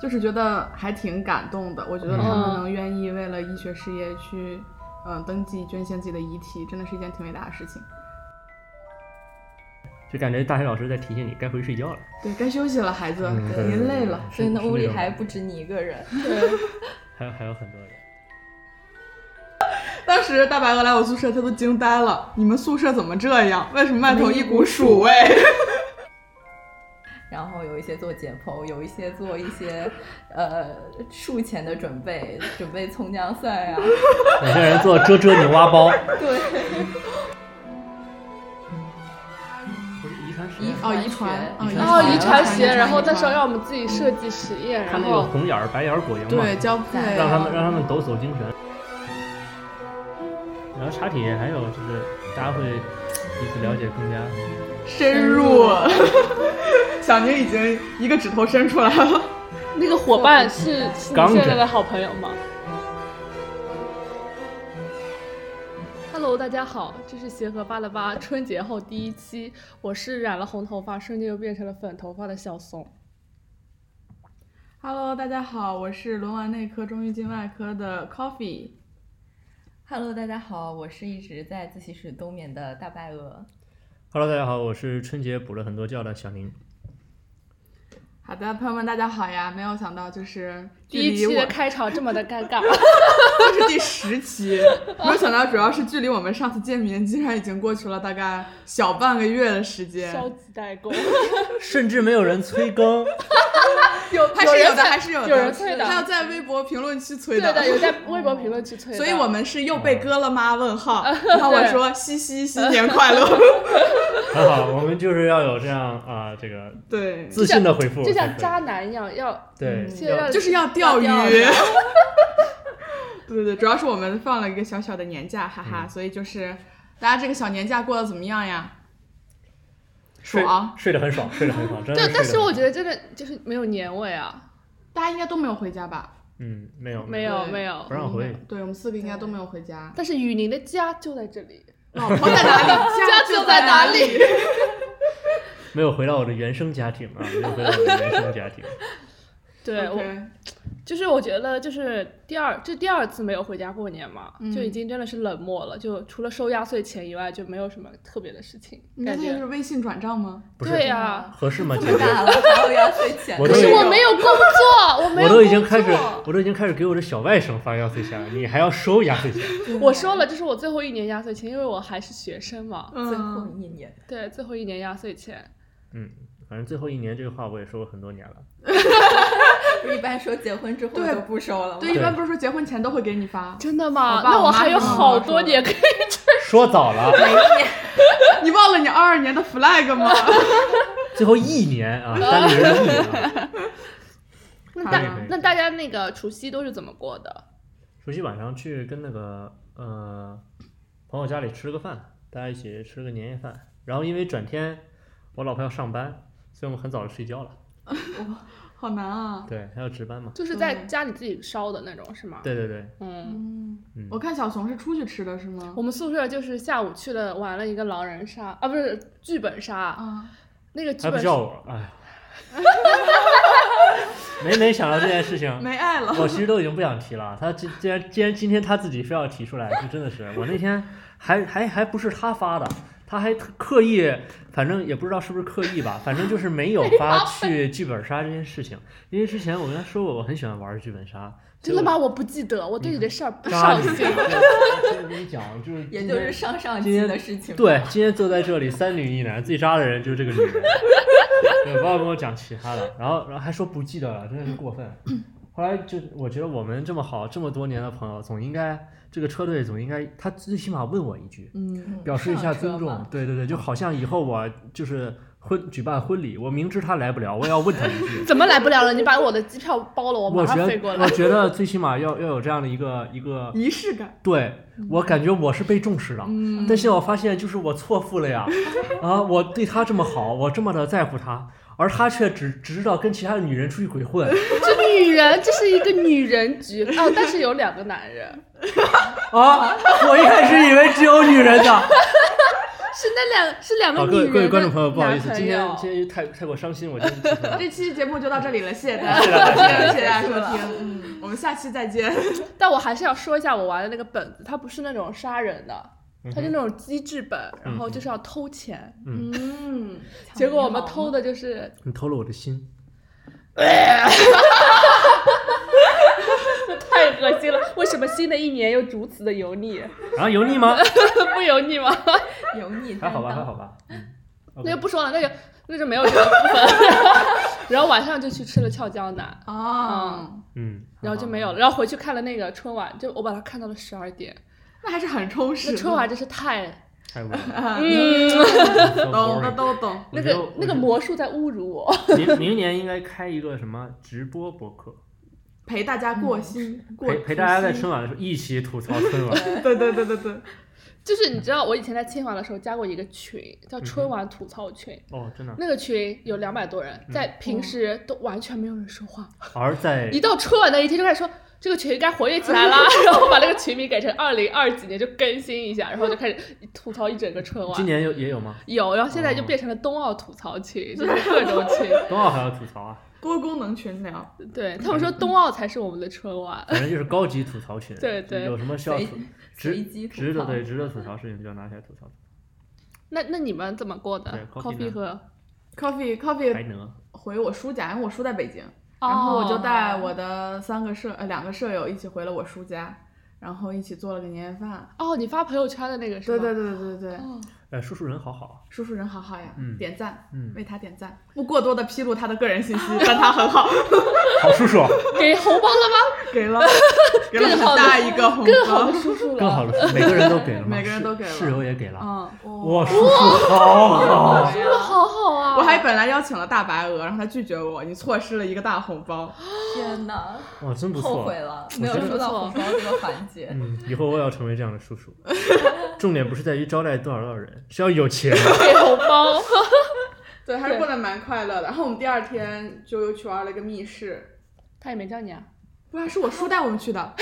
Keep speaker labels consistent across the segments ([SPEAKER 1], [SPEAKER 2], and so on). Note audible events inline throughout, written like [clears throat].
[SPEAKER 1] 就是觉得还挺感动的。我觉
[SPEAKER 2] 嗯
[SPEAKER 1] 得他们能愿意为了医学事业去，嗯、呃，登记捐献自己的遗体，真的是一件挺伟大的事情。
[SPEAKER 2] 就感觉大学老师在提醒你该回去睡觉了。
[SPEAKER 1] 对该休息了，孩子，
[SPEAKER 2] 嗯对
[SPEAKER 1] 您累
[SPEAKER 2] [laughs]
[SPEAKER 1] 了。
[SPEAKER 2] 是
[SPEAKER 3] 所以呢，
[SPEAKER 2] 是
[SPEAKER 3] 屋里
[SPEAKER 2] 这种
[SPEAKER 3] 还不止你一个人。
[SPEAKER 2] 还有还有很多 [laughs] 人。
[SPEAKER 1] 当时大白鹅来我宿舍，他都惊呆了。你们宿舍怎么这样？为什么外头一股鼠味？
[SPEAKER 3] 然后有一些做解剖，有一些做一些呃术前的准备，准备葱姜蒜啊呀、
[SPEAKER 2] 有些人做遮遮你挖包，
[SPEAKER 3] 对，
[SPEAKER 2] [laughs] 不是遗传实
[SPEAKER 3] 遗
[SPEAKER 2] 验，
[SPEAKER 1] 哦，
[SPEAKER 3] 传
[SPEAKER 1] 遗传哦
[SPEAKER 3] 学，
[SPEAKER 4] 然后遗传
[SPEAKER 1] 遗
[SPEAKER 4] 学，然后
[SPEAKER 1] 遗
[SPEAKER 4] 到
[SPEAKER 1] 传
[SPEAKER 4] 时候让我们自己设计实验，
[SPEAKER 2] 他
[SPEAKER 4] 然
[SPEAKER 2] 们有
[SPEAKER 4] 后
[SPEAKER 2] 红眼儿、白眼儿果蝇嘛，
[SPEAKER 1] 对交配，
[SPEAKER 2] 让他们让他们抖擞精神。然后查体验还有就是大家会彼此了解更加
[SPEAKER 1] [laughs] 深入。 [laughs] 小宁已经一个指头伸出来了。
[SPEAKER 4] 那个伙伴是是你
[SPEAKER 2] 刚
[SPEAKER 4] 现在
[SPEAKER 2] 着
[SPEAKER 4] 的好朋友吗？Hello，大家好，这是协和八的八春节后第一期，我是染了红头发，瞬间又变成了粉头发的小松。
[SPEAKER 1] Hello，大家好，我是轮完内科终于进外科的 Coffee。
[SPEAKER 3] Hello，大家好，我是一直在自习室冬眠的大白鹅。
[SPEAKER 2] Hello，大家好，我是春节补了很多觉的小宁。
[SPEAKER 1] 好的，朋友们，大家好呀！没有想到就是
[SPEAKER 4] 第
[SPEAKER 1] 距
[SPEAKER 4] 一
[SPEAKER 1] 离
[SPEAKER 4] 期
[SPEAKER 1] 我
[SPEAKER 4] 的 [laughs] 开场这么的尴尬，
[SPEAKER 1] 这是第十期，没有想到主要是距离我们上次见面竟然已经过去了大概小半个月的时间，
[SPEAKER 4] 消极怠 [laughs] 工。
[SPEAKER 2] 甚至没有人催更，
[SPEAKER 4] 有
[SPEAKER 1] 还是有的，
[SPEAKER 4] 在
[SPEAKER 1] 还是有的，
[SPEAKER 4] 有人催的
[SPEAKER 1] 还有在微博评论区催的，
[SPEAKER 4] 对的，有在微博评论区催的。
[SPEAKER 1] 所以我们是又被割了吗？问
[SPEAKER 4] [laughs]
[SPEAKER 1] 号，然后我说嘻嘻，新年快乐，
[SPEAKER 2] [laughs] 很好，我们就是要有这样啊、这个
[SPEAKER 4] [laughs]
[SPEAKER 1] 对，
[SPEAKER 2] 自信的回复才可
[SPEAKER 4] 就
[SPEAKER 2] 以，
[SPEAKER 4] 像嗯渣男一样，要
[SPEAKER 2] 对，
[SPEAKER 4] 现在
[SPEAKER 2] 要
[SPEAKER 4] 让
[SPEAKER 1] 就是要钓鱼。
[SPEAKER 4] 要钓
[SPEAKER 1] 对 [laughs] 对对，主要是我们放了一个小小的年假，哈哈，
[SPEAKER 2] 嗯
[SPEAKER 1] 所以就是大家这个小年假过得怎么样呀？
[SPEAKER 2] 睡
[SPEAKER 1] 爽
[SPEAKER 2] 睡得很爽，睡得很
[SPEAKER 4] [laughs]
[SPEAKER 2] 爽，真的
[SPEAKER 4] 啊对，但是
[SPEAKER 2] 睡得很
[SPEAKER 4] 我觉得真的就是没有年味啊，
[SPEAKER 1] 大家应该都没有回家吧？
[SPEAKER 2] 嗯没有
[SPEAKER 4] 没有
[SPEAKER 1] 对
[SPEAKER 4] 没有
[SPEAKER 2] 不。让回，
[SPEAKER 1] 对我们四个应该都没有回
[SPEAKER 4] [laughs]
[SPEAKER 1] 家。
[SPEAKER 4] 但是雨宁的家就哦在这里，
[SPEAKER 1] 老婆在哪 [laughs] 里，
[SPEAKER 4] 家就在哪
[SPEAKER 1] 里。
[SPEAKER 2] 没有回到我的原生家庭啊，没有回到我的原生家庭，
[SPEAKER 4] 对我就是我觉得就是第二这第二次没有回家过年嘛，
[SPEAKER 1] 嗯
[SPEAKER 4] 就已经真的是冷漠了，就除了收压岁钱以外，就没有什么特别的事情
[SPEAKER 1] 你那
[SPEAKER 4] 感
[SPEAKER 1] 就
[SPEAKER 4] 觉。
[SPEAKER 1] 是微信转账吗？
[SPEAKER 2] 不是
[SPEAKER 4] 对啊呀、
[SPEAKER 2] 合适吗？
[SPEAKER 3] 这
[SPEAKER 2] 姐
[SPEAKER 3] 么
[SPEAKER 2] 姐，
[SPEAKER 3] 嗯大了，还有压岁钱，
[SPEAKER 2] 我
[SPEAKER 4] 可
[SPEAKER 2] 都
[SPEAKER 4] 是
[SPEAKER 2] 有
[SPEAKER 4] 我没有工作，我没
[SPEAKER 2] 我
[SPEAKER 4] 有
[SPEAKER 2] 都已经开始
[SPEAKER 4] 工作，
[SPEAKER 2] 我都已经开始给我的小外甥发压岁钱了，你还要收压岁钱？
[SPEAKER 4] 我收了，这是我最后一年压岁钱，因为我还是学生嘛。
[SPEAKER 3] 最后
[SPEAKER 1] 嗯，
[SPEAKER 3] 一年，
[SPEAKER 4] 对，最后一年压岁钱，
[SPEAKER 2] 嗯，反正最后一年这个话我也说过很多年了。
[SPEAKER 4] 嗯
[SPEAKER 3] 不是一般说结婚之后
[SPEAKER 1] 对
[SPEAKER 3] 就不收了吗？
[SPEAKER 1] 对，一般不是说结婚前都会给你发，
[SPEAKER 4] 真的吗
[SPEAKER 1] 我？爸
[SPEAKER 4] 那
[SPEAKER 1] 我妈
[SPEAKER 4] 还有
[SPEAKER 1] 是这么跟我
[SPEAKER 4] 好多
[SPEAKER 1] 说的
[SPEAKER 4] 年可以。
[SPEAKER 2] 说早了，
[SPEAKER 3] 每一年
[SPEAKER 1] 你忘了你二二年的 flag [laughs] 吗？
[SPEAKER 2] 最后一年
[SPEAKER 4] [laughs]
[SPEAKER 2] 啊，单立人的一年啊。
[SPEAKER 4] 那
[SPEAKER 1] 好
[SPEAKER 2] 可以可
[SPEAKER 4] 大
[SPEAKER 2] 以
[SPEAKER 4] 那大家那个除夕都是怎么过的？
[SPEAKER 2] 除夕晚上去跟那个呃朋友家里吃了个饭，大家一起吃了个年夜饭。然后因为转天我老婆要上班，所以我们很早就睡觉了。
[SPEAKER 1] 好难啊。
[SPEAKER 2] 对，她要值班嘛。
[SPEAKER 4] 就是在
[SPEAKER 1] 嗯
[SPEAKER 4] 家里自己烧的那种是吗？，
[SPEAKER 2] 对对对，
[SPEAKER 4] 嗯，
[SPEAKER 1] 嗯
[SPEAKER 2] 嗯，
[SPEAKER 1] 我看小熊是出去吃的是吗
[SPEAKER 4] 我？们宿舍就是下午去了玩了一个狼人杀啊，不是剧本杀，
[SPEAKER 1] 啊，
[SPEAKER 4] 那个剧
[SPEAKER 2] 还不
[SPEAKER 4] 本
[SPEAKER 2] 叫我，哎呀， [laughs] 每每想到这件事情，
[SPEAKER 1] 没爱了。
[SPEAKER 2] 我其实都已经不想提了。他既既然既然今天他自己非要提出来，就真的是我那天还还还不是他发的，他还特刻意，反正也不知道是不是刻意吧，反正就是没有
[SPEAKER 4] [laughs]
[SPEAKER 2] 发去剧本杀这件事情。因为之前我跟他说过，我很喜欢玩剧本杀。
[SPEAKER 4] 真的吗？？我不记得，我对你的事儿不
[SPEAKER 2] 嗯渣
[SPEAKER 4] 上
[SPEAKER 2] 女，
[SPEAKER 4] [laughs] 心。
[SPEAKER 2] 我跟你讲，就是今
[SPEAKER 3] 也
[SPEAKER 2] 天
[SPEAKER 3] 就是上上
[SPEAKER 2] 今
[SPEAKER 3] 期
[SPEAKER 2] 天
[SPEAKER 3] 的事 [laughs] 情。，
[SPEAKER 2] 对，今天坐在这里三女一男，最渣的人就是这个女
[SPEAKER 3] [laughs]
[SPEAKER 2] 人，对，不要跟我讲其他的。然后，然后还说不记得了，真的是过
[SPEAKER 3] [laughs]
[SPEAKER 2] 分。后来就我觉得我们这么好，这么多年的朋友，总应该这个车队总应该他最起码问我一句，
[SPEAKER 1] 嗯，
[SPEAKER 3] 嗯
[SPEAKER 2] 表示一下
[SPEAKER 3] 上车
[SPEAKER 2] 尊重
[SPEAKER 3] 嘛。
[SPEAKER 2] 对对对，就好像以后我就是婚举办婚礼，我明知他来不了，我也要问他一句。
[SPEAKER 4] 怎么来不了了？你把我的机票包了，
[SPEAKER 2] 我
[SPEAKER 4] 我哦马
[SPEAKER 2] 觉
[SPEAKER 4] 上飞过
[SPEAKER 2] 得我
[SPEAKER 4] [laughs] 来。
[SPEAKER 2] 觉得最起码要要有这样的一个一
[SPEAKER 4] [laughs]
[SPEAKER 2] 个，
[SPEAKER 1] 仪式感。
[SPEAKER 2] 对我感觉我是被重视的。
[SPEAKER 1] 嗯，
[SPEAKER 2] 但现在我发现，就是我错付了呀，啊，我对他这么好，我这么的在乎他，而他却只只知道跟其他的女人出去鬼混。
[SPEAKER 4] 这女人，这是一个女人局啊，但是有两个男人， [laughs]
[SPEAKER 2] 啊，我一开始以为只有女人的，
[SPEAKER 4] 是那两是两个
[SPEAKER 2] 好，哦
[SPEAKER 4] 女
[SPEAKER 2] 各位
[SPEAKER 4] 人
[SPEAKER 2] 各位
[SPEAKER 4] 的
[SPEAKER 2] 观众朋友，不好意思，
[SPEAKER 4] 男朋
[SPEAKER 2] 今天
[SPEAKER 4] 友
[SPEAKER 2] 今天太太过伤心，我真的提
[SPEAKER 4] [laughs]
[SPEAKER 2] 出来
[SPEAKER 1] 这期节目就到这里了，谢谢大家，
[SPEAKER 2] 谢谢大家
[SPEAKER 1] 谢谢大家收听，嗯，我们下期再见。
[SPEAKER 4] 但我还是要说一下我玩的那个本子，它不是那种杀人的，
[SPEAKER 2] 嗯
[SPEAKER 4] 它就
[SPEAKER 2] 哼
[SPEAKER 4] 那种机制本，然后
[SPEAKER 2] 嗯
[SPEAKER 4] 就是要偷钱。
[SPEAKER 3] 嗯，
[SPEAKER 4] 结果我们偷的就是
[SPEAKER 2] 你偷了我的心，
[SPEAKER 4] 太恶心了，为什么新的一年又如此的油腻？
[SPEAKER 2] 啊，油腻
[SPEAKER 4] [laughs]
[SPEAKER 2] 吗？
[SPEAKER 4] 不油腻吗？
[SPEAKER 3] 油腻
[SPEAKER 2] 还
[SPEAKER 3] 担
[SPEAKER 2] 好吧，还
[SPEAKER 3] 当，
[SPEAKER 2] 好吧。嗯
[SPEAKER 4] 那
[SPEAKER 2] OK
[SPEAKER 4] 就不说了，那就那就没有这个部分。 [laughs] 然后晚上就去吃了俏江南，
[SPEAKER 1] 哦，
[SPEAKER 2] 嗯，
[SPEAKER 4] 然后就没有
[SPEAKER 2] 了。
[SPEAKER 4] 了。然后回去看了那个春晚，就我把它看到了十二点。
[SPEAKER 1] 那还是很充实
[SPEAKER 4] 那
[SPEAKER 1] 的。
[SPEAKER 4] 春晚真是太……
[SPEAKER 2] 太无聊了。
[SPEAKER 4] 嗯， [laughs]
[SPEAKER 2] So
[SPEAKER 1] 懂的
[SPEAKER 2] boring
[SPEAKER 1] 都懂。
[SPEAKER 4] 哦那
[SPEAKER 2] 我觉
[SPEAKER 4] 个
[SPEAKER 2] 得
[SPEAKER 4] 那个魔术在侮辱我。 [laughs]
[SPEAKER 2] 明明年应该开一个什么直播博客，
[SPEAKER 1] 陪大家过新，过
[SPEAKER 2] 嗯陪陪大家在
[SPEAKER 1] 除夕
[SPEAKER 2] 春晚的时候一起吐槽春晚。
[SPEAKER 1] [laughs] 对对对对对，
[SPEAKER 4] 就是你知道，我以前在清华的时候加过一个群，叫春晚吐槽群。
[SPEAKER 2] 哦，真的，
[SPEAKER 4] 那个群有两百多人，在
[SPEAKER 2] 嗯
[SPEAKER 4] 平时都完全没有人说话，
[SPEAKER 2] 而在
[SPEAKER 4] 一到春晚那一天就开始说这个群该活跃起
[SPEAKER 2] [laughs]
[SPEAKER 4] 来啦，然后把那个群名改成二零二几年就更新一下，然后就开始吐槽一整个春
[SPEAKER 2] 今
[SPEAKER 4] 晚。
[SPEAKER 2] 年有也有吗？
[SPEAKER 4] 有，然后现在
[SPEAKER 2] 哦
[SPEAKER 4] 就变成了冬奥吐槽群，就是各种
[SPEAKER 2] [laughs]
[SPEAKER 4] 群。
[SPEAKER 2] 冬奥还要吐槽啊，
[SPEAKER 1] 多功能群聊，
[SPEAKER 4] 对他们说冬奥才是我们的春晚，
[SPEAKER 2] 反正就是高级吐槽群。
[SPEAKER 4] 对对
[SPEAKER 2] 有什么需要
[SPEAKER 3] 随
[SPEAKER 2] 吐
[SPEAKER 3] 随
[SPEAKER 2] 值
[SPEAKER 3] 机吐
[SPEAKER 2] 值得
[SPEAKER 3] 槽
[SPEAKER 2] 对值得吐槽的事情就拿起来吐槽。
[SPEAKER 4] 那那你们怎么过的
[SPEAKER 2] 对
[SPEAKER 4] ？coffee
[SPEAKER 2] ，coffee 呢
[SPEAKER 4] 和
[SPEAKER 1] coffee
[SPEAKER 2] 白
[SPEAKER 1] coffee
[SPEAKER 2] 能
[SPEAKER 1] 回我叔家，因为我叔在北京，
[SPEAKER 4] 哦
[SPEAKER 1] 然后我就带我的三个舍呃两个舍友一起回了我叔家，然后一起做了个年夜饭。
[SPEAKER 4] 哦，你发朋友圈的那个是
[SPEAKER 1] 对
[SPEAKER 4] 吗？
[SPEAKER 1] 对对对对对，
[SPEAKER 4] 哦
[SPEAKER 2] 呃，叔叔人好好啊，
[SPEAKER 1] 叔叔人好好呀，
[SPEAKER 2] 嗯
[SPEAKER 1] 点赞，
[SPEAKER 2] 嗯
[SPEAKER 1] 为他点赞，不过多的披露他的个人信息， [laughs] 但他很好，
[SPEAKER 2] 好叔啊叔，
[SPEAKER 4] 给红包了吗？
[SPEAKER 1] 给了给了
[SPEAKER 4] 更
[SPEAKER 1] 很
[SPEAKER 4] 好的
[SPEAKER 1] 大一个红
[SPEAKER 4] 更好
[SPEAKER 1] 包
[SPEAKER 4] 的。叔叔了，
[SPEAKER 2] 更好的，每个人都给了吗？
[SPEAKER 1] 每个人都给了
[SPEAKER 2] 室室友也给了。
[SPEAKER 1] 嗯，
[SPEAKER 2] 哇，叔叔好
[SPEAKER 1] [laughs]
[SPEAKER 2] 好，
[SPEAKER 4] 真的好好啊！
[SPEAKER 1] 我还本来邀请了大白鹅，然后他拒绝我，你错失了一个大红包。
[SPEAKER 3] 天哪，
[SPEAKER 2] 哇，真不
[SPEAKER 3] 后
[SPEAKER 2] 错
[SPEAKER 3] 悔。了，没有
[SPEAKER 2] 真的
[SPEAKER 3] 收到红包这个环节。 [laughs]
[SPEAKER 2] 嗯，以后我也要成为这样的叔叔。重点不是在于招待多少多少人，是要有钱。啊
[SPEAKER 4] 给红包，
[SPEAKER 1] 对，还是过得蛮快乐的。然后我们第二天就又去玩了一个密室，
[SPEAKER 4] 他也没叫你
[SPEAKER 2] [laughs]
[SPEAKER 4] 啊。
[SPEAKER 1] 不然是我叔带我们去的。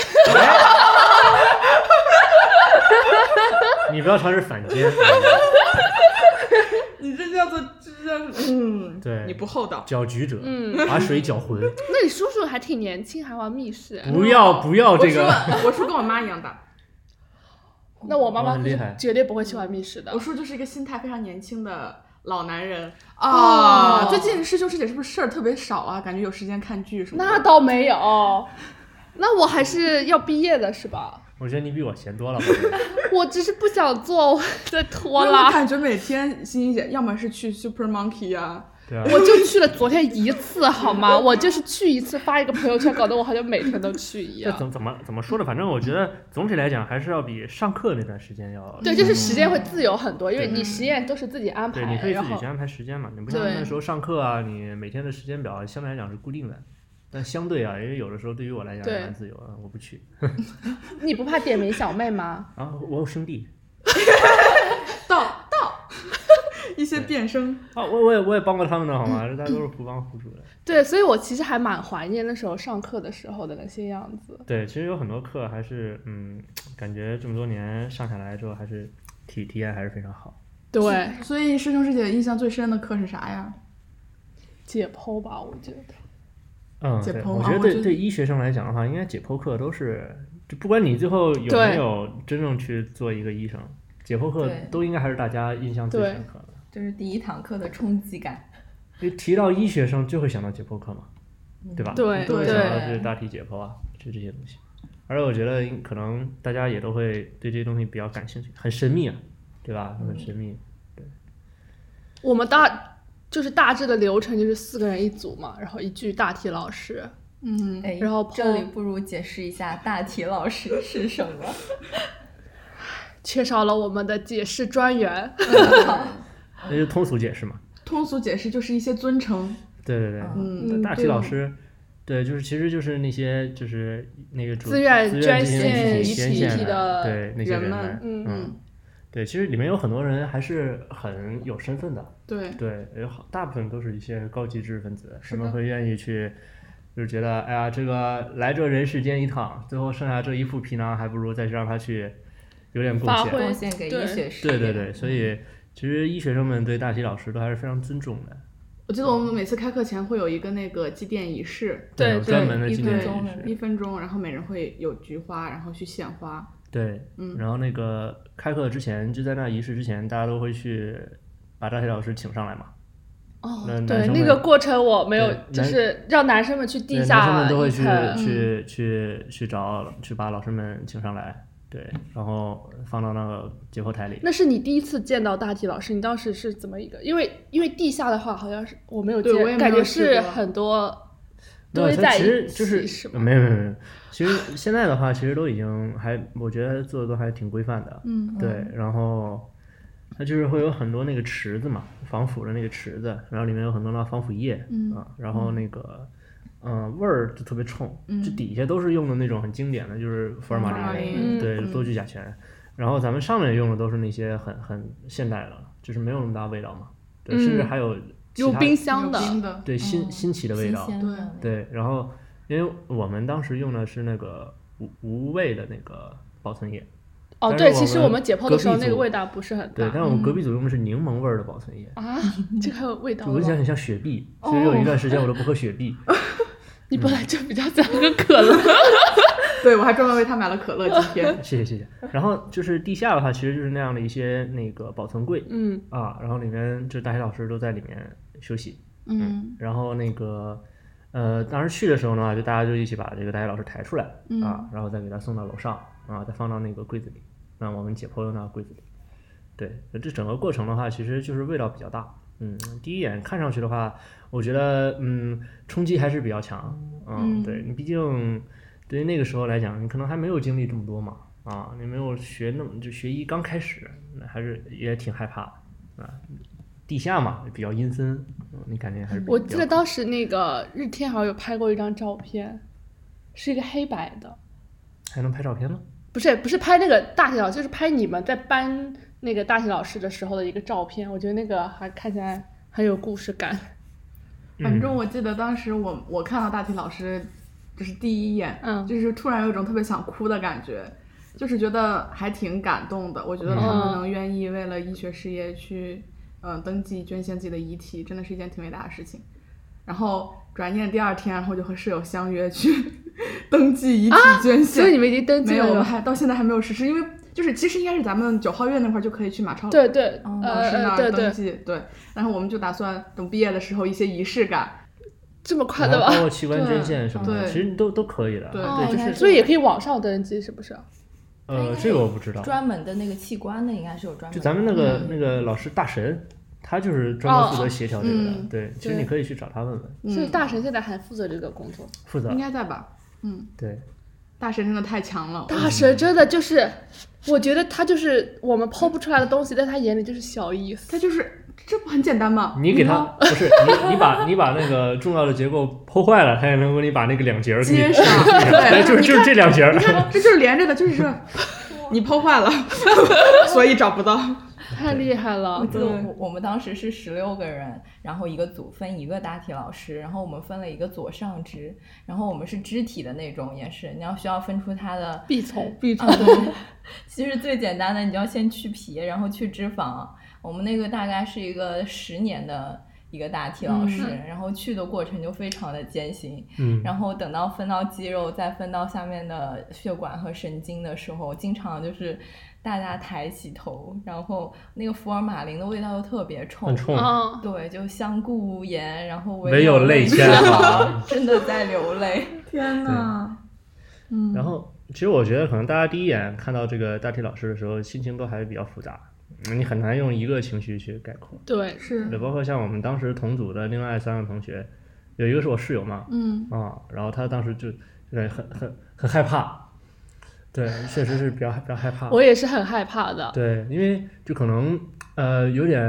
[SPEAKER 1] [laughs]
[SPEAKER 2] 你不要尝试反间。
[SPEAKER 1] 你这叫做这叫嗯，
[SPEAKER 2] 对
[SPEAKER 1] 你不厚道。
[SPEAKER 2] 搅局者，
[SPEAKER 4] 嗯，
[SPEAKER 2] 把水搅浑，
[SPEAKER 4] 那你叔叔还挺年轻，还玩密室。
[SPEAKER 2] 不要不要哦这
[SPEAKER 1] 我
[SPEAKER 2] 个。
[SPEAKER 1] 叔我叔跟我妈一样大，
[SPEAKER 4] 那我妈
[SPEAKER 2] 哇
[SPEAKER 4] 妈
[SPEAKER 2] 很厉
[SPEAKER 4] 就是
[SPEAKER 2] 害
[SPEAKER 4] 绝对不会去玩密室的
[SPEAKER 1] 我。叔就是一个心态非常年轻的老男人
[SPEAKER 4] 哦
[SPEAKER 1] 最近师兄师姐是不是事儿特别少啊？感觉有时间看剧什么的。
[SPEAKER 4] 那倒没有，那我还是要毕业的是吧？
[SPEAKER 2] 我觉得你比我闲多了吧。
[SPEAKER 4] 我只是不想做，我在拖
[SPEAKER 1] 因为我
[SPEAKER 4] 拉。
[SPEAKER 1] 感觉每天欣欣姐要么是去 Super Monkey 啊，
[SPEAKER 2] 对啊，
[SPEAKER 4] 我就去了昨天一次，好吗？我就是去一次发一个朋友圈，搞得我好像每天都去一
[SPEAKER 2] 这
[SPEAKER 4] 样。
[SPEAKER 2] 怎怎么怎么说呢？反正我觉得总体来讲，还是要比上课那段时间要
[SPEAKER 4] 对，就是时间会自由很多，因为你实验都是自己安排，
[SPEAKER 2] 对，你可以自
[SPEAKER 4] 然
[SPEAKER 2] 己
[SPEAKER 4] 后
[SPEAKER 2] 去安排时间嘛。你不像
[SPEAKER 4] 对
[SPEAKER 2] 那时候上课啊，你每天的时间表相对来讲是固定的。但相对啊，因为有的时候对于我来讲
[SPEAKER 4] 对
[SPEAKER 2] 也蛮自由啊，我不去
[SPEAKER 4] 你不怕点名小妹吗？
[SPEAKER 2] 啊，我有兄弟
[SPEAKER 1] 到 [laughs] 到一些变声。
[SPEAKER 2] 啊，我我也我也帮过他们的好
[SPEAKER 4] [laughs]
[SPEAKER 2] 吗？大家都是互帮互助的。
[SPEAKER 4] 对，所以我其实还蛮怀念那时候上课的时候的那些样子。
[SPEAKER 2] 对，其实有很多课还是嗯，感觉这么多年上下来之后，还是体体验还是非常好。
[SPEAKER 4] 对，
[SPEAKER 1] 所以师兄师姐印象最深的课是啥呀？
[SPEAKER 4] 解剖吧，我觉得。
[SPEAKER 2] 嗯，
[SPEAKER 1] 解
[SPEAKER 2] 对
[SPEAKER 1] 剖
[SPEAKER 2] 我
[SPEAKER 1] 啊
[SPEAKER 2] 觉得
[SPEAKER 1] 我觉
[SPEAKER 2] 对
[SPEAKER 1] 得
[SPEAKER 2] 对医学生来讲的话，应该解剖课都是，就不管你最后有
[SPEAKER 4] 对
[SPEAKER 2] 没有真正去做一个医生，解剖课
[SPEAKER 3] 对
[SPEAKER 2] 都应该还是大家印象最深刻的。
[SPEAKER 3] 这是第一堂课的冲击感，
[SPEAKER 2] 因为提到医学生，就会想到解剖课嘛，对
[SPEAKER 3] 嗯
[SPEAKER 2] 吧？
[SPEAKER 4] 对
[SPEAKER 2] 都会
[SPEAKER 1] 对
[SPEAKER 2] 想到就是大体解剖啊，就这些东西。而且我觉得应可能大家也都会对这些东西比较感兴趣，很神秘啊，对吧？很神秘。
[SPEAKER 4] 我们大就是大致的流程就是四个人一组嘛，然后一句大体老师，
[SPEAKER 1] 嗯，
[SPEAKER 3] 哎，
[SPEAKER 4] 然后
[SPEAKER 3] 这里不如解释一下大体老师是什
[SPEAKER 2] [laughs]
[SPEAKER 3] 么？
[SPEAKER 4] 缺少了我们的解释专员。
[SPEAKER 3] 嗯
[SPEAKER 2] 那就通俗解释嘛。
[SPEAKER 1] 通俗解释就是一些尊称。
[SPEAKER 2] 对对对，
[SPEAKER 1] 嗯，
[SPEAKER 2] 大体老师，对，就是其实就是那些就是那个主
[SPEAKER 4] 自愿捐
[SPEAKER 2] 进行
[SPEAKER 4] 献遗
[SPEAKER 2] 体捐
[SPEAKER 4] 体
[SPEAKER 2] 献
[SPEAKER 4] 的
[SPEAKER 2] 对那些
[SPEAKER 1] 人
[SPEAKER 2] 人
[SPEAKER 1] 们
[SPEAKER 2] 们，
[SPEAKER 4] 嗯
[SPEAKER 2] 嗯，对，其实里面有很多人还是很有身份的，
[SPEAKER 1] 对，
[SPEAKER 2] 对，有好大部分都是一些高级知识分子，他
[SPEAKER 1] 的
[SPEAKER 2] 们会愿意去。就是觉得，哎呀，这个来这人世间一趟，最后剩下这一副皮囊，还不如再去让他去有点贡
[SPEAKER 4] 发
[SPEAKER 2] 献。
[SPEAKER 4] 挥
[SPEAKER 3] 贡献给医学世界。
[SPEAKER 2] 对对对，所以其实医学生们对大体老师都还是非常尊重的。
[SPEAKER 1] 我记得我们每次开课前会有一个那个祭奠仪式，
[SPEAKER 4] 对
[SPEAKER 2] 有
[SPEAKER 4] 对
[SPEAKER 2] 专门的
[SPEAKER 3] 一
[SPEAKER 2] 纪
[SPEAKER 3] 分
[SPEAKER 2] 念
[SPEAKER 3] 钟
[SPEAKER 2] 仪
[SPEAKER 3] 的
[SPEAKER 2] 式。
[SPEAKER 1] 一分钟，然后每人会有菊花，然后去献花。
[SPEAKER 2] 对，
[SPEAKER 1] 嗯
[SPEAKER 2] 然后那个开课之前，就在那仪式之前，大家都会去把大体老师请上来嘛。
[SPEAKER 4] 哦
[SPEAKER 2] 那，男
[SPEAKER 4] 对，
[SPEAKER 2] 生
[SPEAKER 4] 那
[SPEAKER 2] 们
[SPEAKER 4] 个过程我没有
[SPEAKER 2] 对，
[SPEAKER 4] 就
[SPEAKER 2] 男
[SPEAKER 4] 是让男生们去
[SPEAKER 2] 对
[SPEAKER 4] 地
[SPEAKER 2] 男生
[SPEAKER 4] 下
[SPEAKER 2] 们都会
[SPEAKER 4] 一
[SPEAKER 2] 去
[SPEAKER 4] 层，
[SPEAKER 2] 去去去找去把老师们请上来，对，然后放到那个解剖台里。
[SPEAKER 4] 那是你第一次见到大体老师，你当时是怎么一个？因为因为地下的话，好像是我没有
[SPEAKER 1] 对
[SPEAKER 4] 见，
[SPEAKER 1] 我也没
[SPEAKER 4] 感
[SPEAKER 1] 有
[SPEAKER 4] 觉
[SPEAKER 1] 试
[SPEAKER 4] 是
[SPEAKER 1] 过
[SPEAKER 4] 很多
[SPEAKER 2] 对，
[SPEAKER 4] 堆
[SPEAKER 2] 它
[SPEAKER 4] 在
[SPEAKER 2] 其实
[SPEAKER 4] 一
[SPEAKER 2] 就
[SPEAKER 4] 起，
[SPEAKER 2] 是嗯
[SPEAKER 4] 是吗？
[SPEAKER 2] 没有没有没有，其实现在的话，其实都已经还，我觉得做的都还挺规范的。
[SPEAKER 1] 嗯
[SPEAKER 2] 对，然后它就是会有很多那个池子嘛，防腐的那个池子，然后里面有很多那防腐液，
[SPEAKER 1] 嗯
[SPEAKER 2] 啊，然后那个。嗯，味儿就特别冲，
[SPEAKER 1] 嗯
[SPEAKER 2] 就底下都是用的那种很经典的，就是福尔马
[SPEAKER 1] 福尔马
[SPEAKER 2] 林，
[SPEAKER 1] 林
[SPEAKER 2] 对，
[SPEAKER 1] 嗯
[SPEAKER 2] 多聚甲醛。然后咱们上面用的都是那些很很现代的，就是没有那么大味道嘛，对，甚至
[SPEAKER 4] 嗯
[SPEAKER 2] 还有其
[SPEAKER 4] 有
[SPEAKER 2] 他
[SPEAKER 4] 冰箱的
[SPEAKER 1] 有，冰的，
[SPEAKER 2] 对新新奇的味道，
[SPEAKER 3] 新鲜嗯的那
[SPEAKER 2] 对，然后因为我们当时用的是那个无无味的那个保存液，
[SPEAKER 4] 哦，
[SPEAKER 2] 但
[SPEAKER 4] 对，
[SPEAKER 2] 是
[SPEAKER 4] 其
[SPEAKER 2] 我
[SPEAKER 4] 实我
[SPEAKER 2] 们
[SPEAKER 4] 们解剖
[SPEAKER 2] 隔
[SPEAKER 4] 的时候
[SPEAKER 2] 壁
[SPEAKER 4] 那个
[SPEAKER 2] 组
[SPEAKER 4] 味道不是很
[SPEAKER 2] 对，但
[SPEAKER 4] 大
[SPEAKER 2] 是我们隔壁组用的是柠檬味儿的保存液，
[SPEAKER 4] 啊， [laughs] 这个还有味道
[SPEAKER 2] 就闻起来
[SPEAKER 4] 了。哦
[SPEAKER 2] 很像雪碧。其实有一段时间我都不喝雪
[SPEAKER 4] [laughs]
[SPEAKER 2] 碧，
[SPEAKER 4] 你本来
[SPEAKER 2] 嗯
[SPEAKER 4] 就比较想喝可
[SPEAKER 2] [laughs]
[SPEAKER 4] 乐，
[SPEAKER 1] 对我还专门为他买了可乐今天。
[SPEAKER 2] 谢谢谢谢。然后就是地下的话，其实就是那样的一些那个保存柜
[SPEAKER 4] 嗯，
[SPEAKER 2] 啊，然后里面就大学老师都在里面休息，
[SPEAKER 1] 嗯
[SPEAKER 2] 然后那个。呃，当时去的时候呢，就大家就一起把这个大学老师抬出来、
[SPEAKER 4] 嗯
[SPEAKER 2] 啊，然后再给他送到楼上啊，再放到那个柜子里。那我们解剖用那个柜子里。对，这整个过程的话，其实就是味道比较大。嗯，第一眼看上去的话，我觉得嗯，冲击还是比较强。嗯，
[SPEAKER 1] 嗯
[SPEAKER 2] 对你毕竟对于那个时候来讲，你可能还没有经历这么多嘛。啊，你没有学那么就学医刚开始，那还是也挺害怕的啊。地下嘛，比较阴森，嗯你感觉还是比
[SPEAKER 4] 我
[SPEAKER 2] 比
[SPEAKER 4] 记
[SPEAKER 2] 较
[SPEAKER 4] 得当时那个日天好像有拍过一张照片，是一个黑白的，
[SPEAKER 2] 还能拍照片吗？
[SPEAKER 4] 不是不是拍那个大体老师，就是拍你们在搬那个大体老师的时候的一个照片，我觉得那个还看起来很有故事感。
[SPEAKER 2] 嗯
[SPEAKER 1] 反正我记得当时我我看到大体老师，就是第一眼，
[SPEAKER 4] 嗯
[SPEAKER 1] 就是突然有一种特别想哭的感觉，就是觉得还挺感动的。我觉得
[SPEAKER 2] 嗯
[SPEAKER 1] 他们能愿意为了医学事业去，嗯、登记捐献自己的遗体，真的是一件挺伟大的事情。然后转念第二天，然后就和室友相约去 [laughs] 登记遗体捐献。
[SPEAKER 4] [laughs] 啊所以你们已经登记
[SPEAKER 1] 没有，
[SPEAKER 4] 了
[SPEAKER 1] 我们
[SPEAKER 4] 吗？
[SPEAKER 1] 还到现在还没有实施，因为就是其实应该是咱们九号院那块儿就可以去马超
[SPEAKER 4] 对对，
[SPEAKER 3] 嗯
[SPEAKER 4] 呃
[SPEAKER 1] 哦老师那
[SPEAKER 4] 呃
[SPEAKER 1] 儿
[SPEAKER 4] 对
[SPEAKER 1] 登
[SPEAKER 4] 对，
[SPEAKER 1] 记，对。然后我们就打算等毕业的时候一些仪式感，
[SPEAKER 4] 这么快
[SPEAKER 2] 然
[SPEAKER 4] 的
[SPEAKER 2] 后包
[SPEAKER 4] 吧？
[SPEAKER 2] 括器官捐献什么的，
[SPEAKER 1] 对
[SPEAKER 2] 其实都都可以的。
[SPEAKER 1] 对
[SPEAKER 4] 哦
[SPEAKER 2] 就
[SPEAKER 3] 原来
[SPEAKER 2] 是
[SPEAKER 4] 所以也可以网上登记，是不是？
[SPEAKER 1] 哦
[SPEAKER 3] 应
[SPEAKER 2] 呃，
[SPEAKER 3] 该
[SPEAKER 2] 这个
[SPEAKER 3] 有
[SPEAKER 2] 我不知道。
[SPEAKER 3] 专门的那个器官的应该是有专门
[SPEAKER 2] 就
[SPEAKER 3] 的。
[SPEAKER 2] 咱们那个
[SPEAKER 1] 嗯
[SPEAKER 2] 那个老师大神，他就是专门负责协调这个的
[SPEAKER 1] 嗯。
[SPEAKER 2] 对，其实你可以去找他问问，
[SPEAKER 1] 嗯
[SPEAKER 4] 所以大神现在还负责这个工作。
[SPEAKER 2] 负责
[SPEAKER 1] 应。该在吧？嗯，
[SPEAKER 2] 对，
[SPEAKER 1] 大神真的太强了，
[SPEAKER 4] 大神真的就是，我觉得他就是我们剖不出来的东西，在他眼里就是小意思。
[SPEAKER 1] 他就是这不很简单吗？
[SPEAKER 2] 你给他
[SPEAKER 1] 吗
[SPEAKER 2] 不是你你把你把那个重要的结构剖坏了，他也能给你把那个两节儿给
[SPEAKER 1] 接
[SPEAKER 2] 嗯你。
[SPEAKER 1] 上，
[SPEAKER 2] [laughs] 对，
[SPEAKER 1] [laughs] 对，
[SPEAKER 2] 就是
[SPEAKER 1] 你
[SPEAKER 2] 就是这两节儿。
[SPEAKER 1] 看这就是连着的，就是这 [laughs] 你剖坏 [laughs] 了，所以找不到。
[SPEAKER 4] 太厉害
[SPEAKER 3] 我
[SPEAKER 4] 了！
[SPEAKER 3] 记得
[SPEAKER 1] 对
[SPEAKER 3] 我我们当时是十六个人，然后一个组分一个大体老师，然后我们分了一个左上肢，然后我们是肢体的那种，也是你要需要分出它的
[SPEAKER 4] 必从
[SPEAKER 3] [laughs]
[SPEAKER 4] 嗯
[SPEAKER 3] 必从。啊对其实最简单的，你要先去皮，然后去脂肪。我们那个大概是一个十年的一个大体老师，然后去的过程就非常的艰辛。
[SPEAKER 2] [laughs] 嗯，
[SPEAKER 3] 然后等到分到肌肉，再分到下面的血管和神经的时候，经常就是大家抬起头，然后那个福尔马林的味道又特别冲，
[SPEAKER 2] 很冲，
[SPEAKER 4] 啊！
[SPEAKER 3] 对，就相顾无言，然后
[SPEAKER 2] 唯有泪
[SPEAKER 3] 泉
[SPEAKER 2] 千，行。
[SPEAKER 3] [laughs] 真的在流泪。
[SPEAKER 1] 天哪！嗯，
[SPEAKER 2] 然后，其实我觉得可能大家第一眼看到这个大体老师的时候，心情都还比较复杂，嗯你很难用一个情绪去概括。
[SPEAKER 4] 对，
[SPEAKER 1] 是
[SPEAKER 2] 对，包括像我们当时同组的另外三个同学，有一个是我室友嘛，
[SPEAKER 1] 嗯，
[SPEAKER 2] 啊、然后他当时就就是很很很害怕，对，确实是比较比较害怕，
[SPEAKER 4] 我也是很害怕的。
[SPEAKER 2] 对，因为就可能呃有点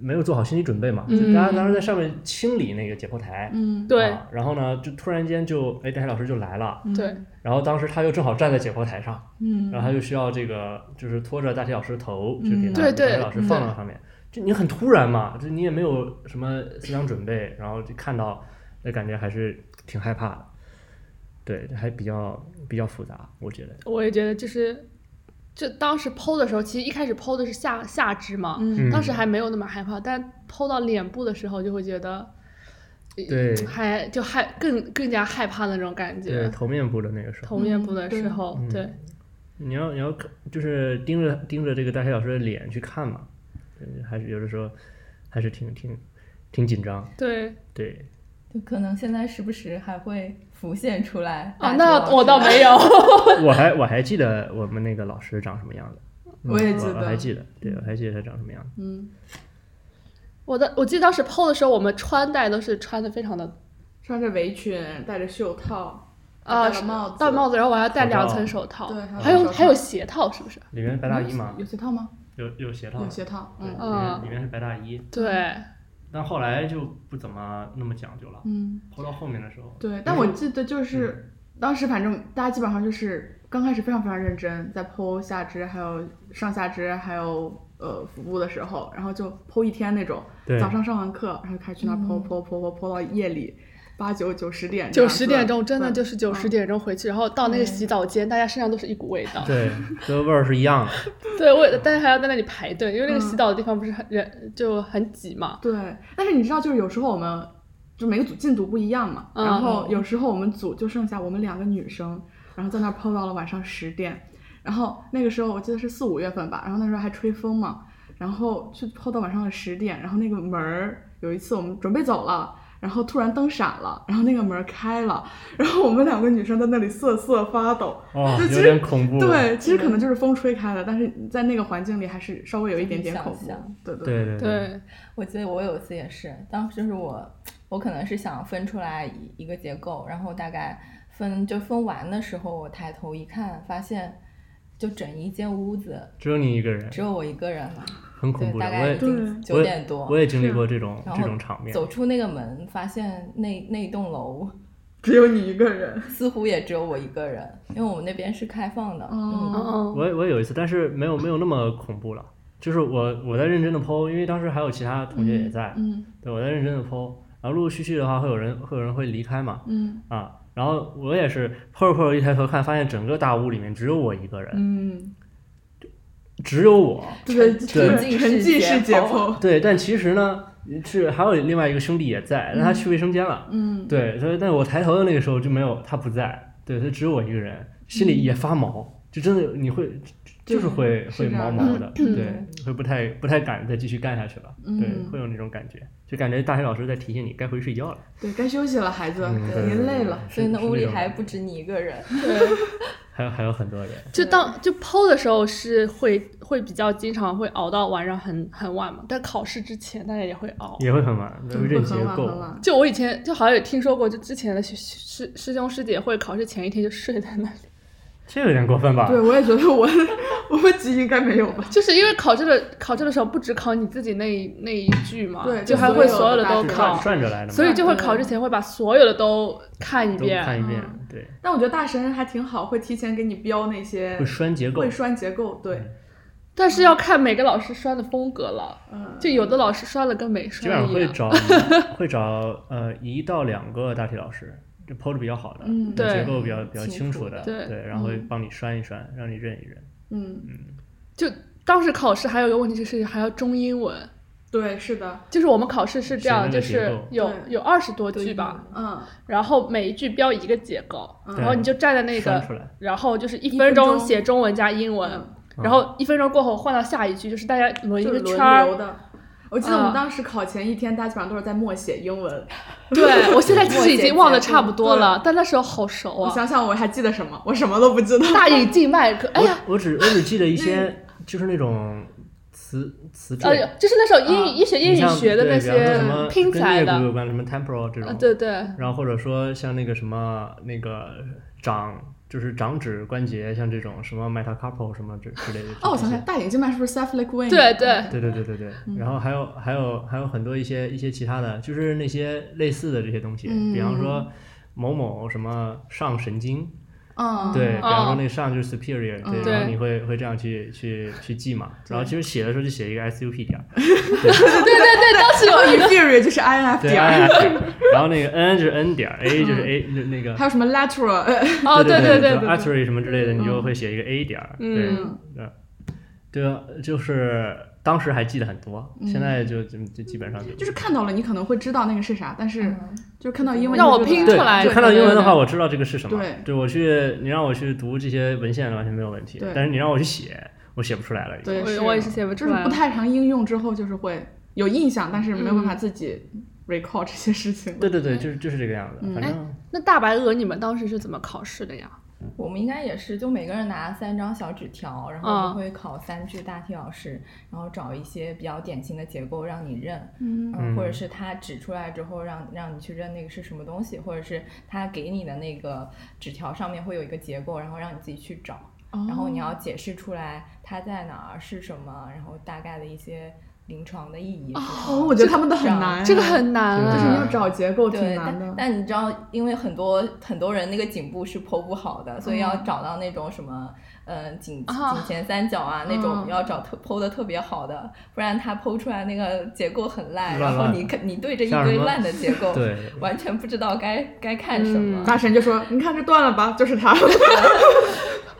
[SPEAKER 2] 没有做好心理准备嘛，就
[SPEAKER 4] 嗯
[SPEAKER 2] 大家当时在上面清理那个解剖台，
[SPEAKER 1] 嗯，
[SPEAKER 4] 对
[SPEAKER 2] 啊然后呢就突然间就哎，大学老师就来了，
[SPEAKER 4] 对，
[SPEAKER 2] 然后当时他又正好站在解剖台上，
[SPEAKER 1] 嗯，
[SPEAKER 2] 然后他就需要这个就是拖着大体老师的头，就给
[SPEAKER 1] 嗯
[SPEAKER 2] 他
[SPEAKER 4] 对对
[SPEAKER 2] 大体老师放到上面，就你很突然嘛，就你也没有什么思想准备，然后就看到，那感觉还是挺害怕的，对，还比较比较复杂，我觉得，
[SPEAKER 4] 我也觉得就是就当时剖的时候，其实一开始剖的是下下肢嘛，
[SPEAKER 1] 嗯
[SPEAKER 4] 当时还没有那么害怕，但剖到脸部的时候就会觉得
[SPEAKER 2] 对
[SPEAKER 4] 还就害更更加害怕的那种感
[SPEAKER 2] 对
[SPEAKER 4] 觉。
[SPEAKER 2] 头面部的那个时候。
[SPEAKER 4] 头面部的时候，
[SPEAKER 2] 嗯对
[SPEAKER 4] 对，
[SPEAKER 2] 你要你要看，就是盯着盯着这个大学老师的脸去看嘛，对还是有的时候还是挺挺挺紧张，
[SPEAKER 4] 对
[SPEAKER 2] 对，
[SPEAKER 3] 就可能现在时不时还会浮现出来。大
[SPEAKER 4] 啊，
[SPEAKER 3] 体
[SPEAKER 4] 那
[SPEAKER 3] 老
[SPEAKER 4] 我
[SPEAKER 3] 师
[SPEAKER 4] 倒
[SPEAKER 3] 的
[SPEAKER 1] [laughs]
[SPEAKER 4] 没有。
[SPEAKER 2] [laughs] 我还我还记得我们那个老师长什么样的，嗯
[SPEAKER 1] 我也记
[SPEAKER 2] 我
[SPEAKER 1] 得
[SPEAKER 2] 还记得，对，我还记得他长什么样的，
[SPEAKER 1] 嗯，
[SPEAKER 4] 我的我记得当时剖的时候，我们穿戴都是穿的非常的
[SPEAKER 1] 哦穿着围裙，戴着袖套，
[SPEAKER 4] 啊，
[SPEAKER 1] 戴了帽子，
[SPEAKER 4] 戴帽
[SPEAKER 1] 子，
[SPEAKER 4] 子，然后我还要戴
[SPEAKER 2] 口罩
[SPEAKER 4] 两层手套，
[SPEAKER 1] 对还有手
[SPEAKER 4] 还有
[SPEAKER 1] 套
[SPEAKER 4] 还有鞋套，是不是？
[SPEAKER 2] 里面白大衣嘛，
[SPEAKER 1] 有鞋套吗？
[SPEAKER 2] 有有鞋套
[SPEAKER 1] 有
[SPEAKER 2] 的，
[SPEAKER 1] 鞋套，
[SPEAKER 2] 对，
[SPEAKER 1] 嗯
[SPEAKER 2] 里面里面是白大衣，
[SPEAKER 4] 对，
[SPEAKER 2] 但后来就不怎么那么讲究了，
[SPEAKER 1] 嗯，
[SPEAKER 2] 后到后面的时候，
[SPEAKER 1] 对。但我记得就是当时反正大家基本上就是刚开始非常非常认真，在剖下肢，还有上下肢，还有呃腹部的时候，然后就剖一天那种。
[SPEAKER 2] 对
[SPEAKER 1] 早上上完课，然后开始去那儿
[SPEAKER 4] 嗯
[SPEAKER 1] 剖剖剖剖剖到夜里八九九十点这
[SPEAKER 4] 九
[SPEAKER 1] 样子，
[SPEAKER 4] 十点钟真的
[SPEAKER 1] 对嗯
[SPEAKER 4] 就是九十点钟回去，然后到那个洗澡间，大家身上都是一股味道。
[SPEAKER 2] 嗯对，这个味儿是
[SPEAKER 1] [laughs]
[SPEAKER 2] 一样的，
[SPEAKER 4] [laughs] 对，我大家还要在那里排队，因为那个
[SPEAKER 1] 嗯
[SPEAKER 4] 洗澡的地方不是很人就很挤嘛。
[SPEAKER 1] 对，但是你知道，就是有时候我们就每个组进度不一样嘛，
[SPEAKER 4] 嗯
[SPEAKER 1] 然后有时候我们组就剩下我们两个女生，然后在那儿泡到了晚上十点，然后那个时候我记得是四五月份吧，然后那时候还吹风嘛，然后就泡到晚上的十点，然后那个门儿有一次我们准备走了。然后突然灯闪了，然后那个门儿开了，然后我们两个女生在那里瑟瑟发抖。
[SPEAKER 2] 哦
[SPEAKER 1] 就，其
[SPEAKER 2] 有
[SPEAKER 1] 实
[SPEAKER 2] 点恐怖，
[SPEAKER 1] 对，其实可能就是风吹开了，但是在那个环境里还是稍微有一点点
[SPEAKER 3] 想
[SPEAKER 1] 恐怖
[SPEAKER 3] 象。
[SPEAKER 1] 对对
[SPEAKER 2] 对对对，
[SPEAKER 4] 对，
[SPEAKER 3] 我记得我有一次也是，当时就是我，我可能是想分出来一一个结构，然后大概分就分完的时候，我抬头一看，发现就整一间屋子
[SPEAKER 2] 只有你一个人，
[SPEAKER 3] 只有我一个人了，
[SPEAKER 2] 很嗯恐
[SPEAKER 3] 对，
[SPEAKER 2] 怖的，
[SPEAKER 3] 大
[SPEAKER 2] 我
[SPEAKER 3] 概
[SPEAKER 2] 也
[SPEAKER 3] 已经
[SPEAKER 2] 我
[SPEAKER 3] 九
[SPEAKER 2] 也
[SPEAKER 3] 点多
[SPEAKER 2] 我。也经历过这种
[SPEAKER 3] 啊然
[SPEAKER 2] 这
[SPEAKER 3] 后
[SPEAKER 2] 种场面，
[SPEAKER 3] 走出那个门，发现那那栋楼
[SPEAKER 1] 只有你一个人。
[SPEAKER 3] 似乎也只有我一个人，因为我们那边是开放的。
[SPEAKER 1] 哦
[SPEAKER 3] 嗯，
[SPEAKER 4] 嗯，
[SPEAKER 2] 我也我也有一次，但是没有没有那么恐怖了。就是我我在认真的剖，因为当时还有其他同学也在，
[SPEAKER 1] 嗯
[SPEAKER 2] 对我在认真的剖。然后陆陆续续的话，会有人会有人会离开嘛，
[SPEAKER 1] 嗯
[SPEAKER 2] 啊，然后我也是剖着剖着一抬头看，发现整个大屋里面只有我一个人，
[SPEAKER 1] 嗯，
[SPEAKER 2] 只有我。
[SPEAKER 1] 对
[SPEAKER 2] 沉
[SPEAKER 3] 浸
[SPEAKER 1] 沉
[SPEAKER 3] 式
[SPEAKER 1] 浸
[SPEAKER 3] 解
[SPEAKER 1] 式解
[SPEAKER 3] 剖
[SPEAKER 1] 剖，嗯
[SPEAKER 2] 对，但其实呢是还有另外一个兄弟也在，但他去卫生间了。
[SPEAKER 1] 嗯，
[SPEAKER 2] 对，所以但我抬头的那个时候就没有他不在，对，他只有我一个人，心里也发毛，就真的你会就是会
[SPEAKER 1] 是
[SPEAKER 2] 会
[SPEAKER 1] 这
[SPEAKER 2] 毛
[SPEAKER 1] 样
[SPEAKER 2] 毛的，对，会不太不太敢再继续干下去了，对，
[SPEAKER 1] 嗯
[SPEAKER 2] 会有那种感觉，就感觉大学老师在提醒你该回去睡觉了，
[SPEAKER 1] 对该休息了，孩子，
[SPEAKER 2] 嗯对
[SPEAKER 1] 您累了，
[SPEAKER 3] 所以那
[SPEAKER 2] 是
[SPEAKER 3] 屋
[SPEAKER 2] 这
[SPEAKER 3] 里
[SPEAKER 2] 种
[SPEAKER 3] 还不止你一个人。
[SPEAKER 2] 还有还有很多人，
[SPEAKER 4] 嗯就当就剖的时候是会会比较经常会熬到晚上很很晚嘛，但考试之前大家也会熬。
[SPEAKER 2] 也会很晚，
[SPEAKER 1] 对嗯
[SPEAKER 2] 认
[SPEAKER 1] 会
[SPEAKER 2] 结
[SPEAKER 1] 很晚很
[SPEAKER 2] 构，
[SPEAKER 1] 晚，
[SPEAKER 4] 就我以前就好像有听说过，就之前的师师师兄师姐会考试前一天就睡在那里， [laughs]
[SPEAKER 2] 这有点过分吧？
[SPEAKER 1] 对我也觉得我我们级应该没有吧，
[SPEAKER 4] 就是因为考这个考这的时候不只考你自己那一那一句嘛，
[SPEAKER 1] 对就
[SPEAKER 4] 就还
[SPEAKER 1] 所
[SPEAKER 4] 会
[SPEAKER 1] 有的
[SPEAKER 4] 所有的
[SPEAKER 1] 大
[SPEAKER 4] 都
[SPEAKER 1] 学
[SPEAKER 2] 是
[SPEAKER 1] 生
[SPEAKER 4] 考
[SPEAKER 2] 转，转着来的嘛，
[SPEAKER 4] 所以就会
[SPEAKER 1] 对
[SPEAKER 4] 考之前会把所有的都看一
[SPEAKER 2] 嗯都
[SPEAKER 4] 遍，
[SPEAKER 2] 看一遍，
[SPEAKER 1] 嗯
[SPEAKER 2] 对，
[SPEAKER 1] 但我觉得大神还挺好，会提前给你标那些
[SPEAKER 2] 会拴结构
[SPEAKER 1] 会，拴结构，对，
[SPEAKER 4] 但是要看每个老师刷的风格了，
[SPEAKER 1] 嗯，
[SPEAKER 4] 就有的老师刷了跟没
[SPEAKER 2] 基本上
[SPEAKER 4] 刷一
[SPEAKER 2] 会
[SPEAKER 4] 样。
[SPEAKER 2] 找会找呃一到两个大体老师，就剖的比较好的，
[SPEAKER 1] 嗯
[SPEAKER 4] 对
[SPEAKER 2] 结构比较比较
[SPEAKER 3] 清
[SPEAKER 2] 清
[SPEAKER 3] 楚
[SPEAKER 2] 楚的，
[SPEAKER 4] 的
[SPEAKER 2] 对，然后会
[SPEAKER 1] 嗯
[SPEAKER 2] 帮你拴一拴，让你认一认。
[SPEAKER 1] 嗯，
[SPEAKER 4] 当时考试还有一个问题就是还要中英文，
[SPEAKER 1] 对，是的，
[SPEAKER 4] 就是我们考试是这样，
[SPEAKER 2] 选
[SPEAKER 4] 就
[SPEAKER 2] 那个结
[SPEAKER 4] 是
[SPEAKER 2] 构
[SPEAKER 4] 有
[SPEAKER 1] 对
[SPEAKER 4] 有二十多句吧，
[SPEAKER 1] 嗯，
[SPEAKER 4] 然后每一句标一个结构，
[SPEAKER 1] 嗯
[SPEAKER 4] 然后你就站在那
[SPEAKER 2] 拴
[SPEAKER 4] 个，
[SPEAKER 2] 出来，
[SPEAKER 4] 然后就是一
[SPEAKER 1] 一
[SPEAKER 4] 分
[SPEAKER 1] 分
[SPEAKER 4] 钟
[SPEAKER 1] 钟
[SPEAKER 4] 写中文加英文，
[SPEAKER 2] 嗯
[SPEAKER 4] 然后一分钟过后换到下一句，就是大家轮一
[SPEAKER 1] 就
[SPEAKER 4] 个
[SPEAKER 1] 是
[SPEAKER 4] 圈
[SPEAKER 1] 轮
[SPEAKER 4] 儿
[SPEAKER 1] 流。的。我记得我
[SPEAKER 4] 嗯
[SPEAKER 1] 们当时考前一天，大家基本上都是在默写英文。
[SPEAKER 4] [laughs] 对我现在其实已经忘得
[SPEAKER 3] 默写结构
[SPEAKER 4] 差不
[SPEAKER 1] [laughs]
[SPEAKER 4] 多了，但那时候好熟
[SPEAKER 1] 我
[SPEAKER 4] 啊！
[SPEAKER 1] 想想，我还记得什么？我什么都不记得。
[SPEAKER 4] 大引进麦克，哎呀，
[SPEAKER 2] 我我只我只记得一些就是那种词词缀，
[SPEAKER 4] 呃，就是那时候英语一学英
[SPEAKER 2] 啊你
[SPEAKER 4] 语
[SPEAKER 2] 像
[SPEAKER 4] 学的
[SPEAKER 2] 对
[SPEAKER 4] 那
[SPEAKER 2] 比方说
[SPEAKER 4] 些
[SPEAKER 2] 什么
[SPEAKER 4] 拼起来
[SPEAKER 2] 跟猎
[SPEAKER 4] 的
[SPEAKER 2] 物，有关，什么 temporal 这
[SPEAKER 4] 呃
[SPEAKER 2] 种，
[SPEAKER 4] 对对，
[SPEAKER 2] 然后或者说像那个什么那个掌。就是掌指关节，像这种什么 metacarpal 什么之之类的。
[SPEAKER 1] 哦，我想起
[SPEAKER 2] 这
[SPEAKER 1] 来，
[SPEAKER 2] 些
[SPEAKER 1] 大眼睛麦是不是 s e p h i c wing？
[SPEAKER 4] 对对
[SPEAKER 2] 对对对对对，然后还有还有还有很多一些一些其他的，就是那些类似的这些东西，比方说某某什么上神经，
[SPEAKER 1] 嗯，
[SPEAKER 2] 对，比方说
[SPEAKER 4] 哦
[SPEAKER 2] 那个上就是 superior，
[SPEAKER 1] 嗯
[SPEAKER 2] 对，
[SPEAKER 4] 对
[SPEAKER 2] 然后你会会这样去去去记嘛，然后其实写的时候就写一个 sup 点儿，
[SPEAKER 4] 对对对，当
[SPEAKER 2] [laughs]
[SPEAKER 4] 时有一
[SPEAKER 1] inferior 就是 INF
[SPEAKER 2] 对
[SPEAKER 1] 点儿，
[SPEAKER 2] ，i 点儿，然后那个 n 就是 n 点儿，a 就是 a 那那个
[SPEAKER 1] 还有什么 lateral，呃
[SPEAKER 4] 哦，
[SPEAKER 2] 对
[SPEAKER 4] 对
[SPEAKER 2] 对
[SPEAKER 4] 对
[SPEAKER 2] a r t e r y 什么之类的，你就
[SPEAKER 1] 嗯
[SPEAKER 2] 会写一个 a 点儿，对
[SPEAKER 4] 嗯，
[SPEAKER 2] 对啊，就是当时还记得很多，
[SPEAKER 1] 嗯
[SPEAKER 2] 现在就就就基本上
[SPEAKER 1] 就是看到了你可能会知道那个是啥，但是
[SPEAKER 3] 嗯
[SPEAKER 1] 就是看到英文
[SPEAKER 4] 让我
[SPEAKER 1] 你就觉得
[SPEAKER 4] 拼
[SPEAKER 2] 对
[SPEAKER 4] 出来
[SPEAKER 2] 就看到英文的
[SPEAKER 4] 对对
[SPEAKER 2] 话，
[SPEAKER 4] 对
[SPEAKER 2] 我知道这个是什么。
[SPEAKER 1] 对
[SPEAKER 2] 我去你让我去读这些文献完全没有问题
[SPEAKER 1] 对，
[SPEAKER 2] 但是你让我去写，我写不出来了已经。
[SPEAKER 1] 对，
[SPEAKER 4] 我我也是写不出
[SPEAKER 1] 就是
[SPEAKER 4] 来
[SPEAKER 1] 不
[SPEAKER 4] 了。
[SPEAKER 1] 太常应用之后，就是会有印象，但是没有办法自己 recall 这些事情。
[SPEAKER 2] 对对对，就是就是这个样子，
[SPEAKER 1] 嗯
[SPEAKER 2] 反正
[SPEAKER 4] 那大白鹅，你们当时是怎么考试的呀？
[SPEAKER 1] 嗯
[SPEAKER 3] 我们应该也是，就每个人拿三张小纸条，然后
[SPEAKER 4] 嗯
[SPEAKER 3] 你会考三句大题老师，然后找一些比较典型的结构让你认，呃
[SPEAKER 1] 嗯
[SPEAKER 2] 嗯
[SPEAKER 3] 或者是他指出来之后让让你去认那个是什么东西，或者是他给你的那个纸条上面会有一个结构，然后让你自己去找，
[SPEAKER 1] 哦
[SPEAKER 3] 然后你要解释出来它在哪儿是什么，然后大概的一些临床的意义是什么。
[SPEAKER 1] 哦，我觉得他们都很
[SPEAKER 3] 这样
[SPEAKER 1] 难，
[SPEAKER 4] 这个很难
[SPEAKER 2] 就
[SPEAKER 1] 就
[SPEAKER 4] 啊，
[SPEAKER 1] 是你要找结构挺
[SPEAKER 3] 对，
[SPEAKER 1] 难
[SPEAKER 3] 但
[SPEAKER 1] 的。
[SPEAKER 3] 但你知道，因为很多很多人那个颈部是剖不好的，所以要
[SPEAKER 1] 嗯
[SPEAKER 3] 找到那种什么，呃，颈
[SPEAKER 4] 啊
[SPEAKER 3] 颈前三角啊那
[SPEAKER 1] 嗯
[SPEAKER 3] 种，要找特剖的特别好的，不然它剖出来那个结构很烂，
[SPEAKER 2] 乱
[SPEAKER 3] 然后
[SPEAKER 2] 乱
[SPEAKER 3] 你
[SPEAKER 2] 的
[SPEAKER 3] 看你对着一
[SPEAKER 2] 像什
[SPEAKER 3] 堆
[SPEAKER 2] 么，
[SPEAKER 3] 烂的结构
[SPEAKER 2] 对，
[SPEAKER 3] 完全不知道该该看什么。
[SPEAKER 1] 大神就说：“你看这断了吧，就是它。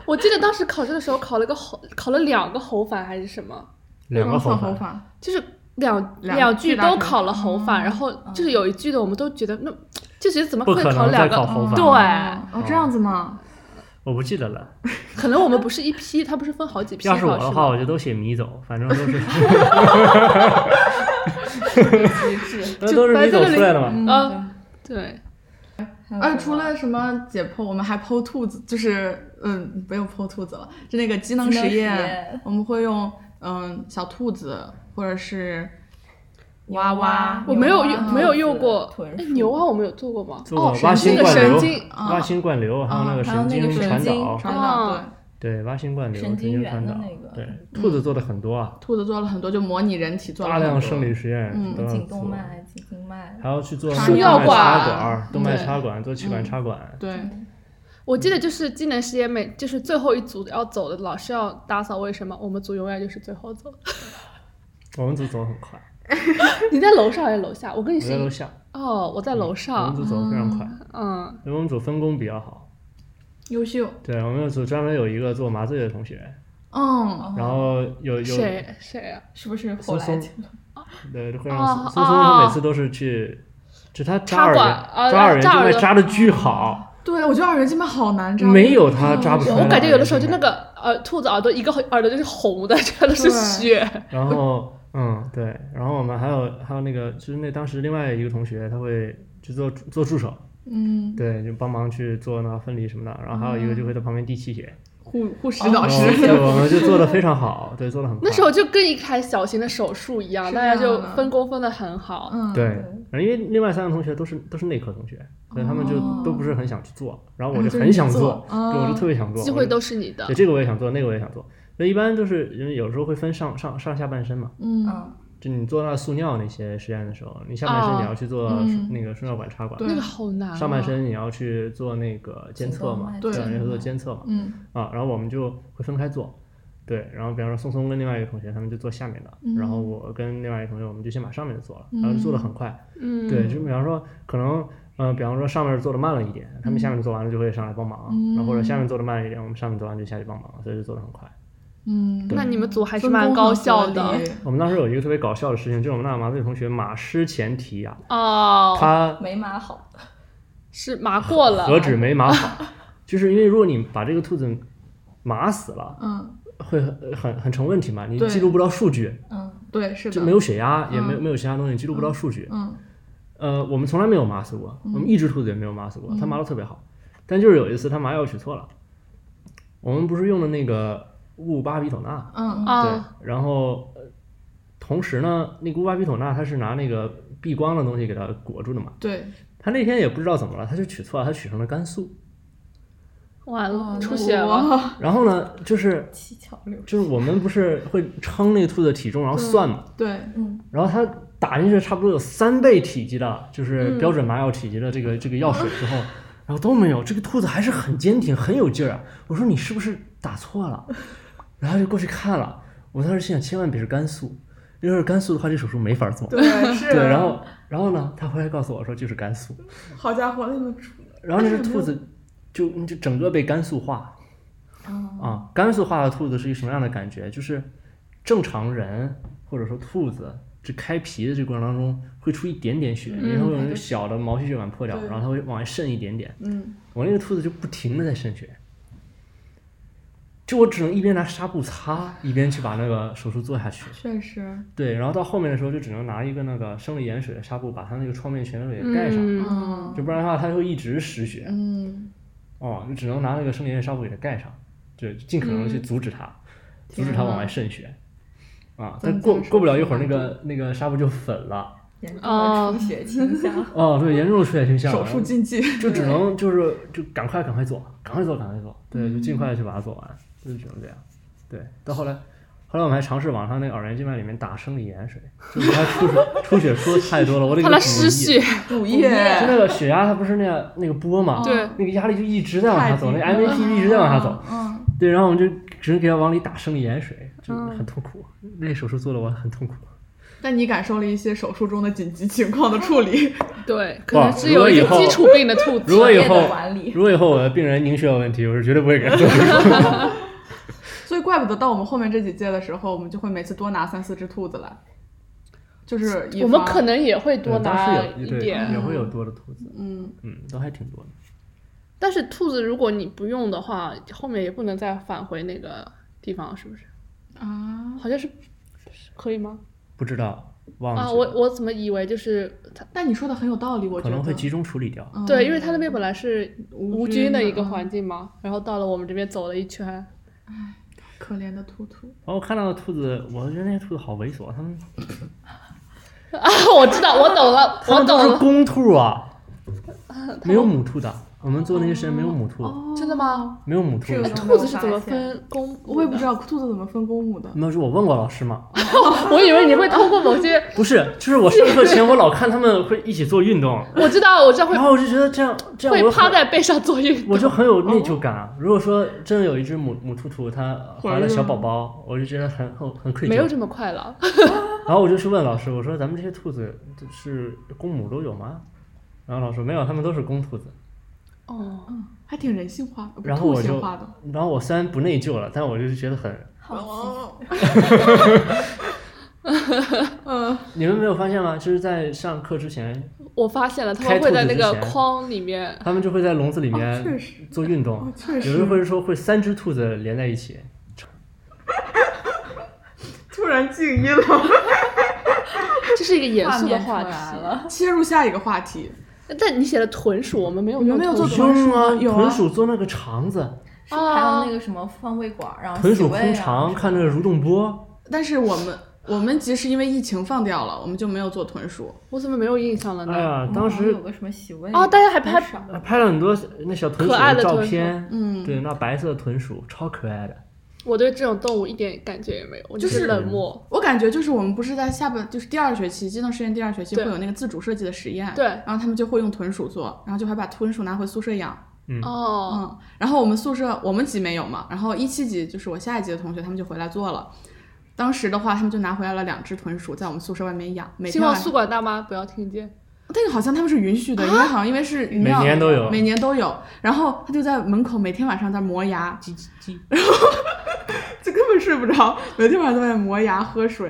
[SPEAKER 4] 我记得当时考试的时候考了个猴，考了两个猴反还是什么，
[SPEAKER 2] 两个
[SPEAKER 1] 算
[SPEAKER 2] 后
[SPEAKER 1] 猴
[SPEAKER 2] 法，
[SPEAKER 1] 法，
[SPEAKER 4] 就是两
[SPEAKER 1] 两
[SPEAKER 4] 句嗯
[SPEAKER 1] 句大
[SPEAKER 4] 都
[SPEAKER 1] 题
[SPEAKER 4] 考了猴反，然后就是有一句的我们都觉得那就觉得怎么
[SPEAKER 2] 不
[SPEAKER 4] 会
[SPEAKER 2] 可能
[SPEAKER 4] 两
[SPEAKER 2] 再
[SPEAKER 4] 个
[SPEAKER 2] 考猴法，
[SPEAKER 4] 对
[SPEAKER 1] 哦，这样子吗？
[SPEAKER 2] 我不记得了。
[SPEAKER 4] 可能我们不是一批，它不是分好几批
[SPEAKER 2] 要是我
[SPEAKER 4] 考
[SPEAKER 2] 的
[SPEAKER 4] 试
[SPEAKER 2] 话，
[SPEAKER 4] 吗？
[SPEAKER 2] 我就都写迷走，反正都是
[SPEAKER 3] 机制。
[SPEAKER 2] 都都是迷走出来的嘛。
[SPEAKER 3] 嗯
[SPEAKER 4] 啊，对，
[SPEAKER 3] 对
[SPEAKER 1] 啊，
[SPEAKER 3] 还有什
[SPEAKER 1] 呃除
[SPEAKER 3] 么
[SPEAKER 1] 了什么解剖，我们还剖兔子，就是嗯，不用剖兔子了，就那个机能
[SPEAKER 3] 机能
[SPEAKER 1] 实
[SPEAKER 3] 实
[SPEAKER 1] 验，
[SPEAKER 3] 验
[SPEAKER 1] 我们会用嗯小兔子或者是
[SPEAKER 3] 牛
[SPEAKER 1] 娃娃
[SPEAKER 3] 牛
[SPEAKER 4] 我没有
[SPEAKER 3] 蛙
[SPEAKER 4] 用没有用过
[SPEAKER 3] 兔子，
[SPEAKER 4] 哎
[SPEAKER 3] 豚鼠
[SPEAKER 4] 牛蛙我们有做过吗？
[SPEAKER 2] 做
[SPEAKER 1] 哦
[SPEAKER 2] 挖
[SPEAKER 1] 神经
[SPEAKER 2] 心灌
[SPEAKER 1] 的
[SPEAKER 2] 流
[SPEAKER 4] 神经，
[SPEAKER 1] 啊
[SPEAKER 2] 挖心灌流，还有那个
[SPEAKER 3] 啊还有
[SPEAKER 2] 神
[SPEAKER 3] 那个
[SPEAKER 2] 经
[SPEAKER 3] 神
[SPEAKER 2] 传
[SPEAKER 3] 经
[SPEAKER 2] 导，
[SPEAKER 1] 传导，对
[SPEAKER 4] 哦，
[SPEAKER 2] 对，挖心灌流，
[SPEAKER 3] 神
[SPEAKER 2] 神
[SPEAKER 3] 经
[SPEAKER 2] 经
[SPEAKER 3] 元
[SPEAKER 2] 传
[SPEAKER 3] 的
[SPEAKER 2] 导
[SPEAKER 3] 那，个
[SPEAKER 2] 对，兔子做的很多啊，
[SPEAKER 1] 兔子做了很多，就模拟人体做了
[SPEAKER 2] 大量
[SPEAKER 1] 很多
[SPEAKER 2] 生理实验
[SPEAKER 1] 嗯
[SPEAKER 2] 都要
[SPEAKER 3] 颈
[SPEAKER 2] 做
[SPEAKER 3] 动，脉、颈静脉，
[SPEAKER 2] 还要去做
[SPEAKER 1] 插
[SPEAKER 2] 动
[SPEAKER 4] 尿
[SPEAKER 2] 脉
[SPEAKER 4] 管嗯
[SPEAKER 2] 插管、动脉
[SPEAKER 1] 对
[SPEAKER 2] 插管、做气管插管，
[SPEAKER 1] 对，
[SPEAKER 4] 我记得就是技能实验每就是最后一组要走的，老师要打扫卫生嘛，我们组永远就是最后走。 [laughs]
[SPEAKER 2] 我们组走得很快，
[SPEAKER 4] 你在楼上还是楼下？我跟你
[SPEAKER 2] 我
[SPEAKER 4] 是
[SPEAKER 2] 在楼下，
[SPEAKER 4] 哦，我在
[SPEAKER 2] 我
[SPEAKER 4] 楼
[SPEAKER 2] 们
[SPEAKER 4] 上，
[SPEAKER 2] 组走得非常快，
[SPEAKER 4] 嗯，
[SPEAKER 2] 因为我们组分工比较好。
[SPEAKER 1] 优秀，
[SPEAKER 2] 对，我们组专门有一个做麻醉的同学，
[SPEAKER 1] 嗯，
[SPEAKER 2] 然后有有
[SPEAKER 4] 哦谁谁啊？
[SPEAKER 3] 是不是后来
[SPEAKER 2] 松
[SPEAKER 3] 就
[SPEAKER 2] 对会
[SPEAKER 4] 哦
[SPEAKER 2] 让苏苏
[SPEAKER 4] 哦
[SPEAKER 2] 苏他每次都是去，就他扎
[SPEAKER 4] 插
[SPEAKER 2] 耳
[SPEAKER 4] 管
[SPEAKER 2] 朵
[SPEAKER 4] 啊
[SPEAKER 2] 扎耳
[SPEAKER 4] 扎
[SPEAKER 2] 朵
[SPEAKER 4] 耳
[SPEAKER 2] 就
[SPEAKER 4] 朵
[SPEAKER 2] 扎的巨好，
[SPEAKER 1] 对我觉得耳源静脉好难扎，
[SPEAKER 2] 没有他扎不出来。
[SPEAKER 4] 嗯我感觉有的时候就那，个呃，兔子耳朵一个耳朵就是红的， [laughs] 真的是血。
[SPEAKER 2] [laughs] 然后嗯对，然后我们还有还有那个就是那当时另外一个同学他会去做做助手。
[SPEAKER 1] 嗯，
[SPEAKER 2] 对，就帮忙去做那个分离什么的，然后还有一个
[SPEAKER 4] 嗯
[SPEAKER 2] 就会在旁边递气血，
[SPEAKER 1] 护护士老
[SPEAKER 2] 然
[SPEAKER 1] 师
[SPEAKER 2] 后，对，我们就做的非常好，对，做的
[SPEAKER 4] [laughs]
[SPEAKER 2] 很快。
[SPEAKER 4] 那时候就跟一台小型的手术一样，
[SPEAKER 1] 是
[SPEAKER 4] 大
[SPEAKER 1] 这
[SPEAKER 4] 家
[SPEAKER 1] 样的
[SPEAKER 4] 就分工分的很好。
[SPEAKER 1] 嗯，
[SPEAKER 2] 对，然后因为另外三个同学都是都是内科同学，所以他们就
[SPEAKER 4] 哦
[SPEAKER 2] 都不是很想去做，然后
[SPEAKER 1] 嗯
[SPEAKER 2] 我就
[SPEAKER 1] 就是
[SPEAKER 2] 很
[SPEAKER 1] 你
[SPEAKER 2] 想
[SPEAKER 1] 做
[SPEAKER 2] 做，对，我就
[SPEAKER 1] 哦
[SPEAKER 2] 特别想做，
[SPEAKER 4] 机
[SPEAKER 2] 我
[SPEAKER 4] 会
[SPEAKER 2] 就
[SPEAKER 4] 都是你的
[SPEAKER 2] 对，，这个我也想做，那个我也想做。那一般都是因为有时候会分上上上下半身嘛，
[SPEAKER 1] 嗯，
[SPEAKER 3] 嗯，
[SPEAKER 2] 就你做那塑尿那些实验的时候，你下半身
[SPEAKER 4] 哦
[SPEAKER 2] 你要去做
[SPEAKER 1] 嗯
[SPEAKER 2] 那个输尿管插管，
[SPEAKER 1] 对
[SPEAKER 4] 那个好难啊。
[SPEAKER 2] 上半身你要去做那个监
[SPEAKER 3] 颈
[SPEAKER 2] 测
[SPEAKER 3] 动
[SPEAKER 2] 嘛
[SPEAKER 3] 脉，
[SPEAKER 1] 对
[SPEAKER 2] 要
[SPEAKER 3] 静
[SPEAKER 2] 做
[SPEAKER 3] 脉
[SPEAKER 2] 监测嘛，
[SPEAKER 1] 嗯，
[SPEAKER 2] 啊，然后我们就会分开做，对，然后比方说松松跟另外一个同学，他们就做下面的，
[SPEAKER 1] 嗯
[SPEAKER 2] 然后我跟另外一个同学，我们就先把上面的做了，然后就做的很快，
[SPEAKER 4] 嗯，
[SPEAKER 2] 对，就比方说可能，呃，比方说上面做的慢了一点，他们下
[SPEAKER 1] 嗯
[SPEAKER 2] 面做完了就会上来帮忙，然后或者下面做的慢一点，我们上面做完就下去帮忙，所以就做的很快。
[SPEAKER 1] 嗯，
[SPEAKER 4] 那你们组还是
[SPEAKER 1] 分工
[SPEAKER 4] 蛮高
[SPEAKER 1] 很
[SPEAKER 4] 效
[SPEAKER 1] 合
[SPEAKER 4] 的 [laughs]
[SPEAKER 1] 理
[SPEAKER 2] 我们当时有一个特别搞笑的事情，就是我们那个麻醉同学马失前蹄啊，
[SPEAKER 4] 哦，
[SPEAKER 2] 他
[SPEAKER 3] 没码好，
[SPEAKER 4] 是麻过了，
[SPEAKER 2] 何止没麻好，就是因为如果你把这个兔子麻死了，
[SPEAKER 1] 嗯，
[SPEAKER 2] 会很很很成问题嘛，你
[SPEAKER 1] 对
[SPEAKER 2] 记录不到数据。
[SPEAKER 3] 嗯，
[SPEAKER 1] 对，是
[SPEAKER 2] 就
[SPEAKER 1] 的，
[SPEAKER 2] 没有血压，也没有
[SPEAKER 1] 嗯
[SPEAKER 2] 没有其他东西，你记录不到数据。
[SPEAKER 1] 嗯，
[SPEAKER 2] 呃，我们从来没有麻死过，我们一只兔子也没有麻死过，它麻的特别好。但就是有一次它麻药取错了，我们不是用的那个雾巴比妥钠，
[SPEAKER 1] 嗯，
[SPEAKER 2] 对
[SPEAKER 4] 啊，，
[SPEAKER 2] 然后呃同时呢，那个雾巴比妥钠它是拿那个避光的东西给它裹住的嘛，
[SPEAKER 1] 对，
[SPEAKER 2] 它那天也不知道怎么了，它就取错了，它取成了甘肃。
[SPEAKER 4] 完了，
[SPEAKER 1] 哦
[SPEAKER 4] 嗯出血了。， [laughs]
[SPEAKER 2] 然后呢，就是
[SPEAKER 3] 七窍流血，
[SPEAKER 2] 就是我们不是会称那个兔子的体重，然后算嘛，
[SPEAKER 1] 对，
[SPEAKER 3] 嗯，
[SPEAKER 2] 然后它打进去差不多有三倍体积的，就是标准麻药体积的这个、这个药水之后，然后都没有，这个兔子还是很坚挺，很有劲儿啊。我说你是不是打错了？然后就过去看了，我当时心想，千万别是甘肃，要是甘肃的话，这手术没法做。
[SPEAKER 1] 对，啊是。
[SPEAKER 2] 对，然后然后呢，他回来告诉我说就是甘肃，
[SPEAKER 1] 好家伙，那个出
[SPEAKER 2] 然后那只兔子就就整个被甘肃化
[SPEAKER 1] 哦
[SPEAKER 2] 啊，甘肃化的兔子是一个什么样的感觉？就是正常人或者说兔子。这开皮的这过程当中会出一点点血，因为它会有那个小的毛细血管破掉，
[SPEAKER 1] 嗯对
[SPEAKER 2] 然后它会往外渗一点点。
[SPEAKER 1] 嗯，
[SPEAKER 2] 我那个兔子就不停的在渗血，就我只能一边拿纱布擦，一边去把那个手术做下去。
[SPEAKER 1] 确实，
[SPEAKER 2] 对，然后到后面的时候就只能拿一个那个生理盐水的纱布把它那个创面全都给盖上，
[SPEAKER 4] 嗯
[SPEAKER 1] 嗯
[SPEAKER 2] 就不然的话它会一直失血。
[SPEAKER 1] 嗯，
[SPEAKER 2] 哦，就只能拿那个生理盐水纱布给它盖上，就尽可
[SPEAKER 1] 嗯
[SPEAKER 2] 能地去阻止它，阻止它往外渗血。啊，但
[SPEAKER 1] 增
[SPEAKER 2] 过
[SPEAKER 1] 加手
[SPEAKER 2] 过不了一
[SPEAKER 1] 术
[SPEAKER 2] 会儿，那
[SPEAKER 1] 难
[SPEAKER 2] 个那个纱布就粉了。
[SPEAKER 3] 严重的出血倾
[SPEAKER 4] [laughs]
[SPEAKER 3] 向。
[SPEAKER 2] 哦，对，严重出血倾向
[SPEAKER 1] 手
[SPEAKER 2] 了。
[SPEAKER 1] 术禁忌，
[SPEAKER 2] 就只能就是就赶快赶快做，赶快做赶快做，对，就
[SPEAKER 1] 嗯
[SPEAKER 2] 尽快去把它做完，就只能这样。对，到后来，后来我们还尝试往他那个耳源静脉里面打生理盐水，就是他出血出血出的太多了，我得给
[SPEAKER 4] 怕
[SPEAKER 2] 它
[SPEAKER 4] 它
[SPEAKER 2] 补
[SPEAKER 4] 失
[SPEAKER 2] 液。
[SPEAKER 4] 血，
[SPEAKER 1] 乳液
[SPEAKER 2] 就那个血压，它不是那样那个波嘛，
[SPEAKER 4] 对，
[SPEAKER 2] 那个压力就一直在往下走，那个
[SPEAKER 1] 太低
[SPEAKER 2] MAT 一直在往下走。
[SPEAKER 1] 嗯，
[SPEAKER 2] 对，然后我们就只能给它往里打生理盐水，就很痛苦。那手术做的我很痛苦。
[SPEAKER 1] [laughs] 那你感受了一些手术中的紧急情况的处理，
[SPEAKER 4] 对，可能是
[SPEAKER 2] 如果
[SPEAKER 4] 有一
[SPEAKER 2] 以
[SPEAKER 4] 个
[SPEAKER 2] 后
[SPEAKER 4] 基础病的兔子。
[SPEAKER 2] 如果以
[SPEAKER 3] 专业的
[SPEAKER 2] 后
[SPEAKER 3] 管理
[SPEAKER 2] 如果以后我的病人凝血有问题，我是绝对不会给他做手术的。
[SPEAKER 1] 所以怪不得到我们后面这几届的时候，我们就会每次多拿三四只兔子来，就是以
[SPEAKER 4] 我们
[SPEAKER 1] 防
[SPEAKER 4] 可能也会
[SPEAKER 2] 对
[SPEAKER 4] 多
[SPEAKER 2] 当时
[SPEAKER 4] 拿
[SPEAKER 2] 也
[SPEAKER 4] 一
[SPEAKER 2] 对
[SPEAKER 4] 点，
[SPEAKER 2] 也会有多的兔子，
[SPEAKER 1] 嗯，
[SPEAKER 2] 嗯，都还挺多的。
[SPEAKER 4] 但是兔子如果你不用的话，后面也不能再返回那个地方，是不是？
[SPEAKER 1] 啊，
[SPEAKER 4] 好像是可以吗？
[SPEAKER 2] 不知道，忘记了
[SPEAKER 4] 啊，我我怎么以为就是它？
[SPEAKER 1] 但你说的很有道理，我觉
[SPEAKER 2] 可
[SPEAKER 1] 得
[SPEAKER 2] 能会集中处理掉。
[SPEAKER 1] 嗯
[SPEAKER 4] 对，因为它那边本来是无菌的一个
[SPEAKER 1] 嗯
[SPEAKER 4] 环境嘛，然后到了我们这边走了一圈， [laughs]
[SPEAKER 1] 可怜的兔兔，
[SPEAKER 2] 然后看到的兔子，我觉得那些兔子好猥琐，它们
[SPEAKER 4] 啊，我知道，我懂了，
[SPEAKER 2] 它
[SPEAKER 4] 我
[SPEAKER 2] 们
[SPEAKER 4] 懂
[SPEAKER 2] 都是
[SPEAKER 4] 了，
[SPEAKER 2] 公兔啊，没有母兔的。我们做那些实验没有母兔的，
[SPEAKER 1] 哦，
[SPEAKER 4] 真的？吗？
[SPEAKER 2] 没有母兔
[SPEAKER 1] 这个
[SPEAKER 2] 的。
[SPEAKER 1] 都
[SPEAKER 4] 兔子是怎么分公？
[SPEAKER 1] 我也不知道兔子怎么分公母的，
[SPEAKER 2] 没有，是我问过老师嘛？
[SPEAKER 4] 道，我以为你会通过某些，
[SPEAKER 2] 不是，就是我上课前我老看他们会一起做运动，
[SPEAKER 4] 我知道，我知道会
[SPEAKER 2] 然后我就觉得这样这样
[SPEAKER 4] 会
[SPEAKER 2] 我
[SPEAKER 4] 趴
[SPEAKER 2] 很
[SPEAKER 4] 在背上
[SPEAKER 2] [laughs]
[SPEAKER 4] 做运动，
[SPEAKER 2] 我就很有内疚感啊。如果说真的有一只母母兔兔它怀
[SPEAKER 1] 怀
[SPEAKER 2] 了
[SPEAKER 1] 孕
[SPEAKER 2] 小宝宝，我就觉得很很很愧疚。
[SPEAKER 4] 没有这么快了。
[SPEAKER 2] 然后我就去问老师，我说咱们这些兔子是公母都有吗？然后老师说没有，他们都是公兔子。
[SPEAKER 4] 哦，
[SPEAKER 1] 嗯，还挺人性化的，不
[SPEAKER 2] 然后我
[SPEAKER 1] 兔
[SPEAKER 2] 就
[SPEAKER 1] 性化的，
[SPEAKER 2] 然后我虽然不内疚了，但我就是觉得很，
[SPEAKER 3] 好，
[SPEAKER 1] 哦
[SPEAKER 2] [laughs]
[SPEAKER 1] 嗯，
[SPEAKER 2] 你们没有发现吗？就是在上课之前，
[SPEAKER 4] 我发现了，他
[SPEAKER 2] 开
[SPEAKER 4] 们
[SPEAKER 2] 兔子
[SPEAKER 4] 会在那个
[SPEAKER 2] 之前
[SPEAKER 4] 框里面，
[SPEAKER 2] 他们就会在笼子里
[SPEAKER 1] 哦 [laughs] 确
[SPEAKER 2] 面
[SPEAKER 1] 实
[SPEAKER 2] 做运动
[SPEAKER 1] 哦，确
[SPEAKER 2] 有的
[SPEAKER 1] 实，
[SPEAKER 2] 会说会三只兔子连在一起，
[SPEAKER 1] 突然静音了，
[SPEAKER 4] 这是一个严
[SPEAKER 3] 画
[SPEAKER 4] 肃的
[SPEAKER 3] 面出
[SPEAKER 4] 话
[SPEAKER 3] 来
[SPEAKER 4] 题。
[SPEAKER 3] 了， [laughs]
[SPEAKER 1] 切入下一个话题，
[SPEAKER 4] 但你写的豚鼠，我们没有，
[SPEAKER 1] 你们没有做
[SPEAKER 4] 豚鼠
[SPEAKER 1] 豚鼠
[SPEAKER 2] 用啊，
[SPEAKER 1] 吗有啊
[SPEAKER 2] 豚鼠做那个肠子，
[SPEAKER 3] 是还有
[SPEAKER 4] 哦
[SPEAKER 3] 那个什么放胃管，然后
[SPEAKER 2] 豚
[SPEAKER 3] 洗
[SPEAKER 2] 鼠
[SPEAKER 3] 胃
[SPEAKER 2] 空
[SPEAKER 3] 啊
[SPEAKER 2] 肠，看那个蠕动波，
[SPEAKER 1] 但是我们我们即使因为疫情放掉了，我们就没有做豚鼠，
[SPEAKER 4] 我怎么没有印象了
[SPEAKER 2] 哎
[SPEAKER 4] 呢？
[SPEAKER 2] 呀，
[SPEAKER 3] 我们
[SPEAKER 2] 当
[SPEAKER 3] 好像
[SPEAKER 2] 时
[SPEAKER 3] 有个什么洗胃
[SPEAKER 4] 嗯哦大家还拍
[SPEAKER 3] 多
[SPEAKER 4] [laughs]
[SPEAKER 3] 少
[SPEAKER 2] 拍了很多那小豚鼠
[SPEAKER 4] 可爱的
[SPEAKER 2] 照
[SPEAKER 4] 豚鼠
[SPEAKER 2] 片，
[SPEAKER 1] 嗯
[SPEAKER 2] 对，那白色的豚鼠超可爱的，
[SPEAKER 4] 我对这种动物一点感觉也没有，我
[SPEAKER 1] 就是
[SPEAKER 4] 冷漠。
[SPEAKER 1] 我感觉就是我们不是在下半，就是第二学期机动实验第二学期会
[SPEAKER 4] 对
[SPEAKER 1] 有那个自主设计的实验，
[SPEAKER 2] 嗯
[SPEAKER 4] 对
[SPEAKER 1] 然后他们就会用豚鼠做，然后就还把豚鼠拿回宿舍养，
[SPEAKER 2] 嗯
[SPEAKER 4] 哦，
[SPEAKER 1] 嗯，然后我们宿舍我们级没有嘛，然后一七级就是我下一级的同学他们就回来做了，当时的话他们就拿回来了两只豚鼠在我们宿舍外面养，每
[SPEAKER 4] 希
[SPEAKER 1] 天
[SPEAKER 4] 望
[SPEAKER 1] 晚
[SPEAKER 4] 宿管大妈不要听见。
[SPEAKER 1] 那个好像他们是允许的，因
[SPEAKER 4] 啊
[SPEAKER 1] 为好像因为是
[SPEAKER 2] 每
[SPEAKER 1] 尿
[SPEAKER 2] 年都有，
[SPEAKER 1] 每年都有，然后他就在门口每天晚上在磨牙，
[SPEAKER 2] 叽叽叽。
[SPEAKER 1] [laughs] 就根本睡不着，每天晚上在外面磨牙喝水，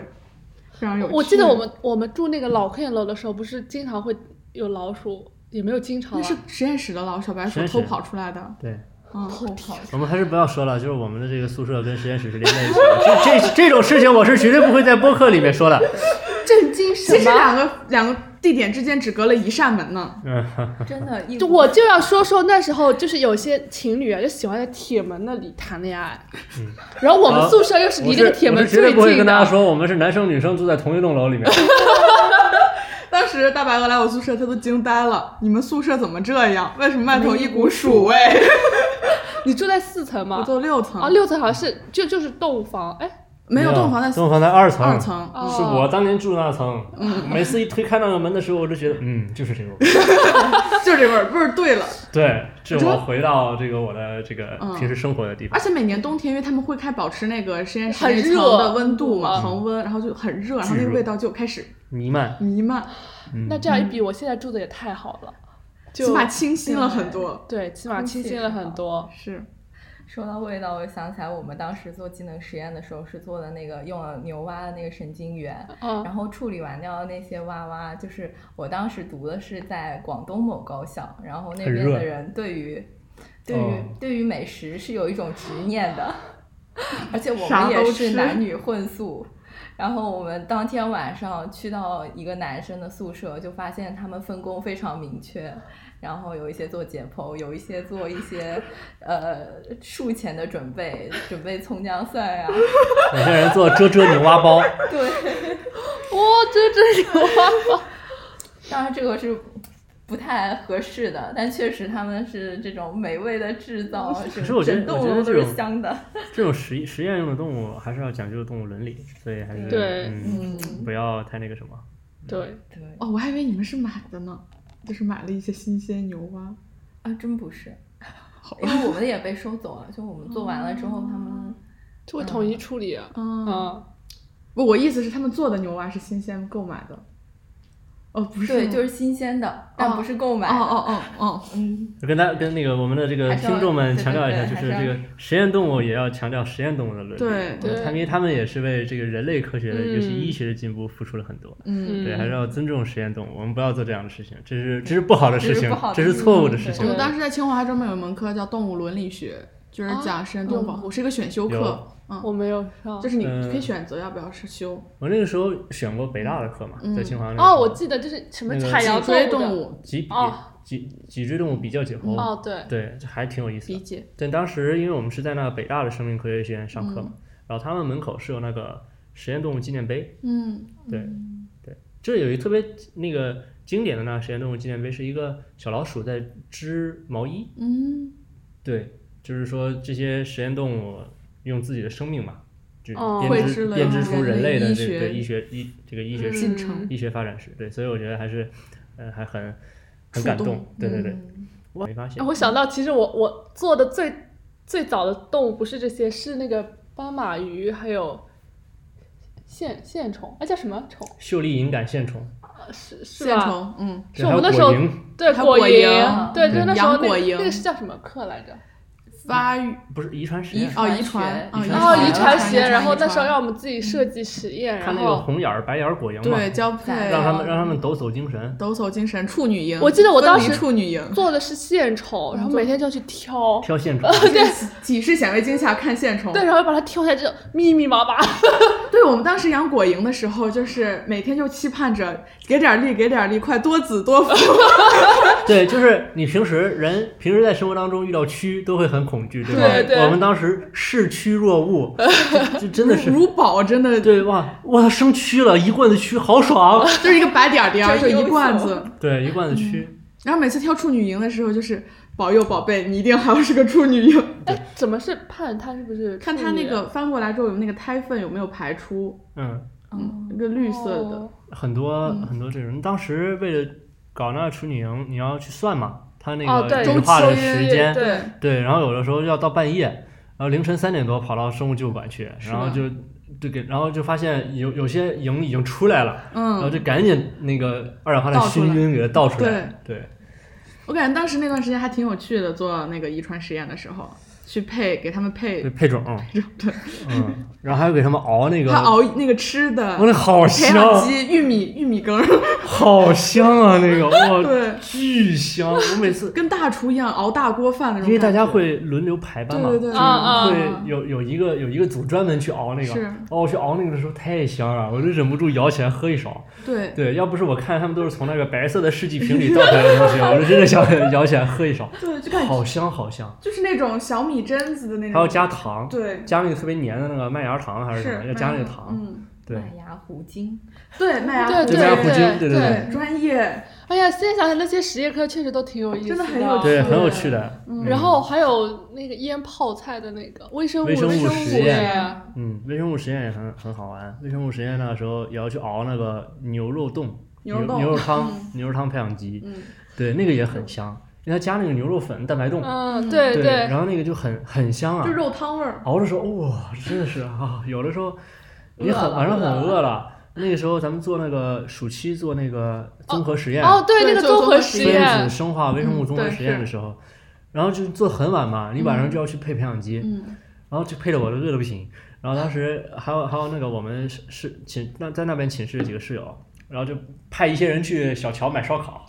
[SPEAKER 1] 非常有趣。
[SPEAKER 4] 我记得我们我们住那个老 K 楼的时候，不是经常会有老鼠，也没有经常
[SPEAKER 1] 那
[SPEAKER 4] 啊
[SPEAKER 1] 是实验室的老小白
[SPEAKER 2] 实
[SPEAKER 1] 鼠
[SPEAKER 2] 验室
[SPEAKER 1] 偷跑出来的，
[SPEAKER 2] 对，
[SPEAKER 1] 嗯，
[SPEAKER 3] 我靠，
[SPEAKER 2] [laughs] 我们还是不要说了，就是我们的这个宿舍跟实验室是连在一起的。 [laughs] 这这这种事情，我是绝对不会在播客里面说的。
[SPEAKER 3] 震惊
[SPEAKER 4] [laughs]
[SPEAKER 1] 其
[SPEAKER 3] 什
[SPEAKER 1] 实
[SPEAKER 3] 么？
[SPEAKER 1] 两个两个地点之间只隔了一扇门呢，
[SPEAKER 2] 嗯，
[SPEAKER 3] 真
[SPEAKER 4] [laughs]
[SPEAKER 3] 的，一
[SPEAKER 4] 就我就要说说那时候，就是有些情侣啊，就喜欢在铁门那里谈恋爱，然后我们
[SPEAKER 2] 好
[SPEAKER 4] 宿舍又
[SPEAKER 2] 嗯
[SPEAKER 4] 是
[SPEAKER 2] 啊我
[SPEAKER 4] 离这
[SPEAKER 2] 是
[SPEAKER 4] 个铁
[SPEAKER 2] 我
[SPEAKER 4] 门
[SPEAKER 2] 是绝对
[SPEAKER 4] 最
[SPEAKER 2] 不会
[SPEAKER 4] 近
[SPEAKER 2] 跟大家
[SPEAKER 4] 的。
[SPEAKER 2] 说，我们是男生女生住在同一栋楼里面。
[SPEAKER 1] 当时大白鹅来我宿舍，他都惊呆了。你们宿舍怎么这样？为什么外头一股鼠味？
[SPEAKER 4] 你住在四层
[SPEAKER 1] 我
[SPEAKER 4] 吗？
[SPEAKER 1] 坐六
[SPEAKER 4] 哦，
[SPEAKER 1] 层，
[SPEAKER 4] 六层好像是就就是洞房，哎，
[SPEAKER 1] 没有
[SPEAKER 2] 有
[SPEAKER 1] 洞房在
[SPEAKER 2] 洞房在二层，
[SPEAKER 1] 二层，
[SPEAKER 4] 哦
[SPEAKER 2] 是我当年住的那层。每次一推开那个门的时候，我就觉得，嗯，就是这个味儿。
[SPEAKER 1] 就这味儿，味儿对了。
[SPEAKER 2] 对，这
[SPEAKER 1] 你知道
[SPEAKER 2] 我回到这个我的这个
[SPEAKER 1] 嗯
[SPEAKER 2] 平时生活的地
[SPEAKER 1] 而
[SPEAKER 2] 方。
[SPEAKER 1] 且每年冬天，因为他们会开保持那个实验室
[SPEAKER 4] 很
[SPEAKER 1] 内层
[SPEAKER 4] 热
[SPEAKER 1] 的温度嘛，
[SPEAKER 4] 嗯
[SPEAKER 1] 恒温，然后就很热，然后
[SPEAKER 2] 巨
[SPEAKER 1] 那个
[SPEAKER 2] 热
[SPEAKER 1] 味道就开始
[SPEAKER 2] 弥漫，
[SPEAKER 1] 弥漫，
[SPEAKER 2] 嗯
[SPEAKER 4] 那这样一比，我现在住的也太好了，
[SPEAKER 1] 起
[SPEAKER 4] 就
[SPEAKER 1] 码清新了很多。
[SPEAKER 4] 对，起码
[SPEAKER 3] 空
[SPEAKER 4] 清
[SPEAKER 3] 气
[SPEAKER 4] 新
[SPEAKER 3] 是
[SPEAKER 4] 了
[SPEAKER 3] 好
[SPEAKER 4] 很多。
[SPEAKER 1] 是，
[SPEAKER 3] 说到味道，我就想起来我们当时做机能实验的时候是做的那个用了牛蛙的那个神经元，
[SPEAKER 4] 嗯
[SPEAKER 3] 然后处理完掉的那些蛙蛙，就是我当时读的是在广东某高校，然后那
[SPEAKER 2] 很
[SPEAKER 3] 边
[SPEAKER 2] 热
[SPEAKER 3] 的人对于嗯对于、
[SPEAKER 2] 哦
[SPEAKER 3] 对于美食是有一种执念的， [laughs] 而且我
[SPEAKER 1] 啥
[SPEAKER 3] 们
[SPEAKER 1] 都
[SPEAKER 3] 也是
[SPEAKER 1] 吃
[SPEAKER 3] 男女混宿。然后我们当天晚上去到一个男生的宿舍，就发现他们分工非常明确，然后有一些做解剖，有一些做一些呃术前的准备，准备葱姜蒜啊呀、
[SPEAKER 2] 有些人做遮遮牛蛙包，
[SPEAKER 3] 对，
[SPEAKER 4] 哇，这这牛蛙包，
[SPEAKER 3] 当然这个是不太合适的，但确实他们是这种美味的制造，
[SPEAKER 2] 哦可是我觉得
[SPEAKER 3] 整
[SPEAKER 2] 我
[SPEAKER 3] 栋
[SPEAKER 2] 觉得
[SPEAKER 3] 楼都
[SPEAKER 2] 这
[SPEAKER 3] 是
[SPEAKER 2] 种
[SPEAKER 3] 香的。
[SPEAKER 2] 这种实实验用的动物还是要讲究动物伦理，所以还是
[SPEAKER 4] 对
[SPEAKER 2] 嗯，
[SPEAKER 3] 嗯，
[SPEAKER 2] 不要太那个什么。
[SPEAKER 4] 对，
[SPEAKER 3] 对
[SPEAKER 1] 哦，我还以为你们是买的呢，就是买了一些新鲜牛蛙。
[SPEAKER 3] 啊，真不是，
[SPEAKER 1] 好
[SPEAKER 3] 因为我们也被收走了，就我们做完了之后，他们
[SPEAKER 1] 哦
[SPEAKER 4] 就会统一处理。
[SPEAKER 1] 嗯，
[SPEAKER 4] 嗯，
[SPEAKER 1] 不，我意思是他们做的牛蛙是新鲜购买的。哦，不是吗，
[SPEAKER 3] 对就是新鲜的，但不是购买
[SPEAKER 1] 哦
[SPEAKER 3] 的。
[SPEAKER 1] 哦哦哦，
[SPEAKER 3] 嗯，
[SPEAKER 2] 跟大跟那个我们的这个
[SPEAKER 3] 还是要
[SPEAKER 2] 听众们
[SPEAKER 3] 对对
[SPEAKER 2] 强调一下，
[SPEAKER 3] 对
[SPEAKER 2] 就是
[SPEAKER 3] 还
[SPEAKER 2] 这
[SPEAKER 3] 是要
[SPEAKER 2] 个实验动物也要强调实验动物的伦理。嗯
[SPEAKER 1] 对
[SPEAKER 4] 对
[SPEAKER 2] 他们因为他们也是为这个人类科学的，
[SPEAKER 4] 嗯
[SPEAKER 2] 尤其医学的进步付出了很多。
[SPEAKER 1] 嗯，
[SPEAKER 2] 对，
[SPEAKER 4] 嗯
[SPEAKER 2] 还是要尊重实验动物，我们不要做这样的事情，这是这是不好的事
[SPEAKER 3] 这是
[SPEAKER 2] 情
[SPEAKER 3] 不好，的
[SPEAKER 2] 这是
[SPEAKER 3] 事情嗯
[SPEAKER 2] 错误的事
[SPEAKER 3] 对
[SPEAKER 1] 我
[SPEAKER 2] 情。
[SPEAKER 1] 们当时在清华还专门有一门课叫动物伦理学，就是
[SPEAKER 4] 哦
[SPEAKER 1] 讲实验动物保护，是一个选修课
[SPEAKER 2] 有。
[SPEAKER 1] 嗯，
[SPEAKER 4] 我没有上
[SPEAKER 1] 就。是你
[SPEAKER 2] 嗯
[SPEAKER 1] 可以选择要不要是修。
[SPEAKER 2] 我那个时候选过北大的课嘛，
[SPEAKER 1] 嗯
[SPEAKER 2] 在清华那个
[SPEAKER 4] 哦，
[SPEAKER 2] 时
[SPEAKER 4] 我
[SPEAKER 2] 候
[SPEAKER 4] 记得就是什么
[SPEAKER 2] 那个
[SPEAKER 4] 海洋
[SPEAKER 1] 脊椎
[SPEAKER 4] 动
[SPEAKER 1] 动
[SPEAKER 4] 物
[SPEAKER 1] 物
[SPEAKER 2] 脊
[SPEAKER 4] 哦
[SPEAKER 2] 脊脊椎动物比较解
[SPEAKER 4] 的。
[SPEAKER 2] 剖，
[SPEAKER 4] 哦，对，
[SPEAKER 2] 对，这还挺有意思的
[SPEAKER 1] 理。解，
[SPEAKER 2] 但当时因为我们是在那个北大的生命科学学院上课嘛，然后他们门口是有那个实验动物纪念碑，
[SPEAKER 1] 嗯，
[SPEAKER 2] 对、对，这有一特别那个经典的那个实验动物纪念碑，是一个小老鼠在织毛衣，
[SPEAKER 1] 嗯，
[SPEAKER 2] 对，就是说这些实验动物用自己的生命嘛，就
[SPEAKER 4] 哦
[SPEAKER 1] 绘
[SPEAKER 2] 编
[SPEAKER 1] 制
[SPEAKER 2] 织、
[SPEAKER 1] 了
[SPEAKER 2] 编织出人
[SPEAKER 1] 人类
[SPEAKER 2] 类的
[SPEAKER 1] 医
[SPEAKER 2] 这个
[SPEAKER 1] 学
[SPEAKER 2] 医学医这个医学史、
[SPEAKER 1] 进程
[SPEAKER 4] 嗯
[SPEAKER 2] 医学发展史，对，所以我觉得还是呃还很
[SPEAKER 1] 触
[SPEAKER 2] 很感
[SPEAKER 1] 动
[SPEAKER 2] 动，对对对，
[SPEAKER 3] 嗯
[SPEAKER 2] 我没发现
[SPEAKER 4] 我想到，其实我我做的最最早的动物不是这些，是那个斑马鱼，还有线线虫，哎，叫什么虫？
[SPEAKER 2] 秀丽银杆线虫，
[SPEAKER 4] 呃是是
[SPEAKER 1] 线
[SPEAKER 4] 吧？
[SPEAKER 1] 虫，嗯，
[SPEAKER 2] 对
[SPEAKER 4] 是我
[SPEAKER 2] 还有
[SPEAKER 4] 们那
[SPEAKER 2] 果
[SPEAKER 4] 时候
[SPEAKER 2] 蝇
[SPEAKER 4] 对，
[SPEAKER 1] 还有
[SPEAKER 4] 果
[SPEAKER 1] 果
[SPEAKER 4] 蝇
[SPEAKER 1] 蝇，
[SPEAKER 4] 对，
[SPEAKER 2] 对
[SPEAKER 4] 就那时候
[SPEAKER 1] 养
[SPEAKER 4] 那
[SPEAKER 1] 果蝇
[SPEAKER 4] 那个是叫什么课来着？
[SPEAKER 1] 发育
[SPEAKER 2] 不是遗传实
[SPEAKER 3] 遗
[SPEAKER 2] 验。
[SPEAKER 1] 哦，遗
[SPEAKER 3] 传
[SPEAKER 1] 传
[SPEAKER 3] 学，
[SPEAKER 1] 哦
[SPEAKER 2] 遗
[SPEAKER 4] 然后
[SPEAKER 2] 传
[SPEAKER 4] 遗传
[SPEAKER 1] 学
[SPEAKER 4] 学，然后那时候
[SPEAKER 1] 要
[SPEAKER 4] 让我们自己设计实验，
[SPEAKER 2] 看
[SPEAKER 4] 然
[SPEAKER 2] 那个
[SPEAKER 4] 后
[SPEAKER 2] 红眼儿、白眼儿果蝇嘛，
[SPEAKER 1] 对交配，
[SPEAKER 2] 让他们让他们抖擞精神。
[SPEAKER 1] 抖擞精神，处女营。
[SPEAKER 4] 我记得我当时
[SPEAKER 1] 分离处女营，
[SPEAKER 4] 做的是线虫，然后每天就要去挑，
[SPEAKER 2] 挑线虫，
[SPEAKER 1] 对，几视显微镜下看线虫。
[SPEAKER 4] 对，然后把它挑下来，就密密麻麻。
[SPEAKER 1] 对我们当时养果蝇的时候，就是每天就期盼着给点力，给点力，快多子
[SPEAKER 2] [laughs]
[SPEAKER 1] 多福。
[SPEAKER 2] [laughs] 对，就是你平时人平时在生活当中遇到蛆都会很恐惧，对吧？
[SPEAKER 4] 对对
[SPEAKER 2] 我们当时视蛆若物，就就真的
[SPEAKER 4] [laughs]
[SPEAKER 2] 是，
[SPEAKER 1] 如宝真的
[SPEAKER 2] 对哇，哇生蛆了，一罐子蛆好
[SPEAKER 4] [laughs]
[SPEAKER 2] 爽，
[SPEAKER 1] 就是一个白点儿点儿，就
[SPEAKER 3] 真优
[SPEAKER 1] 一罐
[SPEAKER 3] 秀
[SPEAKER 1] 子。
[SPEAKER 2] 对，一罐子蛆，
[SPEAKER 1] 然后每次挑处女营的时候，就是保佑宝贝，你一定还要是个处女营。
[SPEAKER 4] 哎，怎么是判它是不是？
[SPEAKER 1] 看它那个翻过来之后，有那个胎粪有没有排出，
[SPEAKER 2] 嗯，
[SPEAKER 3] 哦
[SPEAKER 1] 嗯，一个绿色的，
[SPEAKER 4] 哦，
[SPEAKER 2] 很多
[SPEAKER 1] 嗯
[SPEAKER 2] 很多这种，当时为了搞那个处女营，你要去算嘛，它那
[SPEAKER 4] 哦
[SPEAKER 2] 个
[SPEAKER 4] 对
[SPEAKER 2] 羽化的
[SPEAKER 1] 周期
[SPEAKER 2] 时间，
[SPEAKER 4] 对，
[SPEAKER 2] 对，然后有的时候要到半夜，然后凌晨三点多跑到生物救管去，
[SPEAKER 1] 是
[SPEAKER 2] 然后
[SPEAKER 1] 的
[SPEAKER 2] 就就给，然后就发现有有些蝇已经出来了，然后
[SPEAKER 1] 嗯，
[SPEAKER 2] 就赶紧那个二氧化碳
[SPEAKER 1] 倒出来
[SPEAKER 2] 熏晕给它倒出来。对
[SPEAKER 1] 我感觉当时那段时间还挺有趣的，做那个遗传实验的时候，去配给他们 [laughs] 配
[SPEAKER 2] 对，，配种，
[SPEAKER 1] 对，
[SPEAKER 2] 嗯，然后还要给他们熬那个，
[SPEAKER 1] 他
[SPEAKER 2] 哇，
[SPEAKER 1] 熬那个吃的
[SPEAKER 2] 那好
[SPEAKER 1] 培养
[SPEAKER 2] 香，
[SPEAKER 1] 基玉米玉米羹儿，
[SPEAKER 2] 好香啊，那个哇，
[SPEAKER 1] [laughs] 对，
[SPEAKER 2] 巨香！我每次
[SPEAKER 1] 跟大厨一样熬大锅饭那种感觉。
[SPEAKER 2] 因为大家会轮流排班嘛，
[SPEAKER 1] 对对对
[SPEAKER 2] 就
[SPEAKER 4] 啊
[SPEAKER 2] 是会有有一个有一个组专门去熬那
[SPEAKER 1] 嗯
[SPEAKER 2] 个
[SPEAKER 1] 是，
[SPEAKER 2] 哦，我去熬那个的时候太香了，我就忍不住舀起来喝一勺。
[SPEAKER 1] 对，
[SPEAKER 2] 对，要不是我看他们都是从那个白色的试剂瓶里倒出来的东西，我就真的想舀起来喝一勺，
[SPEAKER 1] 对，就感觉
[SPEAKER 2] 好香好香，
[SPEAKER 1] 就是那种小米榛子的那
[SPEAKER 2] 还要
[SPEAKER 1] 种，
[SPEAKER 2] 加糖，
[SPEAKER 1] 对，
[SPEAKER 2] 加那个特别黏的那个麦芽糖还是什么，
[SPEAKER 1] 是
[SPEAKER 2] 要加那个
[SPEAKER 1] 麦芽
[SPEAKER 2] 糖，
[SPEAKER 1] 嗯，
[SPEAKER 2] 对
[SPEAKER 3] 麦芽糊精，
[SPEAKER 1] 对，麦芽
[SPEAKER 4] 对
[SPEAKER 1] 糊
[SPEAKER 2] 对麦芽糊
[SPEAKER 4] 对
[SPEAKER 2] 精，对
[SPEAKER 4] 对
[SPEAKER 2] 对，
[SPEAKER 1] 专业，
[SPEAKER 4] 哎呀，现在想想那些实验课确实都挺有意思
[SPEAKER 1] 真的很有
[SPEAKER 2] 对，
[SPEAKER 1] 是
[SPEAKER 2] 很有趣的。嗯
[SPEAKER 4] 嗯然后还有那个腌泡菜的那个微生物
[SPEAKER 2] 微生物
[SPEAKER 4] 物
[SPEAKER 2] 实
[SPEAKER 4] 实
[SPEAKER 2] 验
[SPEAKER 4] 验，
[SPEAKER 1] 啊
[SPEAKER 2] 嗯，微生物实验也很很好玩。微生物实验那时候也要去熬那个牛肉冻、
[SPEAKER 1] 牛
[SPEAKER 2] 牛
[SPEAKER 1] 肉冻
[SPEAKER 2] 牛肉汤、牛肉汤培养基，
[SPEAKER 1] 嗯，
[SPEAKER 2] 对，那个也很香，因为它加那个牛肉粉、蛋白冻，
[SPEAKER 4] 嗯，
[SPEAKER 1] 嗯
[SPEAKER 4] 对
[SPEAKER 2] 对，然后那个就很很香啊
[SPEAKER 1] 就。肉汤味儿。
[SPEAKER 2] 熬的时候，哇，真的是啊，有的时候你
[SPEAKER 3] 饿
[SPEAKER 2] 很
[SPEAKER 3] 了
[SPEAKER 2] 晚上很
[SPEAKER 3] 饿
[SPEAKER 2] 饿了，那个时候咱们做那个暑期做那个综合实验，
[SPEAKER 4] 哦，对，
[SPEAKER 1] 对
[SPEAKER 4] 那个
[SPEAKER 1] 就
[SPEAKER 4] 综
[SPEAKER 1] 综
[SPEAKER 4] 合
[SPEAKER 1] 合
[SPEAKER 4] 实
[SPEAKER 1] 实
[SPEAKER 2] 分
[SPEAKER 4] 验，
[SPEAKER 2] 子生化微生物综合
[SPEAKER 1] 嗯
[SPEAKER 2] 实验
[SPEAKER 1] 对
[SPEAKER 2] 的时候，然后就做很晚嘛，你晚上就要去配培养基，
[SPEAKER 1] 嗯，
[SPEAKER 2] 然后就配的我都饿的不行。然后当时还有还有那个我们室室寝那在那边寝室几个室友，然后就派一些人去小乔买烧烤，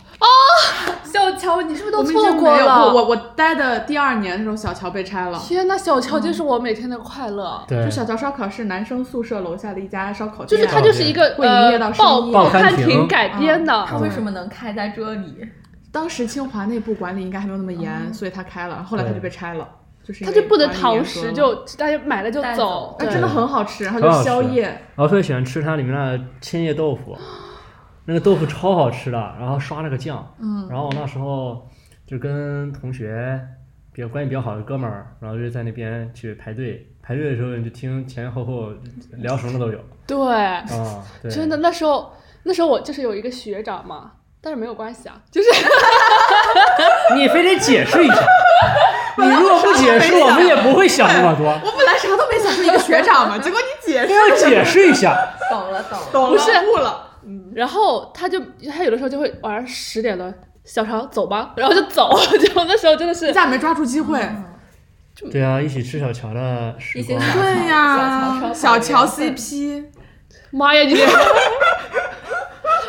[SPEAKER 3] 小
[SPEAKER 1] 嗯
[SPEAKER 3] 乔，你是不是
[SPEAKER 1] 我
[SPEAKER 3] 都
[SPEAKER 1] 们已经
[SPEAKER 3] 错过
[SPEAKER 1] 没有
[SPEAKER 3] 了？
[SPEAKER 1] 我我待的第二年的时候，小桥被拆了。
[SPEAKER 4] 天呐，小乔就是我每天的快乐，
[SPEAKER 2] 对
[SPEAKER 1] 就小桥烧烤是男生宿舍楼下的一家烧烤
[SPEAKER 4] 就
[SPEAKER 1] 店，
[SPEAKER 4] 是
[SPEAKER 2] 啊
[SPEAKER 4] 它就是一个
[SPEAKER 1] 会营业
[SPEAKER 4] 呃
[SPEAKER 1] 到
[SPEAKER 4] 报
[SPEAKER 1] 深夜嗯
[SPEAKER 2] 报刊
[SPEAKER 4] 刊
[SPEAKER 2] 亭
[SPEAKER 4] 亭改编的，
[SPEAKER 3] 他为什么能开在这里？
[SPEAKER 1] 当时清华内部管理应该还没有那么严，所以它开了，后来它就被拆了，就是
[SPEAKER 4] 哦它就不能堂
[SPEAKER 1] 堂
[SPEAKER 4] 食，就大家买了就
[SPEAKER 3] 带
[SPEAKER 4] 走
[SPEAKER 3] 走，
[SPEAKER 1] 但哎真的很好吃，然后
[SPEAKER 2] 很好
[SPEAKER 1] 就
[SPEAKER 2] 吃
[SPEAKER 1] 宵夜，
[SPEAKER 2] 然后特别喜欢吃它里面那千叶豆腐，那个豆腐超好吃的，然后刷那个酱，
[SPEAKER 1] 嗯，
[SPEAKER 2] 然后我那时候就跟同学比较关系比较好的哥们儿，然后就在那边去排队，排队的时候你就听前前后后聊什么都有
[SPEAKER 4] 对，
[SPEAKER 2] 啊，对，
[SPEAKER 4] 真的，那时候，那时候我就是有一个学长嘛，但是没有关系啊，就是
[SPEAKER 2] 你非得解释一下，你如果不解释，我们也不会想那么多。
[SPEAKER 1] 我本来啥都没想，是一个学长嘛，结果你解释
[SPEAKER 2] 要解释一下，
[SPEAKER 3] 懂了，懂了。
[SPEAKER 1] 懂
[SPEAKER 4] 不
[SPEAKER 1] 了
[SPEAKER 4] 是
[SPEAKER 1] 悟了，
[SPEAKER 4] 然后他就他有的时候就会晚上十点了，小常走吧，然后就走， [laughs] 就那时候真的
[SPEAKER 1] 一
[SPEAKER 4] 是
[SPEAKER 1] 下没抓住机会。
[SPEAKER 2] 对啊，一起吃小乔的时
[SPEAKER 3] 一些
[SPEAKER 2] 光，啊
[SPEAKER 3] 小
[SPEAKER 1] 对
[SPEAKER 3] 呀
[SPEAKER 1] 呀，
[SPEAKER 3] 小
[SPEAKER 1] 小
[SPEAKER 3] 乔
[SPEAKER 1] 乔
[SPEAKER 3] 烧烤员
[SPEAKER 1] CP，
[SPEAKER 4] 妈呀你连。 [laughs]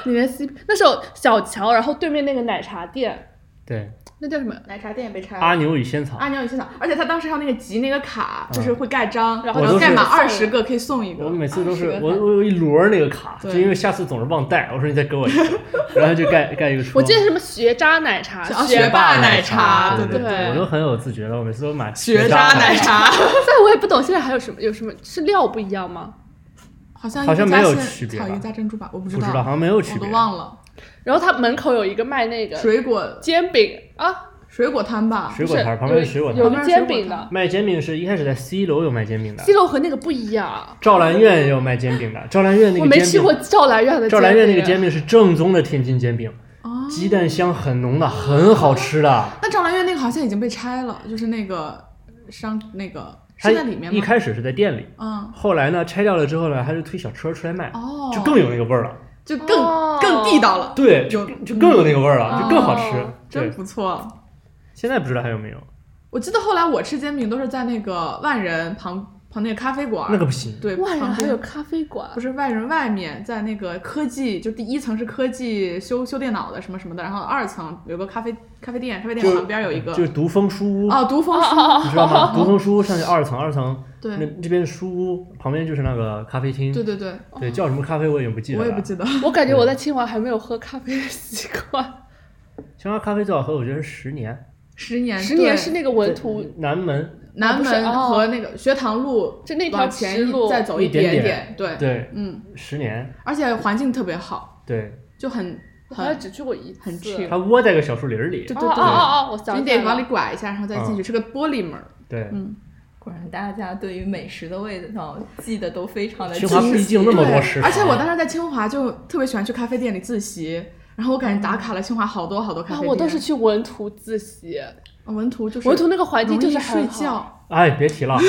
[SPEAKER 4] 你连 CP 那时候小乔，然后对面那个奶茶店，
[SPEAKER 2] 对
[SPEAKER 4] 那叫什么？
[SPEAKER 1] 奶茶店也被拆
[SPEAKER 2] 阿。牛与仙草，
[SPEAKER 1] 阿牛有现场，而且他当时还有那个集那个卡，
[SPEAKER 2] 嗯
[SPEAKER 1] 就是会盖章，然
[SPEAKER 4] 然后
[SPEAKER 1] 后
[SPEAKER 2] 我都是
[SPEAKER 1] 盖满二十个可以送一
[SPEAKER 2] 我
[SPEAKER 1] 个。
[SPEAKER 2] 每次都是
[SPEAKER 3] 啊
[SPEAKER 2] 我我有一摞儿那个卡，就
[SPEAKER 1] 对
[SPEAKER 2] 因为下次总是忘带，我说你再给我一个，然后就盖盖一个戳。
[SPEAKER 4] 我记得什么学渣奶茶，
[SPEAKER 1] 啊
[SPEAKER 4] 学
[SPEAKER 1] 学
[SPEAKER 4] 霸。
[SPEAKER 1] 霸
[SPEAKER 2] 奶
[SPEAKER 1] 奶茶
[SPEAKER 2] 对
[SPEAKER 4] 对对
[SPEAKER 2] 我都很有自觉的，我每次都买
[SPEAKER 1] 学
[SPEAKER 2] 渣
[SPEAKER 1] 渣奶，茶
[SPEAKER 4] 但我也不懂现在还有什么有什么是料不一样吗？
[SPEAKER 1] [laughs] 好像
[SPEAKER 2] 好像
[SPEAKER 1] 一个
[SPEAKER 2] 没
[SPEAKER 1] 加
[SPEAKER 2] 有
[SPEAKER 1] 馅
[SPEAKER 2] 区别
[SPEAKER 1] 好
[SPEAKER 2] 吧
[SPEAKER 1] 一个加珍珠吧，我不
[SPEAKER 2] 不
[SPEAKER 1] 知
[SPEAKER 2] 知道好像没有区
[SPEAKER 1] 我
[SPEAKER 2] 别
[SPEAKER 1] 都。忘了。
[SPEAKER 4] 然后他门口有一个卖那个
[SPEAKER 1] 水果
[SPEAKER 4] 煎饼啊，
[SPEAKER 1] 水果摊吧，
[SPEAKER 2] 水果
[SPEAKER 4] 不是
[SPEAKER 2] 摊儿旁边
[SPEAKER 4] 有
[SPEAKER 2] 是水果摊
[SPEAKER 4] 有
[SPEAKER 2] 儿，
[SPEAKER 4] 个煎饼的，
[SPEAKER 2] 卖煎饼是一开始在 C 楼有卖煎饼的
[SPEAKER 4] 鸡，肉和那个不一样。
[SPEAKER 2] 赵兰苑也有卖煎饼的，赵兰苑那
[SPEAKER 4] 我
[SPEAKER 2] 个
[SPEAKER 4] 没
[SPEAKER 2] 煎
[SPEAKER 4] 吃
[SPEAKER 2] 饼
[SPEAKER 4] 过赵兰苑的
[SPEAKER 2] 赵兰
[SPEAKER 4] 煎
[SPEAKER 2] 苑那个
[SPEAKER 4] 饼
[SPEAKER 2] 煎饼是正宗的天津煎饼，
[SPEAKER 1] 哦
[SPEAKER 2] 鸡蛋香很浓的，很好吃的。
[SPEAKER 1] 那赵兰苑那个好像已经被拆了，就是那个商那个
[SPEAKER 2] 它
[SPEAKER 1] 是在里面
[SPEAKER 2] 一
[SPEAKER 1] 吗？
[SPEAKER 2] 开始是在店里，
[SPEAKER 1] 嗯，
[SPEAKER 2] 后来呢拆掉了之后呢，它就推小车出来卖，
[SPEAKER 1] 哦，
[SPEAKER 2] 就更有那个味儿了。
[SPEAKER 1] 就更、
[SPEAKER 4] 哦
[SPEAKER 1] 更地道了，
[SPEAKER 2] 对，就
[SPEAKER 1] 有
[SPEAKER 2] 就更有那个味儿了，
[SPEAKER 1] 嗯
[SPEAKER 2] 就更好吃
[SPEAKER 4] 哦。
[SPEAKER 1] 真
[SPEAKER 2] 对，
[SPEAKER 1] 不错。
[SPEAKER 2] 现在不知道还有没有，
[SPEAKER 1] 我记得后来我吃煎饼都是在那个万人旁旁那个咖啡馆，
[SPEAKER 2] 那个不行。
[SPEAKER 1] 对
[SPEAKER 4] 万人
[SPEAKER 1] 旁
[SPEAKER 4] 还
[SPEAKER 1] 边
[SPEAKER 4] 有咖啡馆
[SPEAKER 1] 不，是外人外面，在那个科技，就第一层是科技修修电脑的什么什么的，然后二层有个咖啡咖啡店，咖啡店
[SPEAKER 2] 就
[SPEAKER 1] 旁边有一个
[SPEAKER 2] 就是读风书屋，
[SPEAKER 1] 哦，读风书，
[SPEAKER 2] 你知道
[SPEAKER 1] [laughs]
[SPEAKER 2] 吗？读风书屋上去二层，二层
[SPEAKER 1] 对
[SPEAKER 2] 那这边是书屋，旁边就是那个咖啡厅。
[SPEAKER 1] 对对对，
[SPEAKER 2] 对，叫什么咖啡我已经不记得
[SPEAKER 1] 我
[SPEAKER 2] 了。
[SPEAKER 1] 也不记
[SPEAKER 4] [laughs]
[SPEAKER 1] 得，
[SPEAKER 4] 我感觉
[SPEAKER 2] 嗯
[SPEAKER 4] 我在清华还没有喝咖啡的习
[SPEAKER 1] [laughs]
[SPEAKER 4] 惯。
[SPEAKER 2] 清华咖啡最好喝，我觉得是十年
[SPEAKER 1] 十年
[SPEAKER 4] 十
[SPEAKER 1] 嗯
[SPEAKER 4] 年
[SPEAKER 1] 对
[SPEAKER 4] 是那个文图，
[SPEAKER 2] 南门，
[SPEAKER 1] 南
[SPEAKER 4] 不是
[SPEAKER 1] 门
[SPEAKER 4] 哦
[SPEAKER 1] 和那个学堂路
[SPEAKER 4] 就那条
[SPEAKER 1] 往
[SPEAKER 4] 直
[SPEAKER 1] 前
[SPEAKER 4] 路
[SPEAKER 1] 一再走
[SPEAKER 2] 一点
[SPEAKER 1] 点
[SPEAKER 2] 点
[SPEAKER 1] 对，
[SPEAKER 2] 对，
[SPEAKER 1] 嗯，
[SPEAKER 2] 十年，
[SPEAKER 1] 而且环境特别好，
[SPEAKER 2] 对，
[SPEAKER 1] 就很
[SPEAKER 4] 我好像
[SPEAKER 1] 很，
[SPEAKER 4] 只去过一次。
[SPEAKER 1] 很 chill
[SPEAKER 2] 它窝在个小树林里
[SPEAKER 1] 对。
[SPEAKER 4] 哦哦哦哦，我想
[SPEAKER 1] 你
[SPEAKER 4] 起来
[SPEAKER 1] 得
[SPEAKER 4] 了
[SPEAKER 1] 往里拐一下，然后再进
[SPEAKER 2] 嗯
[SPEAKER 1] 去，是个玻璃门儿。
[SPEAKER 2] 对，
[SPEAKER 1] 嗯，
[SPEAKER 3] 果然，大家对于美食的味道记得都非常的
[SPEAKER 2] 清华
[SPEAKER 3] 清
[SPEAKER 2] 毕
[SPEAKER 3] 晰
[SPEAKER 2] 竟那么多食
[SPEAKER 1] 对，
[SPEAKER 2] 堂，
[SPEAKER 1] 而且我当时在清华就特别喜欢去咖啡店里自习，然后我感觉打卡了清华好多好多咖啡
[SPEAKER 4] 啊，
[SPEAKER 1] 店。呃
[SPEAKER 4] 我都是去文图自习，
[SPEAKER 1] 文图，就是
[SPEAKER 4] 文图那个环境就是
[SPEAKER 1] 容易睡
[SPEAKER 4] 很好。
[SPEAKER 1] 觉，
[SPEAKER 2] 哎，别提了。 [laughs]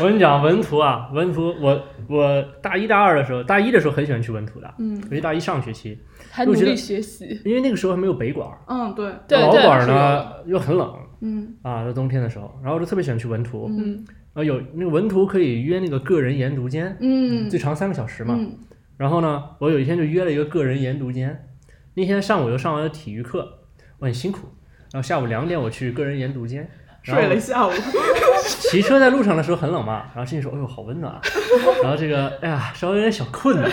[SPEAKER 2] 我跟你讲，文图啊，文图，我我大一大二的时候，大一的时候很喜欢去文图的，
[SPEAKER 1] 嗯
[SPEAKER 2] 尤其大一上学期，
[SPEAKER 4] 还努
[SPEAKER 2] 我觉
[SPEAKER 4] 力
[SPEAKER 2] 得
[SPEAKER 4] 学习。
[SPEAKER 2] 因为那个时候还没有北馆，
[SPEAKER 1] 嗯，对，
[SPEAKER 4] 对
[SPEAKER 2] 老
[SPEAKER 4] 对
[SPEAKER 2] 馆
[SPEAKER 4] 是
[SPEAKER 2] 呢又很冷
[SPEAKER 1] 嗯
[SPEAKER 2] 啊，在冬天的时候，然后我就特别喜欢去文图，然
[SPEAKER 1] 嗯
[SPEAKER 4] 嗯，
[SPEAKER 2] 后有那个文图可以约那个个人研读间，
[SPEAKER 1] 嗯，
[SPEAKER 2] 最长三个小时嘛，
[SPEAKER 1] 嗯
[SPEAKER 2] 然后呢，我有一天就约了一个个人研读间，那天上午又上完了体育课，我很辛苦，然后下午两点我去个人研读间，然后
[SPEAKER 1] 睡了一下午， [laughs]
[SPEAKER 2] 骑车在路上的时候很冷嘛，然后进去说，哎呦好温暖啊，然后这个哎呀稍微有点小困了，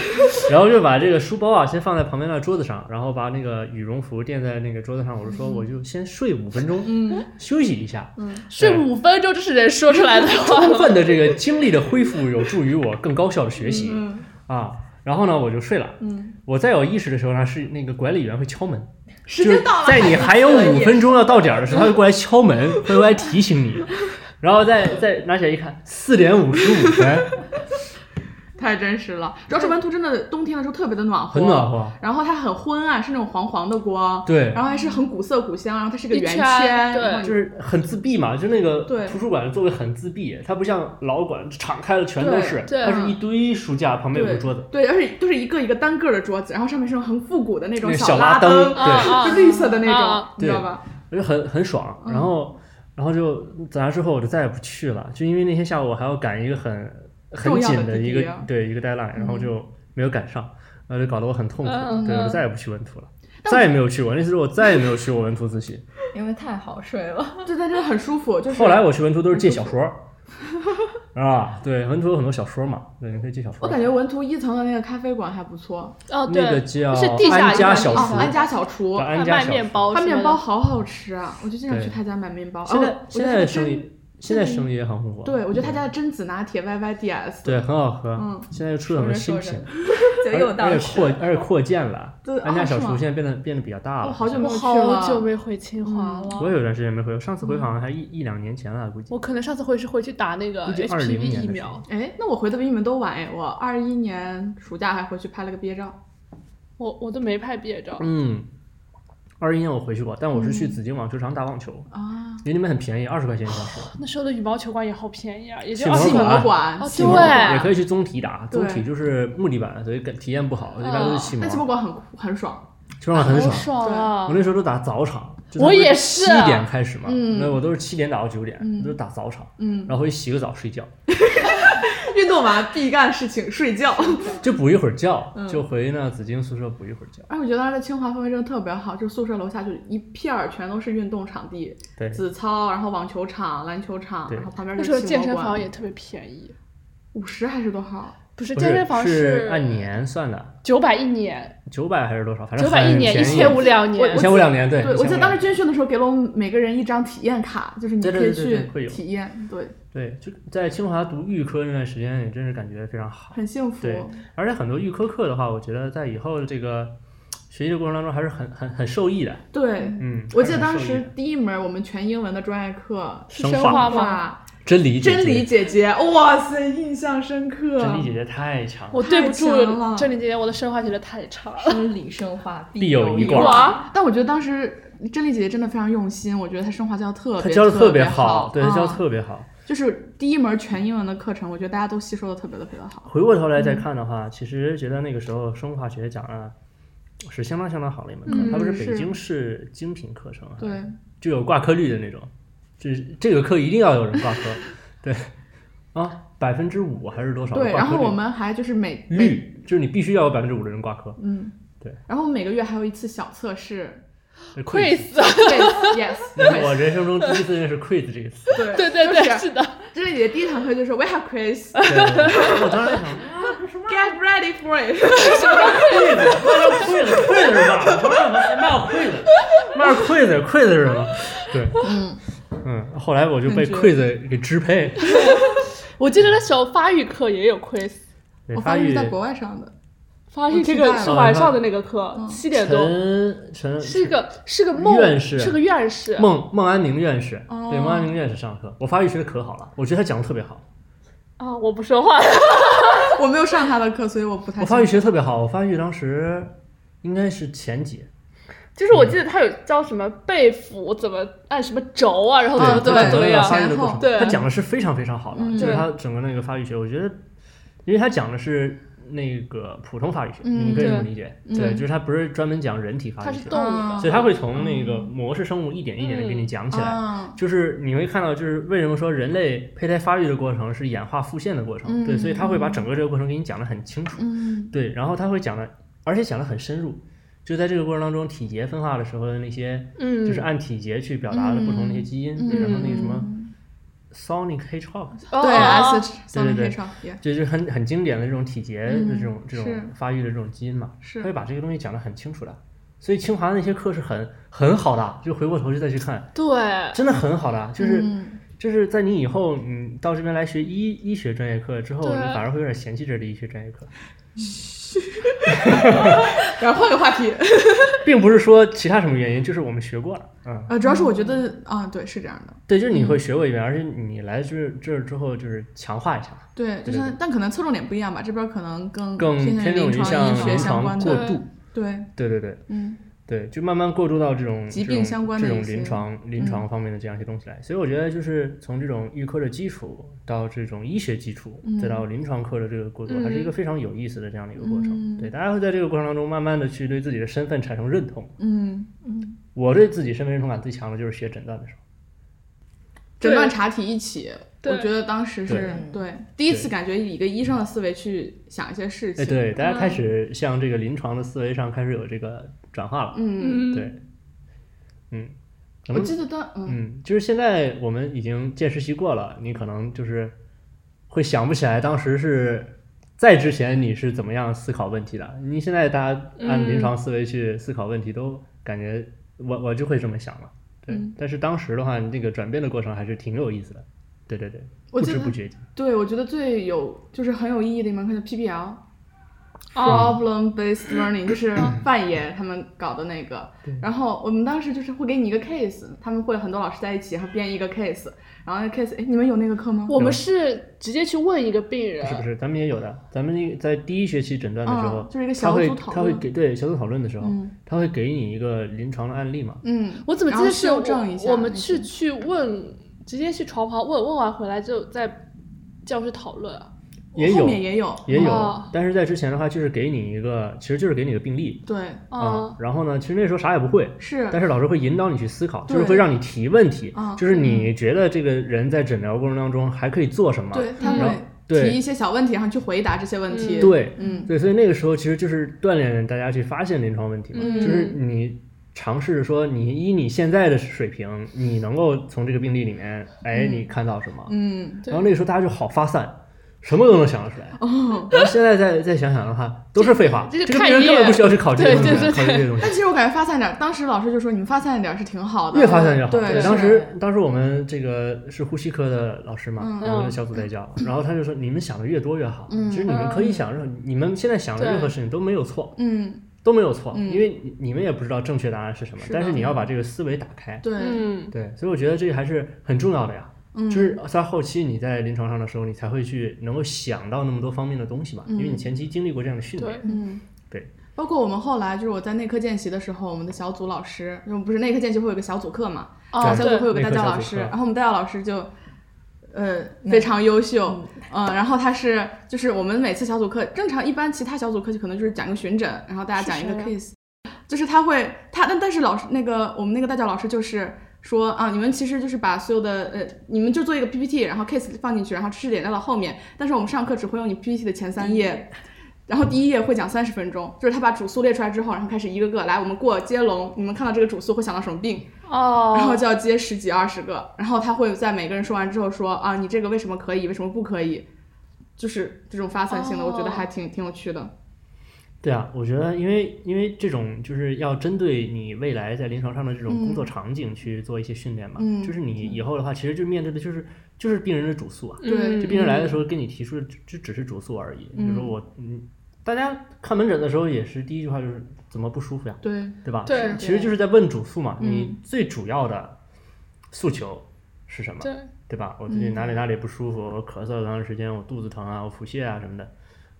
[SPEAKER 2] 然后就把这个书包啊先放在旁边的桌子上，然后把那个羽绒服垫在那个桌子上，我就说我就先睡五分钟，
[SPEAKER 1] 嗯
[SPEAKER 2] 休息一下，
[SPEAKER 1] 嗯，
[SPEAKER 4] 睡五分钟，这是
[SPEAKER 2] [laughs]
[SPEAKER 4] 人说出来的话。
[SPEAKER 2] 充分的这个精力的恢复有助于我更高效的学习
[SPEAKER 1] 嗯，
[SPEAKER 2] 啊。然后呢，我就睡了。
[SPEAKER 4] 嗯，
[SPEAKER 2] 我再有意识的时候呢，是那个管理员会敲门，
[SPEAKER 3] 时
[SPEAKER 2] 就是
[SPEAKER 3] 间到了，
[SPEAKER 2] 在你还有
[SPEAKER 3] 还有
[SPEAKER 2] 五分钟要到点儿的时候，他会过来
[SPEAKER 1] [laughs]
[SPEAKER 2] 敲门，会过来提醒你，然后再再拿起来一看，四点五十五分，
[SPEAKER 1] 太真实了。主要是文图真的冬天的时候特别的暖和，
[SPEAKER 2] 很暖和。
[SPEAKER 1] 然后它很昏暗，是那种黄黄的光，
[SPEAKER 2] 对，
[SPEAKER 1] 然后还是很古色古香，然后它是个
[SPEAKER 4] 一
[SPEAKER 1] 圆
[SPEAKER 4] 圈对
[SPEAKER 1] 然后你
[SPEAKER 2] 就是很自闭嘛，就那个
[SPEAKER 1] 对
[SPEAKER 2] 图书馆的座位很自闭，它不像老馆敞开了全都是，
[SPEAKER 4] 对对
[SPEAKER 2] 它是一堆书架，旁边有个桌子，
[SPEAKER 1] 啊对，而且就是一个一个单个的桌子，然后上面是那种很复古的那种
[SPEAKER 2] 那小
[SPEAKER 1] 拉
[SPEAKER 2] 拉
[SPEAKER 1] 灯，
[SPEAKER 2] 灯
[SPEAKER 4] 啊
[SPEAKER 2] 对
[SPEAKER 1] [laughs]
[SPEAKER 4] 啊
[SPEAKER 1] 就绿色的那种，
[SPEAKER 4] 啊
[SPEAKER 1] 你知道吧？
[SPEAKER 2] 我就很很爽。
[SPEAKER 1] 嗯
[SPEAKER 2] 然后，然后就走完之后，我就再也不去了，就因为那天下午我还要赶一个很很紧
[SPEAKER 1] 重要的
[SPEAKER 2] 一
[SPEAKER 1] 地
[SPEAKER 2] 个
[SPEAKER 1] 铁啊
[SPEAKER 2] 对一个 deadline，然后就没有赶上，然后就搞得我很痛苦，
[SPEAKER 4] 嗯
[SPEAKER 2] 对，
[SPEAKER 4] 嗯
[SPEAKER 2] 我就再也不去文图了，
[SPEAKER 1] 但我
[SPEAKER 2] 再也没有去过。那次是我再也没有去过文图自
[SPEAKER 1] [laughs]
[SPEAKER 2] 习。
[SPEAKER 3] 因为太好睡了。
[SPEAKER 1] 对，但真的很舒服，就是
[SPEAKER 2] 后来我去文图都是借小说， [laughs] 啊，对，文图有很多小说嘛，对，你可以借小说。
[SPEAKER 1] 我感觉文图一层的那个咖啡馆还不错，
[SPEAKER 4] 哦，
[SPEAKER 2] 那个
[SPEAKER 4] 对，
[SPEAKER 2] 叫
[SPEAKER 4] 是地下
[SPEAKER 2] 安
[SPEAKER 4] 一个
[SPEAKER 2] 家
[SPEAKER 4] 地
[SPEAKER 2] 小
[SPEAKER 4] 方
[SPEAKER 1] 哦
[SPEAKER 2] 厨，，
[SPEAKER 1] 安家小厨
[SPEAKER 2] 对，安
[SPEAKER 4] 他
[SPEAKER 2] 家
[SPEAKER 4] 卖
[SPEAKER 2] 小
[SPEAKER 4] 面
[SPEAKER 2] 厨
[SPEAKER 4] 包，
[SPEAKER 1] 他面包。好好吃啊！我就经常去
[SPEAKER 2] 对
[SPEAKER 1] 他家买面包。
[SPEAKER 2] 现在
[SPEAKER 1] 哦我
[SPEAKER 2] 现
[SPEAKER 1] 觉得他
[SPEAKER 2] 在
[SPEAKER 1] 的
[SPEAKER 2] 生
[SPEAKER 1] 榛
[SPEAKER 2] 意现在生意也很火，
[SPEAKER 1] 对，我觉得他家的榛子拿铁
[SPEAKER 4] [laughs]
[SPEAKER 1] YYDS，
[SPEAKER 2] 对很好喝，
[SPEAKER 1] 嗯，
[SPEAKER 2] 现在又出了很多新
[SPEAKER 3] 说着
[SPEAKER 2] 品，
[SPEAKER 3] 就
[SPEAKER 2] 而
[SPEAKER 3] 又到
[SPEAKER 2] 而且
[SPEAKER 3] 吃了
[SPEAKER 2] 扩而且扩建了
[SPEAKER 1] 对，
[SPEAKER 2] 安家小
[SPEAKER 1] 哦是
[SPEAKER 2] 厨
[SPEAKER 1] 吗
[SPEAKER 2] 现在变得变得比较大
[SPEAKER 1] 我
[SPEAKER 2] 了。
[SPEAKER 1] 好久没
[SPEAKER 4] 我
[SPEAKER 1] 有去
[SPEAKER 4] 好
[SPEAKER 1] 了，嗯
[SPEAKER 4] 久没回清华了，
[SPEAKER 2] 我有段时间没回，上次回好像还一一两年前了，估计
[SPEAKER 4] 我可能上次回是回去打那个
[SPEAKER 2] 估计20
[SPEAKER 4] HPV
[SPEAKER 2] 年的
[SPEAKER 4] 疫
[SPEAKER 2] 时候
[SPEAKER 4] 苗，
[SPEAKER 1] 哎，那我回的比你们都晚哎！我二一年暑假还回去拍了个毕业照，
[SPEAKER 4] 我我都没拍毕业照。
[SPEAKER 2] 嗯。二一年我回去过，但我是去紫金网球场打网球，
[SPEAKER 1] 嗯啊，
[SPEAKER 2] 因为那边很便宜，二十块钱一小时。
[SPEAKER 4] 那时候的羽毛球馆也好便宜啊，也
[SPEAKER 2] 信
[SPEAKER 4] 就二
[SPEAKER 2] 魔
[SPEAKER 4] 十
[SPEAKER 1] 信
[SPEAKER 4] 块
[SPEAKER 2] 馆
[SPEAKER 1] 魔馆
[SPEAKER 4] 哦，
[SPEAKER 1] 信
[SPEAKER 4] 对
[SPEAKER 1] 魔馆
[SPEAKER 2] 也可以去中体打，
[SPEAKER 1] 对啊
[SPEAKER 2] 中体就是木地板，所以感体验不好，一般都是气
[SPEAKER 1] 但信魔
[SPEAKER 2] 毛，
[SPEAKER 1] 馆很很爽，
[SPEAKER 2] 球场很
[SPEAKER 4] 好
[SPEAKER 2] 爽。
[SPEAKER 4] 爽啊
[SPEAKER 2] 我！那时候都打早场，就
[SPEAKER 4] 我
[SPEAKER 2] 他们
[SPEAKER 4] 也是
[SPEAKER 2] 七点开始嘛，
[SPEAKER 1] 嗯
[SPEAKER 2] 那我都是七点打到九点，
[SPEAKER 1] 嗯
[SPEAKER 2] 都是打早场，
[SPEAKER 1] 嗯，
[SPEAKER 2] 然后回去洗个澡睡觉，
[SPEAKER 1] 运动完必干事情睡觉。
[SPEAKER 2] 就补一会儿觉，
[SPEAKER 1] 嗯
[SPEAKER 2] 就回呢紫金宿舍补一会儿觉。
[SPEAKER 1] 哎，我觉得当时在清华氛围真的特别好，就宿舍楼下就一片儿全都是运动场地，
[SPEAKER 2] 对
[SPEAKER 1] 子操，然后网球场、篮球场，
[SPEAKER 2] 对
[SPEAKER 1] 然后旁边
[SPEAKER 4] 那
[SPEAKER 1] 就
[SPEAKER 4] 时候
[SPEAKER 1] 是
[SPEAKER 4] 健身房也特别便宜，
[SPEAKER 1] 五十还是多少？
[SPEAKER 4] 不是
[SPEAKER 2] 不
[SPEAKER 4] 健身
[SPEAKER 2] 是
[SPEAKER 4] 房
[SPEAKER 2] 是按年算的，
[SPEAKER 4] 九百一年，
[SPEAKER 2] 九百还是多少？反正
[SPEAKER 4] 九百一
[SPEAKER 2] 很
[SPEAKER 4] 年，
[SPEAKER 2] 便宜
[SPEAKER 4] 一千五两
[SPEAKER 1] 我
[SPEAKER 4] 年
[SPEAKER 2] 一。千五两年，对
[SPEAKER 1] 对，我记得当时
[SPEAKER 2] 时
[SPEAKER 1] 军训的时候给了我们每个人一张体验卡，就是你
[SPEAKER 2] 对
[SPEAKER 1] 可
[SPEAKER 2] 对
[SPEAKER 1] 以
[SPEAKER 2] 对对对会
[SPEAKER 1] 去
[SPEAKER 2] 有
[SPEAKER 1] 体验，对，
[SPEAKER 2] 对，就在清华读预科那段时间，也真是感觉非常好。
[SPEAKER 1] 很幸福。
[SPEAKER 2] 对而且很多预科课的话，我觉得在以后的这个学习的过程当中，还是很很很受益的。
[SPEAKER 1] 对，
[SPEAKER 2] 嗯，
[SPEAKER 1] 我记得
[SPEAKER 2] 还
[SPEAKER 1] 当
[SPEAKER 2] 是很受益
[SPEAKER 1] 时第一门我们全英文的专业课，
[SPEAKER 4] 是
[SPEAKER 2] 生
[SPEAKER 4] 生
[SPEAKER 2] 化
[SPEAKER 4] 化吗？
[SPEAKER 1] 哇，
[SPEAKER 2] 真理姐姐
[SPEAKER 1] 真理姐姐，哇塞，印象深刻。
[SPEAKER 2] 真理姐姐太强了，
[SPEAKER 4] 我对不住
[SPEAKER 1] 太强了
[SPEAKER 4] 郑丽姐姐，我的生化学的太差
[SPEAKER 2] [laughs]
[SPEAKER 4] 了。
[SPEAKER 3] 知理生化
[SPEAKER 2] 必有一
[SPEAKER 3] 一
[SPEAKER 2] 挂
[SPEAKER 4] 哇
[SPEAKER 1] 但我觉得当时真理姐姐真的非常用心，我觉得她生化教得特别，
[SPEAKER 2] 她教的
[SPEAKER 1] 特
[SPEAKER 2] 别
[SPEAKER 1] 好，
[SPEAKER 2] 对，她教
[SPEAKER 1] 嗯
[SPEAKER 2] 的特别好。
[SPEAKER 1] 就是第一门全英文的课程，我觉得大家都吸收的特别的特别的好。
[SPEAKER 2] 回过头来
[SPEAKER 1] 嗯
[SPEAKER 2] 再看的话，其实觉得那个时候生物化学讲啊，是相当相当好的一门课。
[SPEAKER 1] 嗯
[SPEAKER 2] 它不是
[SPEAKER 1] 是
[SPEAKER 2] 北京市精品课程，，啊
[SPEAKER 1] 对，
[SPEAKER 2] 就有挂科率的那种，就是这个课一定要有人挂
[SPEAKER 1] [laughs]
[SPEAKER 2] 科，对，啊，百分之五还是多少的挂科
[SPEAKER 1] 对，
[SPEAKER 2] 率？
[SPEAKER 1] 然后我们还就是每每
[SPEAKER 2] 率就是你必须要有百分之五的人挂科
[SPEAKER 1] 嗯
[SPEAKER 2] 对，
[SPEAKER 1] 然后我们每个月还有一次小测
[SPEAKER 2] [laughs]
[SPEAKER 1] 试
[SPEAKER 2] quiz。
[SPEAKER 4] quiz，
[SPEAKER 1] ，yes，yes，
[SPEAKER 2] 那 [laughs] 是我人生中第一次认识 quiz 这
[SPEAKER 1] [laughs]
[SPEAKER 2] 个词，
[SPEAKER 1] 对
[SPEAKER 4] 对对
[SPEAKER 1] 就
[SPEAKER 4] 对，
[SPEAKER 1] 是
[SPEAKER 4] 是的，
[SPEAKER 1] 真理姐姐第一堂课就是 we have quiz。 [laughs]
[SPEAKER 2] 对我当时在想
[SPEAKER 1] Get ready for it！
[SPEAKER 2] quiz，那叫 quiz quiz 是吧？我说那叫 quiz，那是 quiz quiz 是什么？对，
[SPEAKER 1] 嗯，
[SPEAKER 2] 嗯，后来我就
[SPEAKER 1] 感
[SPEAKER 2] 被
[SPEAKER 1] 觉
[SPEAKER 2] quiz 给支配，
[SPEAKER 4] 我记得那时候法语课也有 quiz，
[SPEAKER 2] 对
[SPEAKER 1] 我发
[SPEAKER 2] 发
[SPEAKER 1] 现
[SPEAKER 2] 育
[SPEAKER 1] 是在国外上的，
[SPEAKER 4] 法语这
[SPEAKER 1] 我
[SPEAKER 4] 个
[SPEAKER 1] 知
[SPEAKER 4] 是
[SPEAKER 1] 道
[SPEAKER 4] 晚上的那个课
[SPEAKER 1] 嗯，
[SPEAKER 4] 七点多，
[SPEAKER 2] 陈陈
[SPEAKER 4] 是一个是个梦，
[SPEAKER 2] 院士
[SPEAKER 4] 是个院士，
[SPEAKER 2] 孟孟安宁院士，
[SPEAKER 1] 啊哦
[SPEAKER 2] 对孟安宁院士上课，我发育学的可好了，我觉得他讲的特别好，
[SPEAKER 4] 啊，我不说话了，
[SPEAKER 1] 我没有上他的课，所以我不太清楚。
[SPEAKER 2] 我发育学的特别好，我发育当时应该是前几，
[SPEAKER 4] 就是
[SPEAKER 2] 嗯
[SPEAKER 4] 我记得他有教什么背辅，怎么按什么轴啊，然后怎么
[SPEAKER 2] 对，
[SPEAKER 4] 怎
[SPEAKER 2] 他
[SPEAKER 4] 么
[SPEAKER 2] 讲
[SPEAKER 4] 怎
[SPEAKER 1] 哦对
[SPEAKER 2] 的那
[SPEAKER 4] 么
[SPEAKER 2] 个
[SPEAKER 4] 样，
[SPEAKER 2] 发育的过程，
[SPEAKER 4] 前
[SPEAKER 2] 他
[SPEAKER 4] 后
[SPEAKER 2] 讲的是非常非常好的，
[SPEAKER 1] 嗯
[SPEAKER 2] 就是他整个那个发育学，我觉得，因为他讲的是。那个普通法语学，
[SPEAKER 1] 嗯
[SPEAKER 2] 你可以这么
[SPEAKER 4] 对
[SPEAKER 2] 理解，
[SPEAKER 1] 嗯
[SPEAKER 2] 对，就是他不是专门讲人体法
[SPEAKER 4] 他
[SPEAKER 2] 语
[SPEAKER 4] 是
[SPEAKER 2] 学，
[SPEAKER 4] 动物的，
[SPEAKER 2] 所以他会从那个
[SPEAKER 1] 嗯
[SPEAKER 2] 模式生物一点一点的给你讲起来，
[SPEAKER 1] 啊，
[SPEAKER 2] 就是你会看到，就是为什么说人类胚胎发育的过程是演化复现的过
[SPEAKER 1] 嗯
[SPEAKER 2] 程，对，所以他会把整个这个过程给你讲得很清楚，
[SPEAKER 1] 嗯，
[SPEAKER 2] 对，然后他会讲的，而且讲得很深入，就在这个过程当中，体节分化的时候的那些，
[SPEAKER 4] 嗯，
[SPEAKER 2] 就是按体节去表达的不同的那些基因，
[SPEAKER 1] 嗯
[SPEAKER 2] 对然后那个什么 Sonic Hedgehog，
[SPEAKER 4] 哦
[SPEAKER 1] 对
[SPEAKER 4] 哦哦
[SPEAKER 1] ，S 三零 K
[SPEAKER 2] 对
[SPEAKER 1] 上也
[SPEAKER 2] 就是很很经典的这种体节的这种、
[SPEAKER 1] 嗯
[SPEAKER 2] 这
[SPEAKER 1] 是
[SPEAKER 2] 种发育的这种基因嘛，他
[SPEAKER 1] 是
[SPEAKER 2] 会把这个东西讲得很清楚的，所以清华那些课是很很好的，就回过头去再去看，
[SPEAKER 4] 对，
[SPEAKER 2] 真的很好的，就是。
[SPEAKER 1] 嗯
[SPEAKER 2] 就是在你以后你到这边来学医医学专业课之后，
[SPEAKER 4] 对
[SPEAKER 2] 你反而会有点嫌弃这里医学专业课，
[SPEAKER 1] 然后换个话题，
[SPEAKER 2] 并不是说其他什么原因，就是我们学过了，嗯，
[SPEAKER 1] 呃，主要是我觉得啊，对，是这样的。
[SPEAKER 2] 对，就是
[SPEAKER 1] 嗯
[SPEAKER 2] 你会学过一遍，而且你来这这儿之后就是强化一下，
[SPEAKER 1] 对，就
[SPEAKER 2] 对对
[SPEAKER 1] 是，但可能侧重点不一样吧，这边可能更
[SPEAKER 2] 更
[SPEAKER 1] 嗯偏向
[SPEAKER 2] 偏重
[SPEAKER 1] 临
[SPEAKER 2] 于
[SPEAKER 1] 床
[SPEAKER 2] 像
[SPEAKER 1] 医学
[SPEAKER 2] 临
[SPEAKER 1] 相
[SPEAKER 2] 床
[SPEAKER 1] 关
[SPEAKER 2] 过
[SPEAKER 1] 的，
[SPEAKER 4] 的
[SPEAKER 2] 渡，
[SPEAKER 1] 对，
[SPEAKER 2] 对对对
[SPEAKER 1] 嗯，
[SPEAKER 2] 对，就慢慢过渡到这种
[SPEAKER 1] 疾
[SPEAKER 2] 这
[SPEAKER 1] 病
[SPEAKER 2] 种
[SPEAKER 1] 相关
[SPEAKER 2] 这
[SPEAKER 1] 的
[SPEAKER 2] 种
[SPEAKER 1] 一些嗯
[SPEAKER 2] 临床临床方面的这样一些东西来，所以我觉得就是从这种预科的基础到这种医学基础，
[SPEAKER 1] 嗯
[SPEAKER 2] 再到临床科的这个过渡，还是一个非常有意思的这样的一个过程。
[SPEAKER 1] 嗯
[SPEAKER 2] 对，大家会在这个过程当中慢慢的去对自己的身份产生认同。
[SPEAKER 1] 嗯，
[SPEAKER 3] 嗯，
[SPEAKER 2] 我对自己身份认同感最强的就是学诊断的时候，
[SPEAKER 1] 诊
[SPEAKER 4] 对
[SPEAKER 1] 断查题一起，我
[SPEAKER 4] 对
[SPEAKER 1] 觉得当时是
[SPEAKER 3] 对
[SPEAKER 1] 对第一次
[SPEAKER 2] 对
[SPEAKER 1] 感觉以一个医生的思维去想一些事
[SPEAKER 2] 哎，
[SPEAKER 1] 情，
[SPEAKER 2] 对，大家开
[SPEAKER 1] 嗯
[SPEAKER 2] 始向这个临床的思维上开始有这个转化了。
[SPEAKER 1] 嗯，
[SPEAKER 4] 嗯，
[SPEAKER 2] 对，嗯，可
[SPEAKER 1] 我
[SPEAKER 2] 能
[SPEAKER 1] 记得当嗯，
[SPEAKER 2] 嗯，就是现在我们已经见识习过了，你可能就是会想不起来当时是在之前你是怎么样思考问题的。你现在大家
[SPEAKER 1] 嗯
[SPEAKER 2] 按临床思维去思考问题，都感觉我我就会这么想了。对，
[SPEAKER 1] 嗯
[SPEAKER 2] 但是当时的话，你这个转变的过程还是挺有意思的。对对对，
[SPEAKER 1] 我
[SPEAKER 2] 不
[SPEAKER 1] 记
[SPEAKER 2] 知
[SPEAKER 1] 得
[SPEAKER 2] 不觉间，
[SPEAKER 1] 对我觉得最有就是很有意义的一门课叫 PBL。
[SPEAKER 4] 哦，
[SPEAKER 1] Problem based learning
[SPEAKER 2] [clears throat]
[SPEAKER 1] 就是范爷他们搞的那个
[SPEAKER 2] 对，
[SPEAKER 1] 然后我们当时就是会给你一个 case，他们会很多老师在一起，然后编一个 case，然后那 case，哎，你们有那个课吗？
[SPEAKER 4] 我们是直接去问一个病
[SPEAKER 2] 不
[SPEAKER 4] 人，
[SPEAKER 2] 是不是，咱们也有的。咱们那个在第一学期诊断的时候，
[SPEAKER 1] 嗯就是一个小
[SPEAKER 2] 他会
[SPEAKER 1] 组讨
[SPEAKER 2] 他会
[SPEAKER 1] 论
[SPEAKER 2] 给对小组讨论的时候，
[SPEAKER 1] 嗯
[SPEAKER 2] 他会给你一个临床的案例嘛？
[SPEAKER 1] 嗯，
[SPEAKER 4] 我怎么记
[SPEAKER 1] 然后
[SPEAKER 4] 得是
[SPEAKER 1] 修
[SPEAKER 4] 我
[SPEAKER 1] 正一下
[SPEAKER 4] 我们
[SPEAKER 1] 那
[SPEAKER 4] 去
[SPEAKER 1] 些
[SPEAKER 4] 去问，直接去床旁问，问完回来就在教室讨论啊。
[SPEAKER 2] 也
[SPEAKER 1] 后
[SPEAKER 2] 有
[SPEAKER 1] 面也有，
[SPEAKER 2] 也有，
[SPEAKER 4] 哦
[SPEAKER 2] 但是在之前的话，就是给你一个，其实就是给你个病例
[SPEAKER 1] 对，
[SPEAKER 2] 啊、
[SPEAKER 4] 啊，
[SPEAKER 2] 然后呢，其实那时候啥也不会，
[SPEAKER 1] 哦是，
[SPEAKER 2] 但是老师会引导你去思考，
[SPEAKER 1] 对
[SPEAKER 2] 就是会让你提问题，
[SPEAKER 1] 嗯
[SPEAKER 2] 就是你觉得这个人在诊疗过程当中还可以做什么？
[SPEAKER 1] 对，他
[SPEAKER 2] 然
[SPEAKER 1] 会
[SPEAKER 2] 后
[SPEAKER 1] 提
[SPEAKER 2] 对
[SPEAKER 1] 一些小问题，然后去回答这些问题，
[SPEAKER 4] 嗯
[SPEAKER 2] 对
[SPEAKER 1] 嗯，
[SPEAKER 2] 对，所以那个时候其实就是锻炼大家去发现临床问题嘛，
[SPEAKER 1] 嗯
[SPEAKER 2] 就是你尝试说你以你现在的水平，你能够从这个病例里面，哎，
[SPEAKER 1] 嗯
[SPEAKER 2] 你看到什么？
[SPEAKER 1] 嗯，
[SPEAKER 4] 对
[SPEAKER 2] 然后那个时候大家就好发散，什么都能想得出来。
[SPEAKER 1] 哦
[SPEAKER 2] 然后现在再再想想的话，都是废话。
[SPEAKER 4] 这
[SPEAKER 2] 这
[SPEAKER 4] 这
[SPEAKER 2] 个
[SPEAKER 4] 看
[SPEAKER 2] 病人
[SPEAKER 4] 医
[SPEAKER 2] 根本
[SPEAKER 4] 院
[SPEAKER 2] 不需要去考虑这些
[SPEAKER 4] 对
[SPEAKER 2] 东
[SPEAKER 4] 对
[SPEAKER 2] 西，
[SPEAKER 4] 对
[SPEAKER 2] 考虑这些东西
[SPEAKER 1] 但。其实我感觉发散点儿，当时老师就说你们发散一点儿是挺好的，
[SPEAKER 2] 越发散越好。
[SPEAKER 1] 对
[SPEAKER 2] 对，
[SPEAKER 1] 是
[SPEAKER 2] 当
[SPEAKER 1] 的
[SPEAKER 2] 时当时我们这个是呼吸科的老师嘛，
[SPEAKER 1] 嗯
[SPEAKER 2] 然后就小组在教，然后他就说你们想的越多越好。
[SPEAKER 1] 嗯
[SPEAKER 2] 其实你们可以想任何，你们现在想的
[SPEAKER 4] 对
[SPEAKER 2] 任何事情都没有错，
[SPEAKER 1] 嗯，
[SPEAKER 2] 都没有错，
[SPEAKER 1] 嗯
[SPEAKER 2] 因为你你们也不知道正确答案是什么
[SPEAKER 1] 是，的
[SPEAKER 2] 但是你要把这个思维打开。
[SPEAKER 1] 对，
[SPEAKER 4] 嗯，
[SPEAKER 2] 对，所以我觉得这个还是很重要的呀。
[SPEAKER 1] 嗯，
[SPEAKER 2] 就是在后期你在临床上的时候，你才会去能够想到那么多方面的东西嘛，
[SPEAKER 1] 嗯
[SPEAKER 2] 因为你前期经历过这样的训练
[SPEAKER 4] 对。
[SPEAKER 1] 嗯，
[SPEAKER 2] 对。
[SPEAKER 1] 包括我们后来就是我在内科见习的时候，我们的小组老师，就不是内科见习会有个小组课嘛，
[SPEAKER 4] 哦
[SPEAKER 1] 小
[SPEAKER 2] 对
[SPEAKER 1] 组
[SPEAKER 4] 对
[SPEAKER 1] 会，有个
[SPEAKER 2] 内
[SPEAKER 1] 带
[SPEAKER 2] 科
[SPEAKER 1] 教
[SPEAKER 2] 小
[SPEAKER 1] 老
[SPEAKER 2] 组
[SPEAKER 1] 师，
[SPEAKER 2] 课
[SPEAKER 1] 然后我们带教老师就，呃，非常优秀，嗯，然后他是就是我们每次小组课，正常一般其他小组课就可能就是讲一个巡诊，然后大家
[SPEAKER 4] 是
[SPEAKER 1] 讲一个
[SPEAKER 4] 谁
[SPEAKER 1] case，就是他会他但但是老师那个我们那个带教老师就是。说啊，你们其实就是把所有的呃，你们就做一个 PPT，然后 case 放进去，然后知识点带到后面。但是我们上课只会用你 PPT 的前
[SPEAKER 4] 嗯
[SPEAKER 1] 三页，然后第一页会讲三十分钟，就是他把主诉列出来之后，然后开始一个个来，我们过接龙，你们看到这个主诉会想到什么病，然后
[SPEAKER 4] 哦，
[SPEAKER 1] 就要接十几二十个，然后他会在每个人说完之后说啊，你这个为什么可以，为什么不可以，就是这种发散性的，我觉得
[SPEAKER 4] 哦
[SPEAKER 1] 还挺挺有趣的。
[SPEAKER 2] 对啊，我觉得因为因为这种就是要针对你未来在临床上的这种
[SPEAKER 1] 嗯
[SPEAKER 2] 工作场景去做一些训练嘛，
[SPEAKER 1] 嗯
[SPEAKER 2] 就是你以后的话，其实就面对的就是就是病人的主诉啊，
[SPEAKER 4] 嗯
[SPEAKER 1] 对
[SPEAKER 2] 这
[SPEAKER 1] 就
[SPEAKER 2] 病人来的时
[SPEAKER 4] 候，
[SPEAKER 2] 候跟你提出的就只是主诉而已，
[SPEAKER 1] 嗯
[SPEAKER 2] 比如说我嗯，大家看门诊的时候也是第一句话就是怎么不舒服呀，
[SPEAKER 1] 对，
[SPEAKER 2] 对吧？
[SPEAKER 4] 对
[SPEAKER 1] 是
[SPEAKER 2] 其实就是在问主诉嘛，
[SPEAKER 1] 嗯
[SPEAKER 2] 你最主要的诉求是什么，
[SPEAKER 4] 对，
[SPEAKER 2] 对吧？我最近
[SPEAKER 1] 嗯
[SPEAKER 2] 哪里哪里不舒服，我咳嗽了多长时间，我肚子疼啊，我腹泻啊什么的，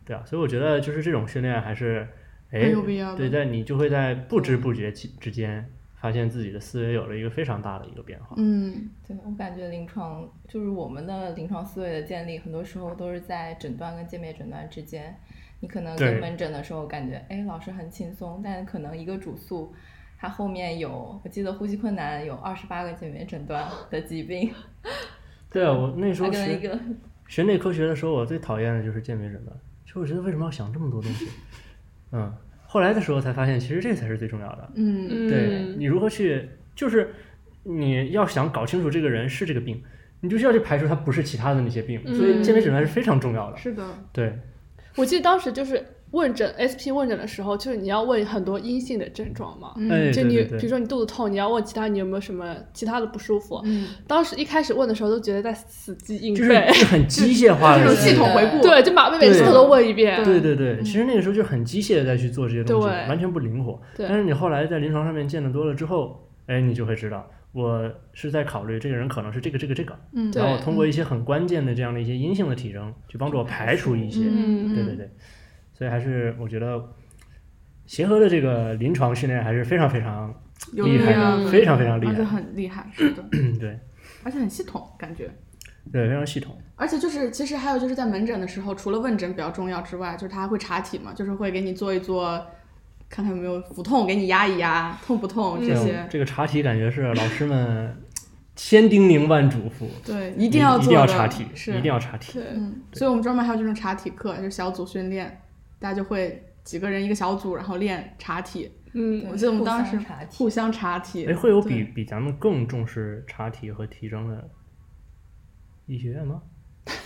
[SPEAKER 2] 对啊，所以我觉得就是这种训练还是，哎
[SPEAKER 1] 很，有必要的。
[SPEAKER 2] 对，在你就会在不知不觉之之间，发现自己的思维有了一个非常大的一个变化。
[SPEAKER 1] 嗯
[SPEAKER 3] 对我感觉临床就是我们的临床思维的建立，很多时候都是在诊断跟界面诊断之间。你可能
[SPEAKER 2] 对
[SPEAKER 3] 跟门诊的时候感觉，哎，老师很轻松，但可能一个主诉，它后面有，我记得呼吸困难有二十八个界面诊断的疾病，
[SPEAKER 2] 对啊，我那时
[SPEAKER 3] 它
[SPEAKER 2] 候
[SPEAKER 3] 跟一
[SPEAKER 2] 学
[SPEAKER 3] 个
[SPEAKER 2] 学内科学的时候，我最讨厌的就是鉴别诊断，就我觉得为什么要想这么多东西？ [laughs] 嗯，后来的时候才发现，其实这才是最重要的。
[SPEAKER 1] 嗯
[SPEAKER 4] 嗯，
[SPEAKER 2] 对你如何去，就是你要想搞清楚这个人是这个病，你就需要去排除他不是其他的那些病，所以鉴别诊断是非常重要的。
[SPEAKER 1] 是的，
[SPEAKER 2] 对，
[SPEAKER 4] 我记得当时就是问诊 SP 问诊的时候，就是你要问很多阴性的症状嘛。
[SPEAKER 1] 嗯
[SPEAKER 2] 哎，
[SPEAKER 4] 就
[SPEAKER 2] 对
[SPEAKER 4] 你
[SPEAKER 2] 对
[SPEAKER 4] 比如
[SPEAKER 2] 对，
[SPEAKER 4] 说你肚子痛，你要问其他你有没有什么其他的不舒服。
[SPEAKER 1] 嗯，
[SPEAKER 4] 当时一开始问的时候都觉得在死记硬
[SPEAKER 2] 就是
[SPEAKER 4] 背，
[SPEAKER 2] 就是很机械化
[SPEAKER 1] 这
[SPEAKER 4] [laughs]
[SPEAKER 2] 的
[SPEAKER 1] 种
[SPEAKER 2] 一
[SPEAKER 1] 系
[SPEAKER 2] 些
[SPEAKER 1] 统回顾，
[SPEAKER 4] 对，就把每每
[SPEAKER 2] 对
[SPEAKER 4] 次都问一遍。
[SPEAKER 2] 对对对，其实那个时候就很机械的在去做这些东西，
[SPEAKER 4] 对
[SPEAKER 2] 完全不灵活。
[SPEAKER 4] 对
[SPEAKER 2] 但是你后来在临床上面见的多了之后，哎，你就会知道，我是在考虑这个人可能是这个这个这个，
[SPEAKER 1] 嗯
[SPEAKER 4] 对
[SPEAKER 2] 然后通过一些很关键的这样的一些阴性的体征，去帮助我排除一些。
[SPEAKER 4] 嗯
[SPEAKER 2] 对对对，所以还是我觉得。协和的这个临床训练还是非常非常，
[SPEAKER 1] 有
[SPEAKER 2] 厉
[SPEAKER 1] 力
[SPEAKER 2] 害
[SPEAKER 1] 量
[SPEAKER 4] 的
[SPEAKER 1] 的，
[SPEAKER 2] 非常非常厉害
[SPEAKER 1] 而且很厉害，是的，
[SPEAKER 2] 嗯对
[SPEAKER 1] [clears throat] 而且很系统，感觉。
[SPEAKER 2] 对，非常系统。
[SPEAKER 1] 而且就是，其实还有就是在门诊的时候，除了问诊比较重要之外，就是他还会查体嘛，就是会给你做一做，看看有没有腹痛，给你压一压，痛不痛这
[SPEAKER 2] 这种
[SPEAKER 1] 些。
[SPEAKER 2] 这个查题感觉是老师们千叮咛万嘱咐，
[SPEAKER 1] 对，一
[SPEAKER 2] 一
[SPEAKER 1] 定要
[SPEAKER 2] 一
[SPEAKER 1] 做
[SPEAKER 2] 定
[SPEAKER 1] 的，
[SPEAKER 2] 要查题，
[SPEAKER 1] 是
[SPEAKER 2] 一定要查题。
[SPEAKER 4] 对
[SPEAKER 1] 嗯，所以我们专门还有这种查体课，就是小组训练，大家就会几个人一个小组，然后练查体。
[SPEAKER 4] 嗯，
[SPEAKER 1] 我记得我们当时
[SPEAKER 3] 互相查体
[SPEAKER 1] 互相查体
[SPEAKER 2] 哎，，会有
[SPEAKER 1] 对
[SPEAKER 2] 比比咱们更重视查题和题征的医学院吗？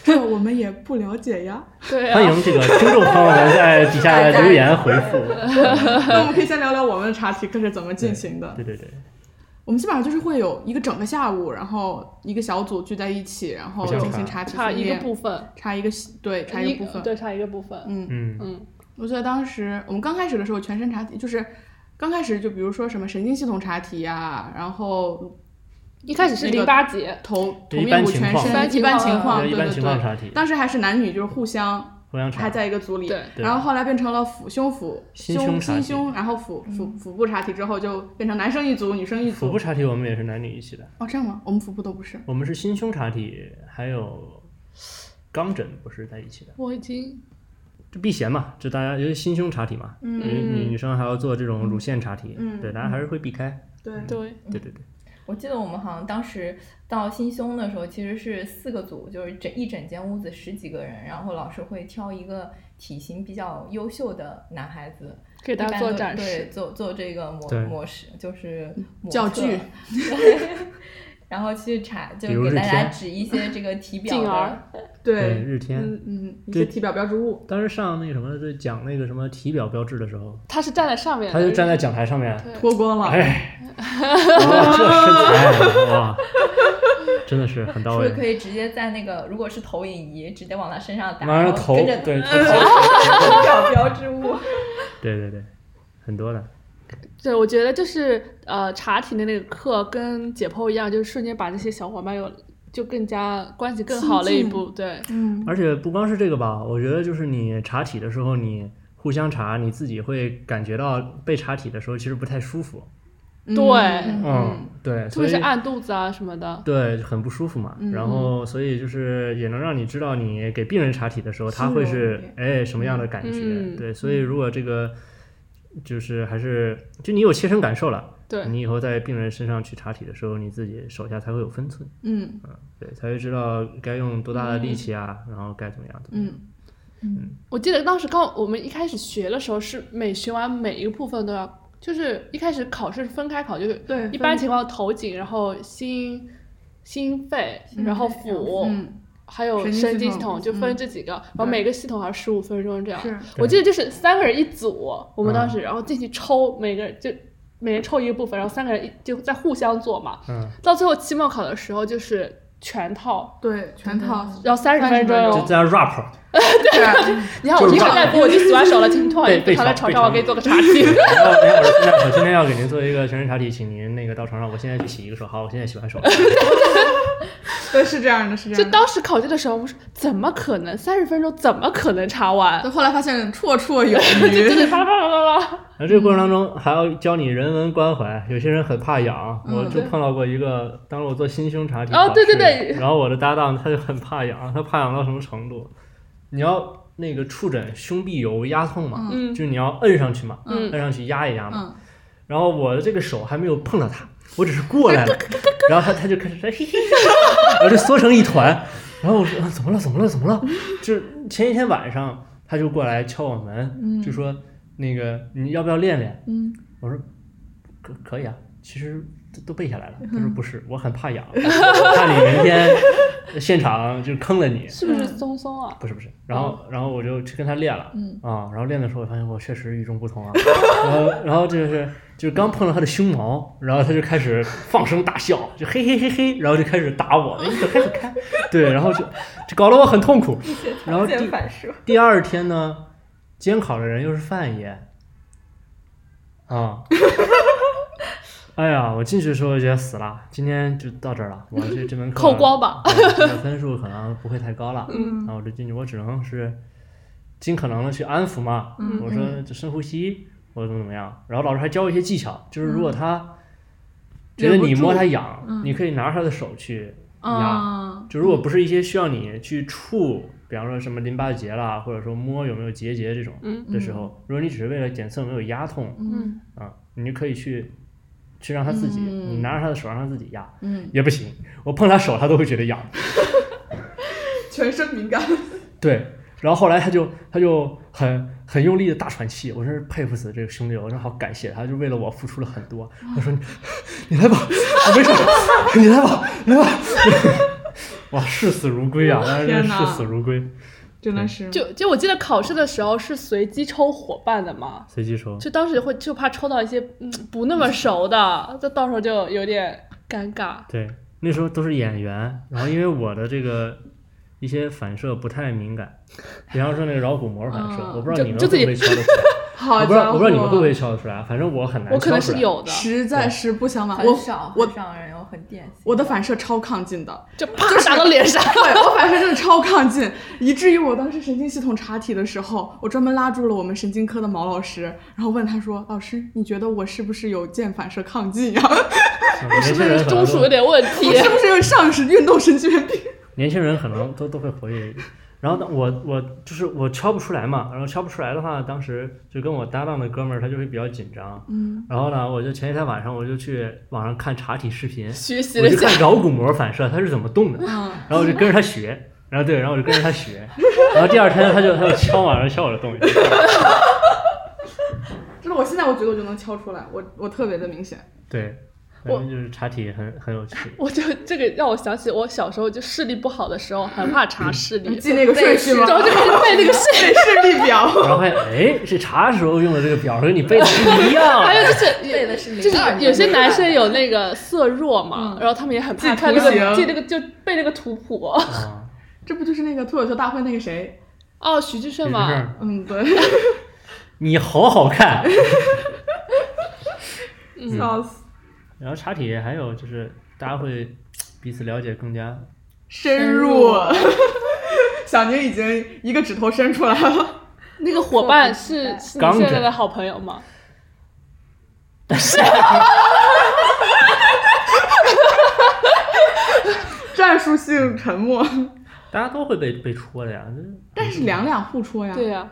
[SPEAKER 1] 这 [laughs] 我们也不了解
[SPEAKER 2] [laughs]
[SPEAKER 1] 呀。
[SPEAKER 4] 对
[SPEAKER 2] 欢
[SPEAKER 4] 啊，
[SPEAKER 2] 迎这个听众朋友们在底下留言回
[SPEAKER 1] [laughs]
[SPEAKER 2] 复。
[SPEAKER 1] 那我们可以先聊聊我们的查体课是怎么进行的。
[SPEAKER 2] 对对对，
[SPEAKER 1] 我们基本上就是会有一个整个下午，然后一个小组聚在一起，然后
[SPEAKER 2] 互相
[SPEAKER 1] 进行查
[SPEAKER 2] 查
[SPEAKER 1] 体
[SPEAKER 4] 差
[SPEAKER 1] 训
[SPEAKER 4] 一个
[SPEAKER 1] 练，
[SPEAKER 4] 部分，
[SPEAKER 1] 查一个对查一个部分。
[SPEAKER 4] 对，差一个部分。
[SPEAKER 1] 嗯，
[SPEAKER 2] 嗯，
[SPEAKER 4] 嗯
[SPEAKER 1] 我记得当时我们刚开始的时候，全身查体就是刚开始就比如说什么神经系统查体呀、然后
[SPEAKER 4] 一开始是
[SPEAKER 1] 那个
[SPEAKER 4] 淋巴结，
[SPEAKER 1] 头头
[SPEAKER 2] 一
[SPEAKER 1] 面
[SPEAKER 2] 般
[SPEAKER 1] 部
[SPEAKER 2] 情
[SPEAKER 1] 全
[SPEAKER 2] 况
[SPEAKER 1] 身，
[SPEAKER 4] 一
[SPEAKER 1] 一
[SPEAKER 4] 般
[SPEAKER 1] 般
[SPEAKER 4] 情
[SPEAKER 1] 情
[SPEAKER 4] 况
[SPEAKER 1] 况，
[SPEAKER 2] 对
[SPEAKER 1] 对
[SPEAKER 2] 一般
[SPEAKER 1] 对
[SPEAKER 2] 情况
[SPEAKER 1] 对。
[SPEAKER 2] 查题，
[SPEAKER 1] 当时还是男女就是互相
[SPEAKER 2] 互嗯
[SPEAKER 1] 还
[SPEAKER 2] 相查。
[SPEAKER 1] 在一个组里，
[SPEAKER 4] 对
[SPEAKER 2] 对
[SPEAKER 1] 然后后来变成了腹胸腹
[SPEAKER 2] 心胸嗯
[SPEAKER 1] 胸
[SPEAKER 2] 查
[SPEAKER 1] 心
[SPEAKER 2] 体
[SPEAKER 1] 胸，然后腹腹
[SPEAKER 4] 嗯
[SPEAKER 1] 腹部查体之后就变成男生一组，女生一
[SPEAKER 2] 腹
[SPEAKER 1] 组
[SPEAKER 2] 部。查题我们也是男女一起的，
[SPEAKER 1] 哦，这样吗？我们腹部都不是。
[SPEAKER 2] 我们是心胸查题，还有肛诊不是在一起的，
[SPEAKER 4] 我已经
[SPEAKER 2] 就避嫌嘛，就大家因为心胸查题嘛，
[SPEAKER 3] 嗯
[SPEAKER 2] 因为女女生还要做这种乳腺查题，
[SPEAKER 1] 嗯
[SPEAKER 2] 对，大家还是会避开。
[SPEAKER 1] 对
[SPEAKER 4] 对
[SPEAKER 3] 嗯
[SPEAKER 2] 对对对，
[SPEAKER 3] 我记得我们好像当时到新胸的时候，其实是四个组，就是整一整间屋子十几个人，然后老师会挑一个体型比较优秀的男孩子，
[SPEAKER 4] 给大
[SPEAKER 3] 一
[SPEAKER 4] 家
[SPEAKER 3] 般
[SPEAKER 4] 做
[SPEAKER 3] 都
[SPEAKER 4] 展
[SPEAKER 3] 对，
[SPEAKER 4] 示，
[SPEAKER 3] 做做这个模
[SPEAKER 2] 对
[SPEAKER 3] 模式，就是模
[SPEAKER 1] 教
[SPEAKER 3] 特
[SPEAKER 1] 具，
[SPEAKER 3] 对 [laughs] 然后去查，就
[SPEAKER 2] 比如
[SPEAKER 3] 给
[SPEAKER 2] 日
[SPEAKER 3] 大家
[SPEAKER 2] 天
[SPEAKER 3] 指一些这个 [laughs] 体表
[SPEAKER 4] 进
[SPEAKER 3] 的，
[SPEAKER 4] 而
[SPEAKER 2] 对
[SPEAKER 1] 对，
[SPEAKER 2] 日天，
[SPEAKER 4] 嗯，
[SPEAKER 1] 嗯，一
[SPEAKER 2] 对
[SPEAKER 1] 些体表标志物。
[SPEAKER 2] 当时上那个什么，就讲那个什么体表标志的时候，
[SPEAKER 4] 他是站在上面的，
[SPEAKER 2] 他就站在讲台上面，
[SPEAKER 4] 对
[SPEAKER 1] 脱光了，
[SPEAKER 2] 哎，哇，
[SPEAKER 3] [laughs]
[SPEAKER 2] 这身材哎哇，真的是很
[SPEAKER 3] 是
[SPEAKER 2] 到
[SPEAKER 3] 不
[SPEAKER 2] 位
[SPEAKER 3] 是，可以直接在那个如果是投影仪，直接往他身上打，
[SPEAKER 2] 拿
[SPEAKER 3] 然
[SPEAKER 2] 着
[SPEAKER 3] 后
[SPEAKER 2] 头，
[SPEAKER 3] 跟着 [laughs]
[SPEAKER 2] 对，头头
[SPEAKER 3] 体 [laughs] 表标志物。
[SPEAKER 2] 对对对，很多的，
[SPEAKER 4] 对，我觉得就是呃，查体的那个课跟解剖一样，就是瞬间把这些小伙伴有就更加关系更好了一
[SPEAKER 1] 亲近
[SPEAKER 4] 步。对，
[SPEAKER 1] 嗯，
[SPEAKER 2] 而且不光是这个吧，我觉得就是你查体的时候，你互相查，你自己会感觉到被查体的时候其实不太舒服，
[SPEAKER 1] 嗯
[SPEAKER 4] 对
[SPEAKER 1] 嗯
[SPEAKER 2] 嗯，对，
[SPEAKER 4] 特
[SPEAKER 2] 所
[SPEAKER 4] 别
[SPEAKER 2] 以
[SPEAKER 4] 是按肚子啊什么的，
[SPEAKER 2] 对很不舒服嘛，
[SPEAKER 1] 嗯
[SPEAKER 2] 然后所以就是也能让你知道你给病人查体的时候，他
[SPEAKER 1] 心
[SPEAKER 2] 会
[SPEAKER 1] 柔
[SPEAKER 2] 是
[SPEAKER 1] 一点
[SPEAKER 2] 哎什么样的感觉，
[SPEAKER 4] 嗯
[SPEAKER 2] 对，所以如果这个就是还是就你有切身感受了。
[SPEAKER 4] 对
[SPEAKER 2] 你以后在病人身上去查体的时候，你自己手下才会有分寸，
[SPEAKER 1] 嗯
[SPEAKER 2] 对，才会知道该用多大的
[SPEAKER 4] 嗯
[SPEAKER 2] 力气啊，然后该怎么样怎么样。
[SPEAKER 1] 嗯，
[SPEAKER 4] 我记得当时刚我们一开始学的时候，是每学完每一个部分都要，就是一开始考试是分开考，就是
[SPEAKER 1] 对，
[SPEAKER 4] 一般
[SPEAKER 1] 分
[SPEAKER 4] 情况头颈，然后心、心肺，然后腹，
[SPEAKER 1] 嗯
[SPEAKER 4] 还有
[SPEAKER 1] 神经
[SPEAKER 4] 神
[SPEAKER 1] 系
[SPEAKER 4] 经系
[SPEAKER 1] 统嗯
[SPEAKER 4] 统，就分这几个，然后
[SPEAKER 1] 对
[SPEAKER 4] 每个系统好像十五分钟这样。
[SPEAKER 1] 是
[SPEAKER 2] 对
[SPEAKER 4] 我记得就是三个人一组，我们当
[SPEAKER 2] 嗯
[SPEAKER 4] 时然后进去抽，每个人就每人抽一个部分，然后三个人一就在互相做嘛。
[SPEAKER 2] 嗯，
[SPEAKER 4] 到最后期末考的时候就是全套，
[SPEAKER 1] 对全套，
[SPEAKER 4] 然后三十
[SPEAKER 1] 30
[SPEAKER 4] 分钟
[SPEAKER 1] 分
[SPEAKER 2] 就
[SPEAKER 4] 哦。
[SPEAKER 2] 在那嗯 rap，
[SPEAKER 1] [laughs] 对，啊
[SPEAKER 4] 你看
[SPEAKER 2] 就
[SPEAKER 4] 我
[SPEAKER 2] 是
[SPEAKER 4] 一会儿
[SPEAKER 2] 这
[SPEAKER 4] 再 [laughs]
[SPEAKER 2] 样
[SPEAKER 4] 播，我去洗完手了，请你突然
[SPEAKER 2] 被
[SPEAKER 4] 也不
[SPEAKER 2] 被
[SPEAKER 4] 躺在
[SPEAKER 2] 吵
[SPEAKER 4] 床
[SPEAKER 2] 被
[SPEAKER 4] 上，
[SPEAKER 2] 吵
[SPEAKER 4] 我给你做个查 [laughs] 体。
[SPEAKER 2] [laughs] 然后哎我现在我今天要给您做一个全身查体，请您那个到床上，我现在去洗一个手，好，我现在洗完手了。
[SPEAKER 1] 对是这样的，是这
[SPEAKER 4] 就
[SPEAKER 1] 样的。
[SPEAKER 4] 当时考试的时候，我们说怎么可能三十分钟怎么可能查
[SPEAKER 2] [laughs]
[SPEAKER 4] 完？
[SPEAKER 1] 对，后来发现绰绰
[SPEAKER 4] [laughs]
[SPEAKER 1] 有
[SPEAKER 4] 就
[SPEAKER 1] 余，
[SPEAKER 4] 是啪啦啪啦啪啦啪啦。
[SPEAKER 2] 然后这个过程当中还要教你人文关怀，有些人很怕痒，
[SPEAKER 1] 嗯
[SPEAKER 2] 我就
[SPEAKER 4] 对
[SPEAKER 2] 碰到过一个，当时我做心胸查体
[SPEAKER 4] 哦
[SPEAKER 2] 考
[SPEAKER 4] 对对
[SPEAKER 2] 试
[SPEAKER 4] 对
[SPEAKER 2] 然后我的搭档他就很怕痒，他怕痒到什么程度？你要那个触诊胸壁有压痛嘛，
[SPEAKER 4] 嗯
[SPEAKER 2] 就是你要摁上去嘛，
[SPEAKER 4] 嗯
[SPEAKER 2] 摁上去压一压
[SPEAKER 1] 嗯，
[SPEAKER 2] 嘛。然后我的这个手还没有碰到他，我只是过来了，然后他他就开始嘿嘿嘿， [laughs] 我就缩成一团。然后我说、啊、怎么了？怎么了？怎么了？就是前一天晚上他就过来敲我门，就说那个你要不要练练？
[SPEAKER 1] 嗯，
[SPEAKER 2] 我说可可以啊，其实都都背下来了。他说不是，我很怕痒，我怕你明天现场就坑了你。
[SPEAKER 4] 是不是松松啊？
[SPEAKER 2] 不是不是，然后然后我就去跟他练了，
[SPEAKER 4] 嗯
[SPEAKER 2] 啊，然后练的时候我发现我确实与众不同啊， [laughs] 然后然后就是就是刚碰到他的胸毛，然后他就开始放声大笑，就嘿嘿嘿嘿，然后就开始打我，哎你走开走开，对，然后就就搞得我很痛苦，然后第
[SPEAKER 3] 见反射，
[SPEAKER 2] 第二天呢，监考的人又是范爷，啊， [laughs] 哎呀，我进去的时候就觉得死了，今天就到这儿了，我这这
[SPEAKER 1] [laughs]
[SPEAKER 2] 门课
[SPEAKER 4] 扣
[SPEAKER 2] [laughs]
[SPEAKER 4] 光吧，
[SPEAKER 2] 对这个分数可能不会太高了，
[SPEAKER 1] 嗯
[SPEAKER 2] 然后我就进去，我只能是尽可能的去安抚嘛，
[SPEAKER 1] 嗯
[SPEAKER 2] 我说就深呼吸，我怎么怎么样，然后老师还教我一些技巧，就是如果他觉得
[SPEAKER 1] 忍不
[SPEAKER 2] 你摸
[SPEAKER 1] 住
[SPEAKER 2] 他痒，
[SPEAKER 1] 嗯
[SPEAKER 2] 你可以拿他的手去
[SPEAKER 1] 啊，
[SPEAKER 2] 就如果不是一些需要你去触，比方说什么淋巴结啦，或者说摸有没有结节这种
[SPEAKER 4] 嗯
[SPEAKER 2] 的时候，如果你只是为了检测有没有压痛
[SPEAKER 1] 嗯
[SPEAKER 4] 嗯，
[SPEAKER 2] 啊，你就可以去去让他自己，
[SPEAKER 1] 嗯
[SPEAKER 2] 你拿着他的手让他自己压
[SPEAKER 1] 嗯，
[SPEAKER 2] 也不行，我碰他手他都会觉得痒。
[SPEAKER 1] 全身敏感，
[SPEAKER 2] 对，然后后来他就他就很很用力的大喘气，我真是佩服死这个兄弟，我真好感谢他，就为了我付出了很多。我说你你来吧，我没事， [laughs] 你来吧，来吧。哇，视死如归啊！
[SPEAKER 1] [laughs]
[SPEAKER 2] 当
[SPEAKER 1] 天
[SPEAKER 2] 然是
[SPEAKER 1] 哪
[SPEAKER 2] 视死如归，
[SPEAKER 1] 真的是
[SPEAKER 4] 就就我记得考试的时候是随机抽伙伴的嘛，
[SPEAKER 2] 随机抽。
[SPEAKER 4] 就当时会就怕抽到一些嗯不那么熟的，这到时候就有点尴尬。
[SPEAKER 2] 对，那时候都是演员，然后因为我的这个一些反射不太敏感，比方说那个桡骨膜反射，
[SPEAKER 1] 嗯
[SPEAKER 2] 我不知道
[SPEAKER 4] 就
[SPEAKER 2] 你们
[SPEAKER 4] 就
[SPEAKER 2] 会
[SPEAKER 4] 自己
[SPEAKER 2] 不会敲得出
[SPEAKER 4] [laughs]
[SPEAKER 2] 来，
[SPEAKER 1] 好
[SPEAKER 2] 我不知道
[SPEAKER 1] 家
[SPEAKER 2] 我不知道你们会不
[SPEAKER 1] 伙
[SPEAKER 2] 会，敲得出来，反正我很难
[SPEAKER 4] 我可能
[SPEAKER 2] 敲出
[SPEAKER 4] 是
[SPEAKER 2] 来。
[SPEAKER 4] 有的，
[SPEAKER 1] 实在是不想玩，
[SPEAKER 3] 很
[SPEAKER 1] 我
[SPEAKER 3] 少
[SPEAKER 1] 我
[SPEAKER 3] 很少人有很典型。
[SPEAKER 1] 我的反射超亢进的，
[SPEAKER 4] 就啪打到
[SPEAKER 2] [laughs]
[SPEAKER 4] 脸上。
[SPEAKER 1] 对我反射真的超亢进，以至于我当时神经系统查体的时候，我专门拉住了我们神经科的毛老师，然后问他说：“老师，你觉得我是不是有键反射亢进呀、
[SPEAKER 2] 嗯
[SPEAKER 4] 我
[SPEAKER 2] 年
[SPEAKER 4] 是不
[SPEAKER 2] 轻人
[SPEAKER 4] 是
[SPEAKER 2] 可能
[SPEAKER 4] 中暑有
[SPEAKER 2] 都
[SPEAKER 4] 点问题
[SPEAKER 1] 我？是不是有上是运动神经元病
[SPEAKER 2] 年轻人可能都都会活跃一点。然后呢我我就是我敲不出来嘛，然后敲不出来的话，当时就跟我搭档的哥们儿他就会比较紧张。？”
[SPEAKER 1] 嗯，
[SPEAKER 2] 然后呢，我就前一天晚上我就去网上看查体视
[SPEAKER 4] [laughs]
[SPEAKER 2] 频，
[SPEAKER 4] 学习
[SPEAKER 2] 我
[SPEAKER 4] 了
[SPEAKER 2] 就
[SPEAKER 4] 下
[SPEAKER 2] 看，桡骨膜反射它是怎么动的。
[SPEAKER 1] 嗯，
[SPEAKER 2] 然后我就跟着他学，然后对，然后我就跟着他学，然后第二天他就他就敲碗上敲我的动静，
[SPEAKER 1] 就是我现在我觉得我就能敲出来，我我特别的明显。
[SPEAKER 2] 对，反正就是查体很很有趣。
[SPEAKER 4] [laughs] 我就这个让我想起我小时候就视力不好的时候，很怕查视力
[SPEAKER 1] 嗯你，记那个顺序吗？
[SPEAKER 4] 然后就开始
[SPEAKER 1] [laughs]
[SPEAKER 4] 背那个视力。
[SPEAKER 1] 视力表。
[SPEAKER 2] 然后发现，哎，这查的时候用的这个表跟你背的不一样。
[SPEAKER 4] [laughs] 还有就是
[SPEAKER 1] [laughs]
[SPEAKER 3] 背的是
[SPEAKER 4] 就是
[SPEAKER 3] 02年
[SPEAKER 4] 有些男生有那个色弱嘛，
[SPEAKER 1] 嗯
[SPEAKER 4] 然后他们也很怕
[SPEAKER 1] 记
[SPEAKER 4] 看
[SPEAKER 1] 图
[SPEAKER 4] 那
[SPEAKER 1] 形
[SPEAKER 4] 个记那个就背那个图谱。
[SPEAKER 2] 啊，
[SPEAKER 4] [laughs]
[SPEAKER 1] 这不就是那个脱口秀大会那个谁？
[SPEAKER 4] 哦，徐志
[SPEAKER 2] 这
[SPEAKER 4] 胜
[SPEAKER 2] 事
[SPEAKER 4] 嘛，
[SPEAKER 2] 儿
[SPEAKER 1] 嗯，对，
[SPEAKER 2] 你好好看。
[SPEAKER 1] 笑死，
[SPEAKER 2] 然后查体还有就是大家会彼此了解更
[SPEAKER 4] [laughs]
[SPEAKER 2] 加，
[SPEAKER 1] 深入。小宁已经一个指头伸出来了，
[SPEAKER 4] 那个伙伴是是你
[SPEAKER 2] 刚
[SPEAKER 4] 现在
[SPEAKER 2] 着
[SPEAKER 4] 的好朋友吗？啊
[SPEAKER 1] 战术性沉默。
[SPEAKER 2] 大家都会被被戳的呀。这
[SPEAKER 1] 但是两两互戳呀，
[SPEAKER 4] 对呀、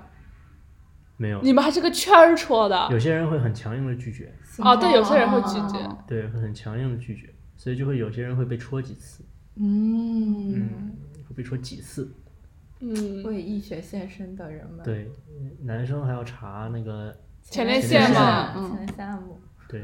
[SPEAKER 2] 没有，
[SPEAKER 4] 你们还是个圈儿戳的
[SPEAKER 2] 有些人会很强硬的拒绝，
[SPEAKER 3] 哦
[SPEAKER 4] 啊！对，有些人会拒绝。
[SPEAKER 1] 哦
[SPEAKER 2] 对，会很强硬的拒绝，所以就会有些人会被戳几次，
[SPEAKER 1] 嗯，
[SPEAKER 2] 嗯，会被戳几次。
[SPEAKER 4] 嗯，
[SPEAKER 3] 为医学献身的人们，
[SPEAKER 2] 对，男生还要查那个
[SPEAKER 4] 前列
[SPEAKER 2] 腺
[SPEAKER 3] 腺
[SPEAKER 2] 嘛
[SPEAKER 1] 嗯
[SPEAKER 3] 前列腺按摩，
[SPEAKER 2] 对，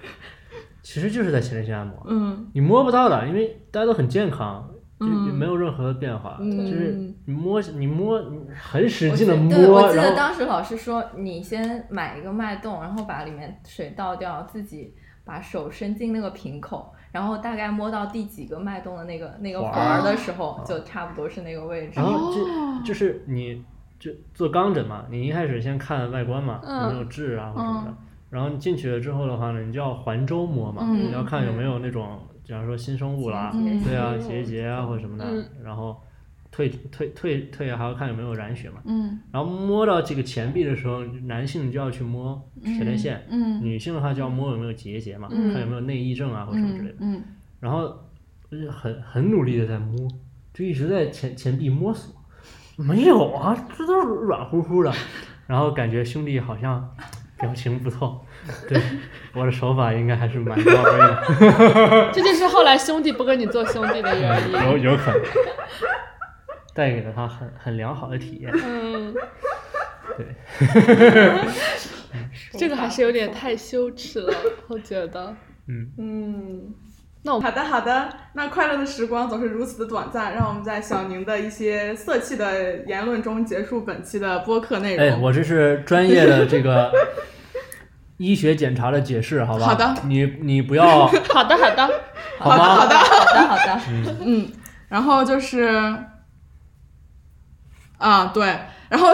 [SPEAKER 3] [laughs]
[SPEAKER 2] 其实就是在前列腺按摩，
[SPEAKER 1] 嗯
[SPEAKER 2] 你摸不到的，因为大家都很健康，就
[SPEAKER 1] 嗯
[SPEAKER 2] 就没有任何变化，
[SPEAKER 1] 嗯
[SPEAKER 2] 就是你摸你摸你很使
[SPEAKER 3] 我
[SPEAKER 2] 劲的
[SPEAKER 3] 记对，我
[SPEAKER 2] 摸，
[SPEAKER 3] 记得
[SPEAKER 2] 然后
[SPEAKER 3] 当时老师说，你先买一个脉动，然后把里面水倒掉，自己把手伸进那个瓶口，然后大概摸到第几个脉动的那个那个
[SPEAKER 2] 环
[SPEAKER 3] 环儿的时候，
[SPEAKER 2] 哦
[SPEAKER 3] 就差不多是那个位置
[SPEAKER 2] 然。后这就是你就做肛诊嘛，你一开始先看外观嘛，
[SPEAKER 4] 嗯
[SPEAKER 2] 有没有痣啊或者什么的，然后你进去了之后的话呢，你就要环周摸嘛，
[SPEAKER 1] 嗯
[SPEAKER 2] 你要看有没有那种，比方说新生物啦，
[SPEAKER 1] 嗯
[SPEAKER 2] 对啊，结节啊或者什么的，
[SPEAKER 4] 嗯
[SPEAKER 2] 然后退退退退还要看有没有染血嘛。
[SPEAKER 1] 嗯
[SPEAKER 2] 然后摸到这个前臂的时候，男性就要去摸前列腺，
[SPEAKER 1] 嗯
[SPEAKER 2] 女性的话就要摸有没有结节嘛，
[SPEAKER 1] 嗯
[SPEAKER 2] 看有没有内异症啊或者什么之类的。
[SPEAKER 1] 嗯，
[SPEAKER 2] 然后就是很很努力的在摸，就一直在前前臂摸索，没有啊，这都是软乎乎的。 [laughs] 然后感觉兄弟好像表情不错，
[SPEAKER 1] [laughs]
[SPEAKER 2] 对我的手法应该还是蛮到位
[SPEAKER 1] [laughs]
[SPEAKER 2] 的，
[SPEAKER 4] 这就是后来兄弟不跟你做兄弟的原因。
[SPEAKER 2] 有有可能带给了他很很良好的体验。
[SPEAKER 4] 嗯，
[SPEAKER 2] 对，
[SPEAKER 4] 这个还是有点太羞耻了，我觉得。
[SPEAKER 2] 嗯，
[SPEAKER 1] 嗯，
[SPEAKER 4] 那我
[SPEAKER 1] 好的好的，那快乐的时光总是如此的短暂，让我们在小宁的一些色气的言论中结束本期的播客内容。
[SPEAKER 2] 哎，我这是专业的
[SPEAKER 1] [laughs]
[SPEAKER 2] 这个医学检查的解释，好吧？
[SPEAKER 1] 好的，
[SPEAKER 2] 你你
[SPEAKER 1] [laughs]
[SPEAKER 2] 不要
[SPEAKER 4] 好的好的，
[SPEAKER 2] 好
[SPEAKER 1] 好的
[SPEAKER 2] 吗？
[SPEAKER 1] 好的，
[SPEAKER 3] 好的好的，
[SPEAKER 1] 嗯，然后就是，啊对，然后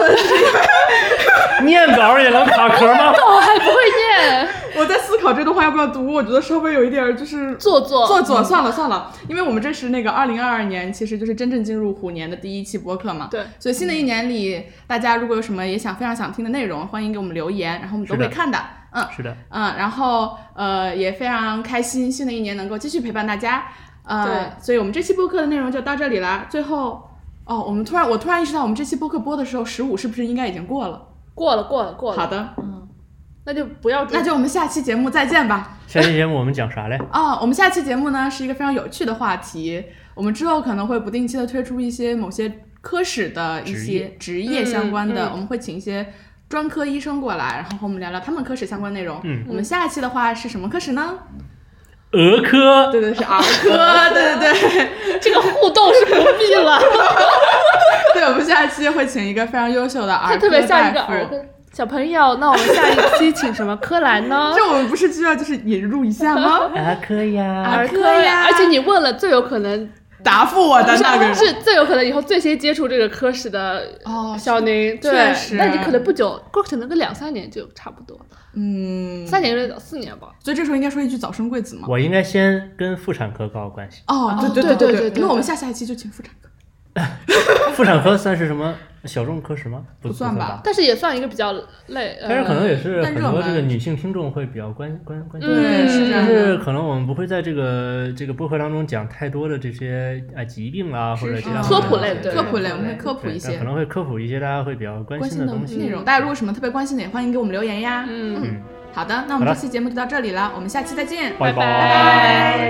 [SPEAKER 2] 念稿也能卡壳
[SPEAKER 1] [laughs]
[SPEAKER 2] 吗？
[SPEAKER 4] 我还哎不会念，
[SPEAKER 1] 我在思考这段话要不要读，我觉得稍微有一点儿就是
[SPEAKER 4] 做作
[SPEAKER 1] 做作，算了算了，因为我们这是那个二零二二年，其实就是真正进入虎年的第一期播客嘛。
[SPEAKER 4] 对，
[SPEAKER 1] 所以新的一年里，大家如果有什么也想非常想听的内容，欢迎给我们留言，然后我们都
[SPEAKER 2] 是的
[SPEAKER 1] 会看的。嗯
[SPEAKER 2] 是的，
[SPEAKER 1] 嗯，然后呃也非常开心，新的一年能够继续陪伴大家。呃，所以我们这期播客的内容就到这里啦。最后，哦，我们突然我突然意识到，我们这期播客播的时候，十五是不是应该已经过了？
[SPEAKER 4] 过了过了过了，
[SPEAKER 1] 好，的，
[SPEAKER 4] 那就不要追
[SPEAKER 1] 那就我们下期节目再见吧。
[SPEAKER 2] 下期节目我们讲
[SPEAKER 1] [laughs]
[SPEAKER 2] 啥嘞？
[SPEAKER 1] 啊、我们下期节目呢是一个非常有趣的话题，我们之后可能会不定期的推出一些某些科室的一些职业相关的，
[SPEAKER 4] 嗯嗯
[SPEAKER 1] 我们会请一些专科医生过来，然后和我们聊聊他们科室相关内容。
[SPEAKER 2] 嗯
[SPEAKER 1] 我们下一期的话是什么科室呢？
[SPEAKER 2] 儿科，
[SPEAKER 1] 对对 [laughs] 是儿科，对对对
[SPEAKER 4] 这个互动是不必
[SPEAKER 1] [laughs]
[SPEAKER 4] 了，
[SPEAKER 1] 对，我们下期会请一个非常优秀的
[SPEAKER 4] 他
[SPEAKER 1] 儿
[SPEAKER 4] 特
[SPEAKER 1] 科
[SPEAKER 4] 别像一个
[SPEAKER 1] 大
[SPEAKER 4] 儿
[SPEAKER 1] 夫。
[SPEAKER 4] 歌小朋友。那我们下一期请什么柯
[SPEAKER 1] [laughs]
[SPEAKER 4] 蓝呢？
[SPEAKER 1] 这我们不是就要就是引入一下
[SPEAKER 4] [laughs]
[SPEAKER 1] 吗？
[SPEAKER 2] 儿科呀，
[SPEAKER 1] 儿
[SPEAKER 4] 儿
[SPEAKER 1] 科
[SPEAKER 4] 科
[SPEAKER 1] 呀
[SPEAKER 4] 而且你问了，最有可能
[SPEAKER 1] 答复我的那个人。
[SPEAKER 4] 是最有可能以后最先接触这个科室的
[SPEAKER 1] 哦，
[SPEAKER 4] 小宁，对
[SPEAKER 1] 确实，
[SPEAKER 4] 但你可能不久，过可能个两三年就差不多，
[SPEAKER 1] 嗯，
[SPEAKER 4] 三年到四年吧。
[SPEAKER 1] 所以这时候应该说一句早生贵子嘛。
[SPEAKER 2] 我应该先跟妇产科搞好
[SPEAKER 1] [laughs]
[SPEAKER 2] 关系。
[SPEAKER 1] 哦，
[SPEAKER 4] 哦
[SPEAKER 1] 对对
[SPEAKER 4] 对对对对
[SPEAKER 1] 那我们
[SPEAKER 4] 对
[SPEAKER 1] 下下一期就请妇产科。
[SPEAKER 2] 妇产科算是什么小众科室吗？
[SPEAKER 1] 不
[SPEAKER 2] 不
[SPEAKER 1] 算吧
[SPEAKER 2] 吧。
[SPEAKER 4] 但是也算一个比较累，呃
[SPEAKER 2] 但是可能也是
[SPEAKER 1] 但
[SPEAKER 2] 很
[SPEAKER 1] 热门
[SPEAKER 2] 多这个女性听众会比较关关关心，
[SPEAKER 1] 对，
[SPEAKER 4] 嗯
[SPEAKER 1] 是这
[SPEAKER 2] 但
[SPEAKER 1] 样
[SPEAKER 2] 是
[SPEAKER 1] 的。
[SPEAKER 2] 可能我们不会在这个这个播客当中讲太多的这些啊疾病啊或者
[SPEAKER 4] 是
[SPEAKER 2] 这样
[SPEAKER 1] 嗯
[SPEAKER 2] 的
[SPEAKER 4] 科普类
[SPEAKER 2] 东西
[SPEAKER 4] 对
[SPEAKER 1] 科普类，我
[SPEAKER 4] 科
[SPEAKER 1] 们
[SPEAKER 4] 普类
[SPEAKER 1] 会科普
[SPEAKER 2] 对
[SPEAKER 1] 一
[SPEAKER 2] 但
[SPEAKER 1] 些
[SPEAKER 2] 可能会科普一些大家会比较关
[SPEAKER 1] 关
[SPEAKER 2] 心
[SPEAKER 1] 心的
[SPEAKER 2] 东
[SPEAKER 1] 内容。大家如果有什么特别关心的，也欢迎给我们留言呀。
[SPEAKER 4] 嗯
[SPEAKER 2] 嗯，
[SPEAKER 1] 好的，那我们
[SPEAKER 2] 好
[SPEAKER 1] 这
[SPEAKER 2] 的
[SPEAKER 1] 期节目就到这里了，我们下期再见，
[SPEAKER 2] 拜
[SPEAKER 4] 拜
[SPEAKER 2] 拜。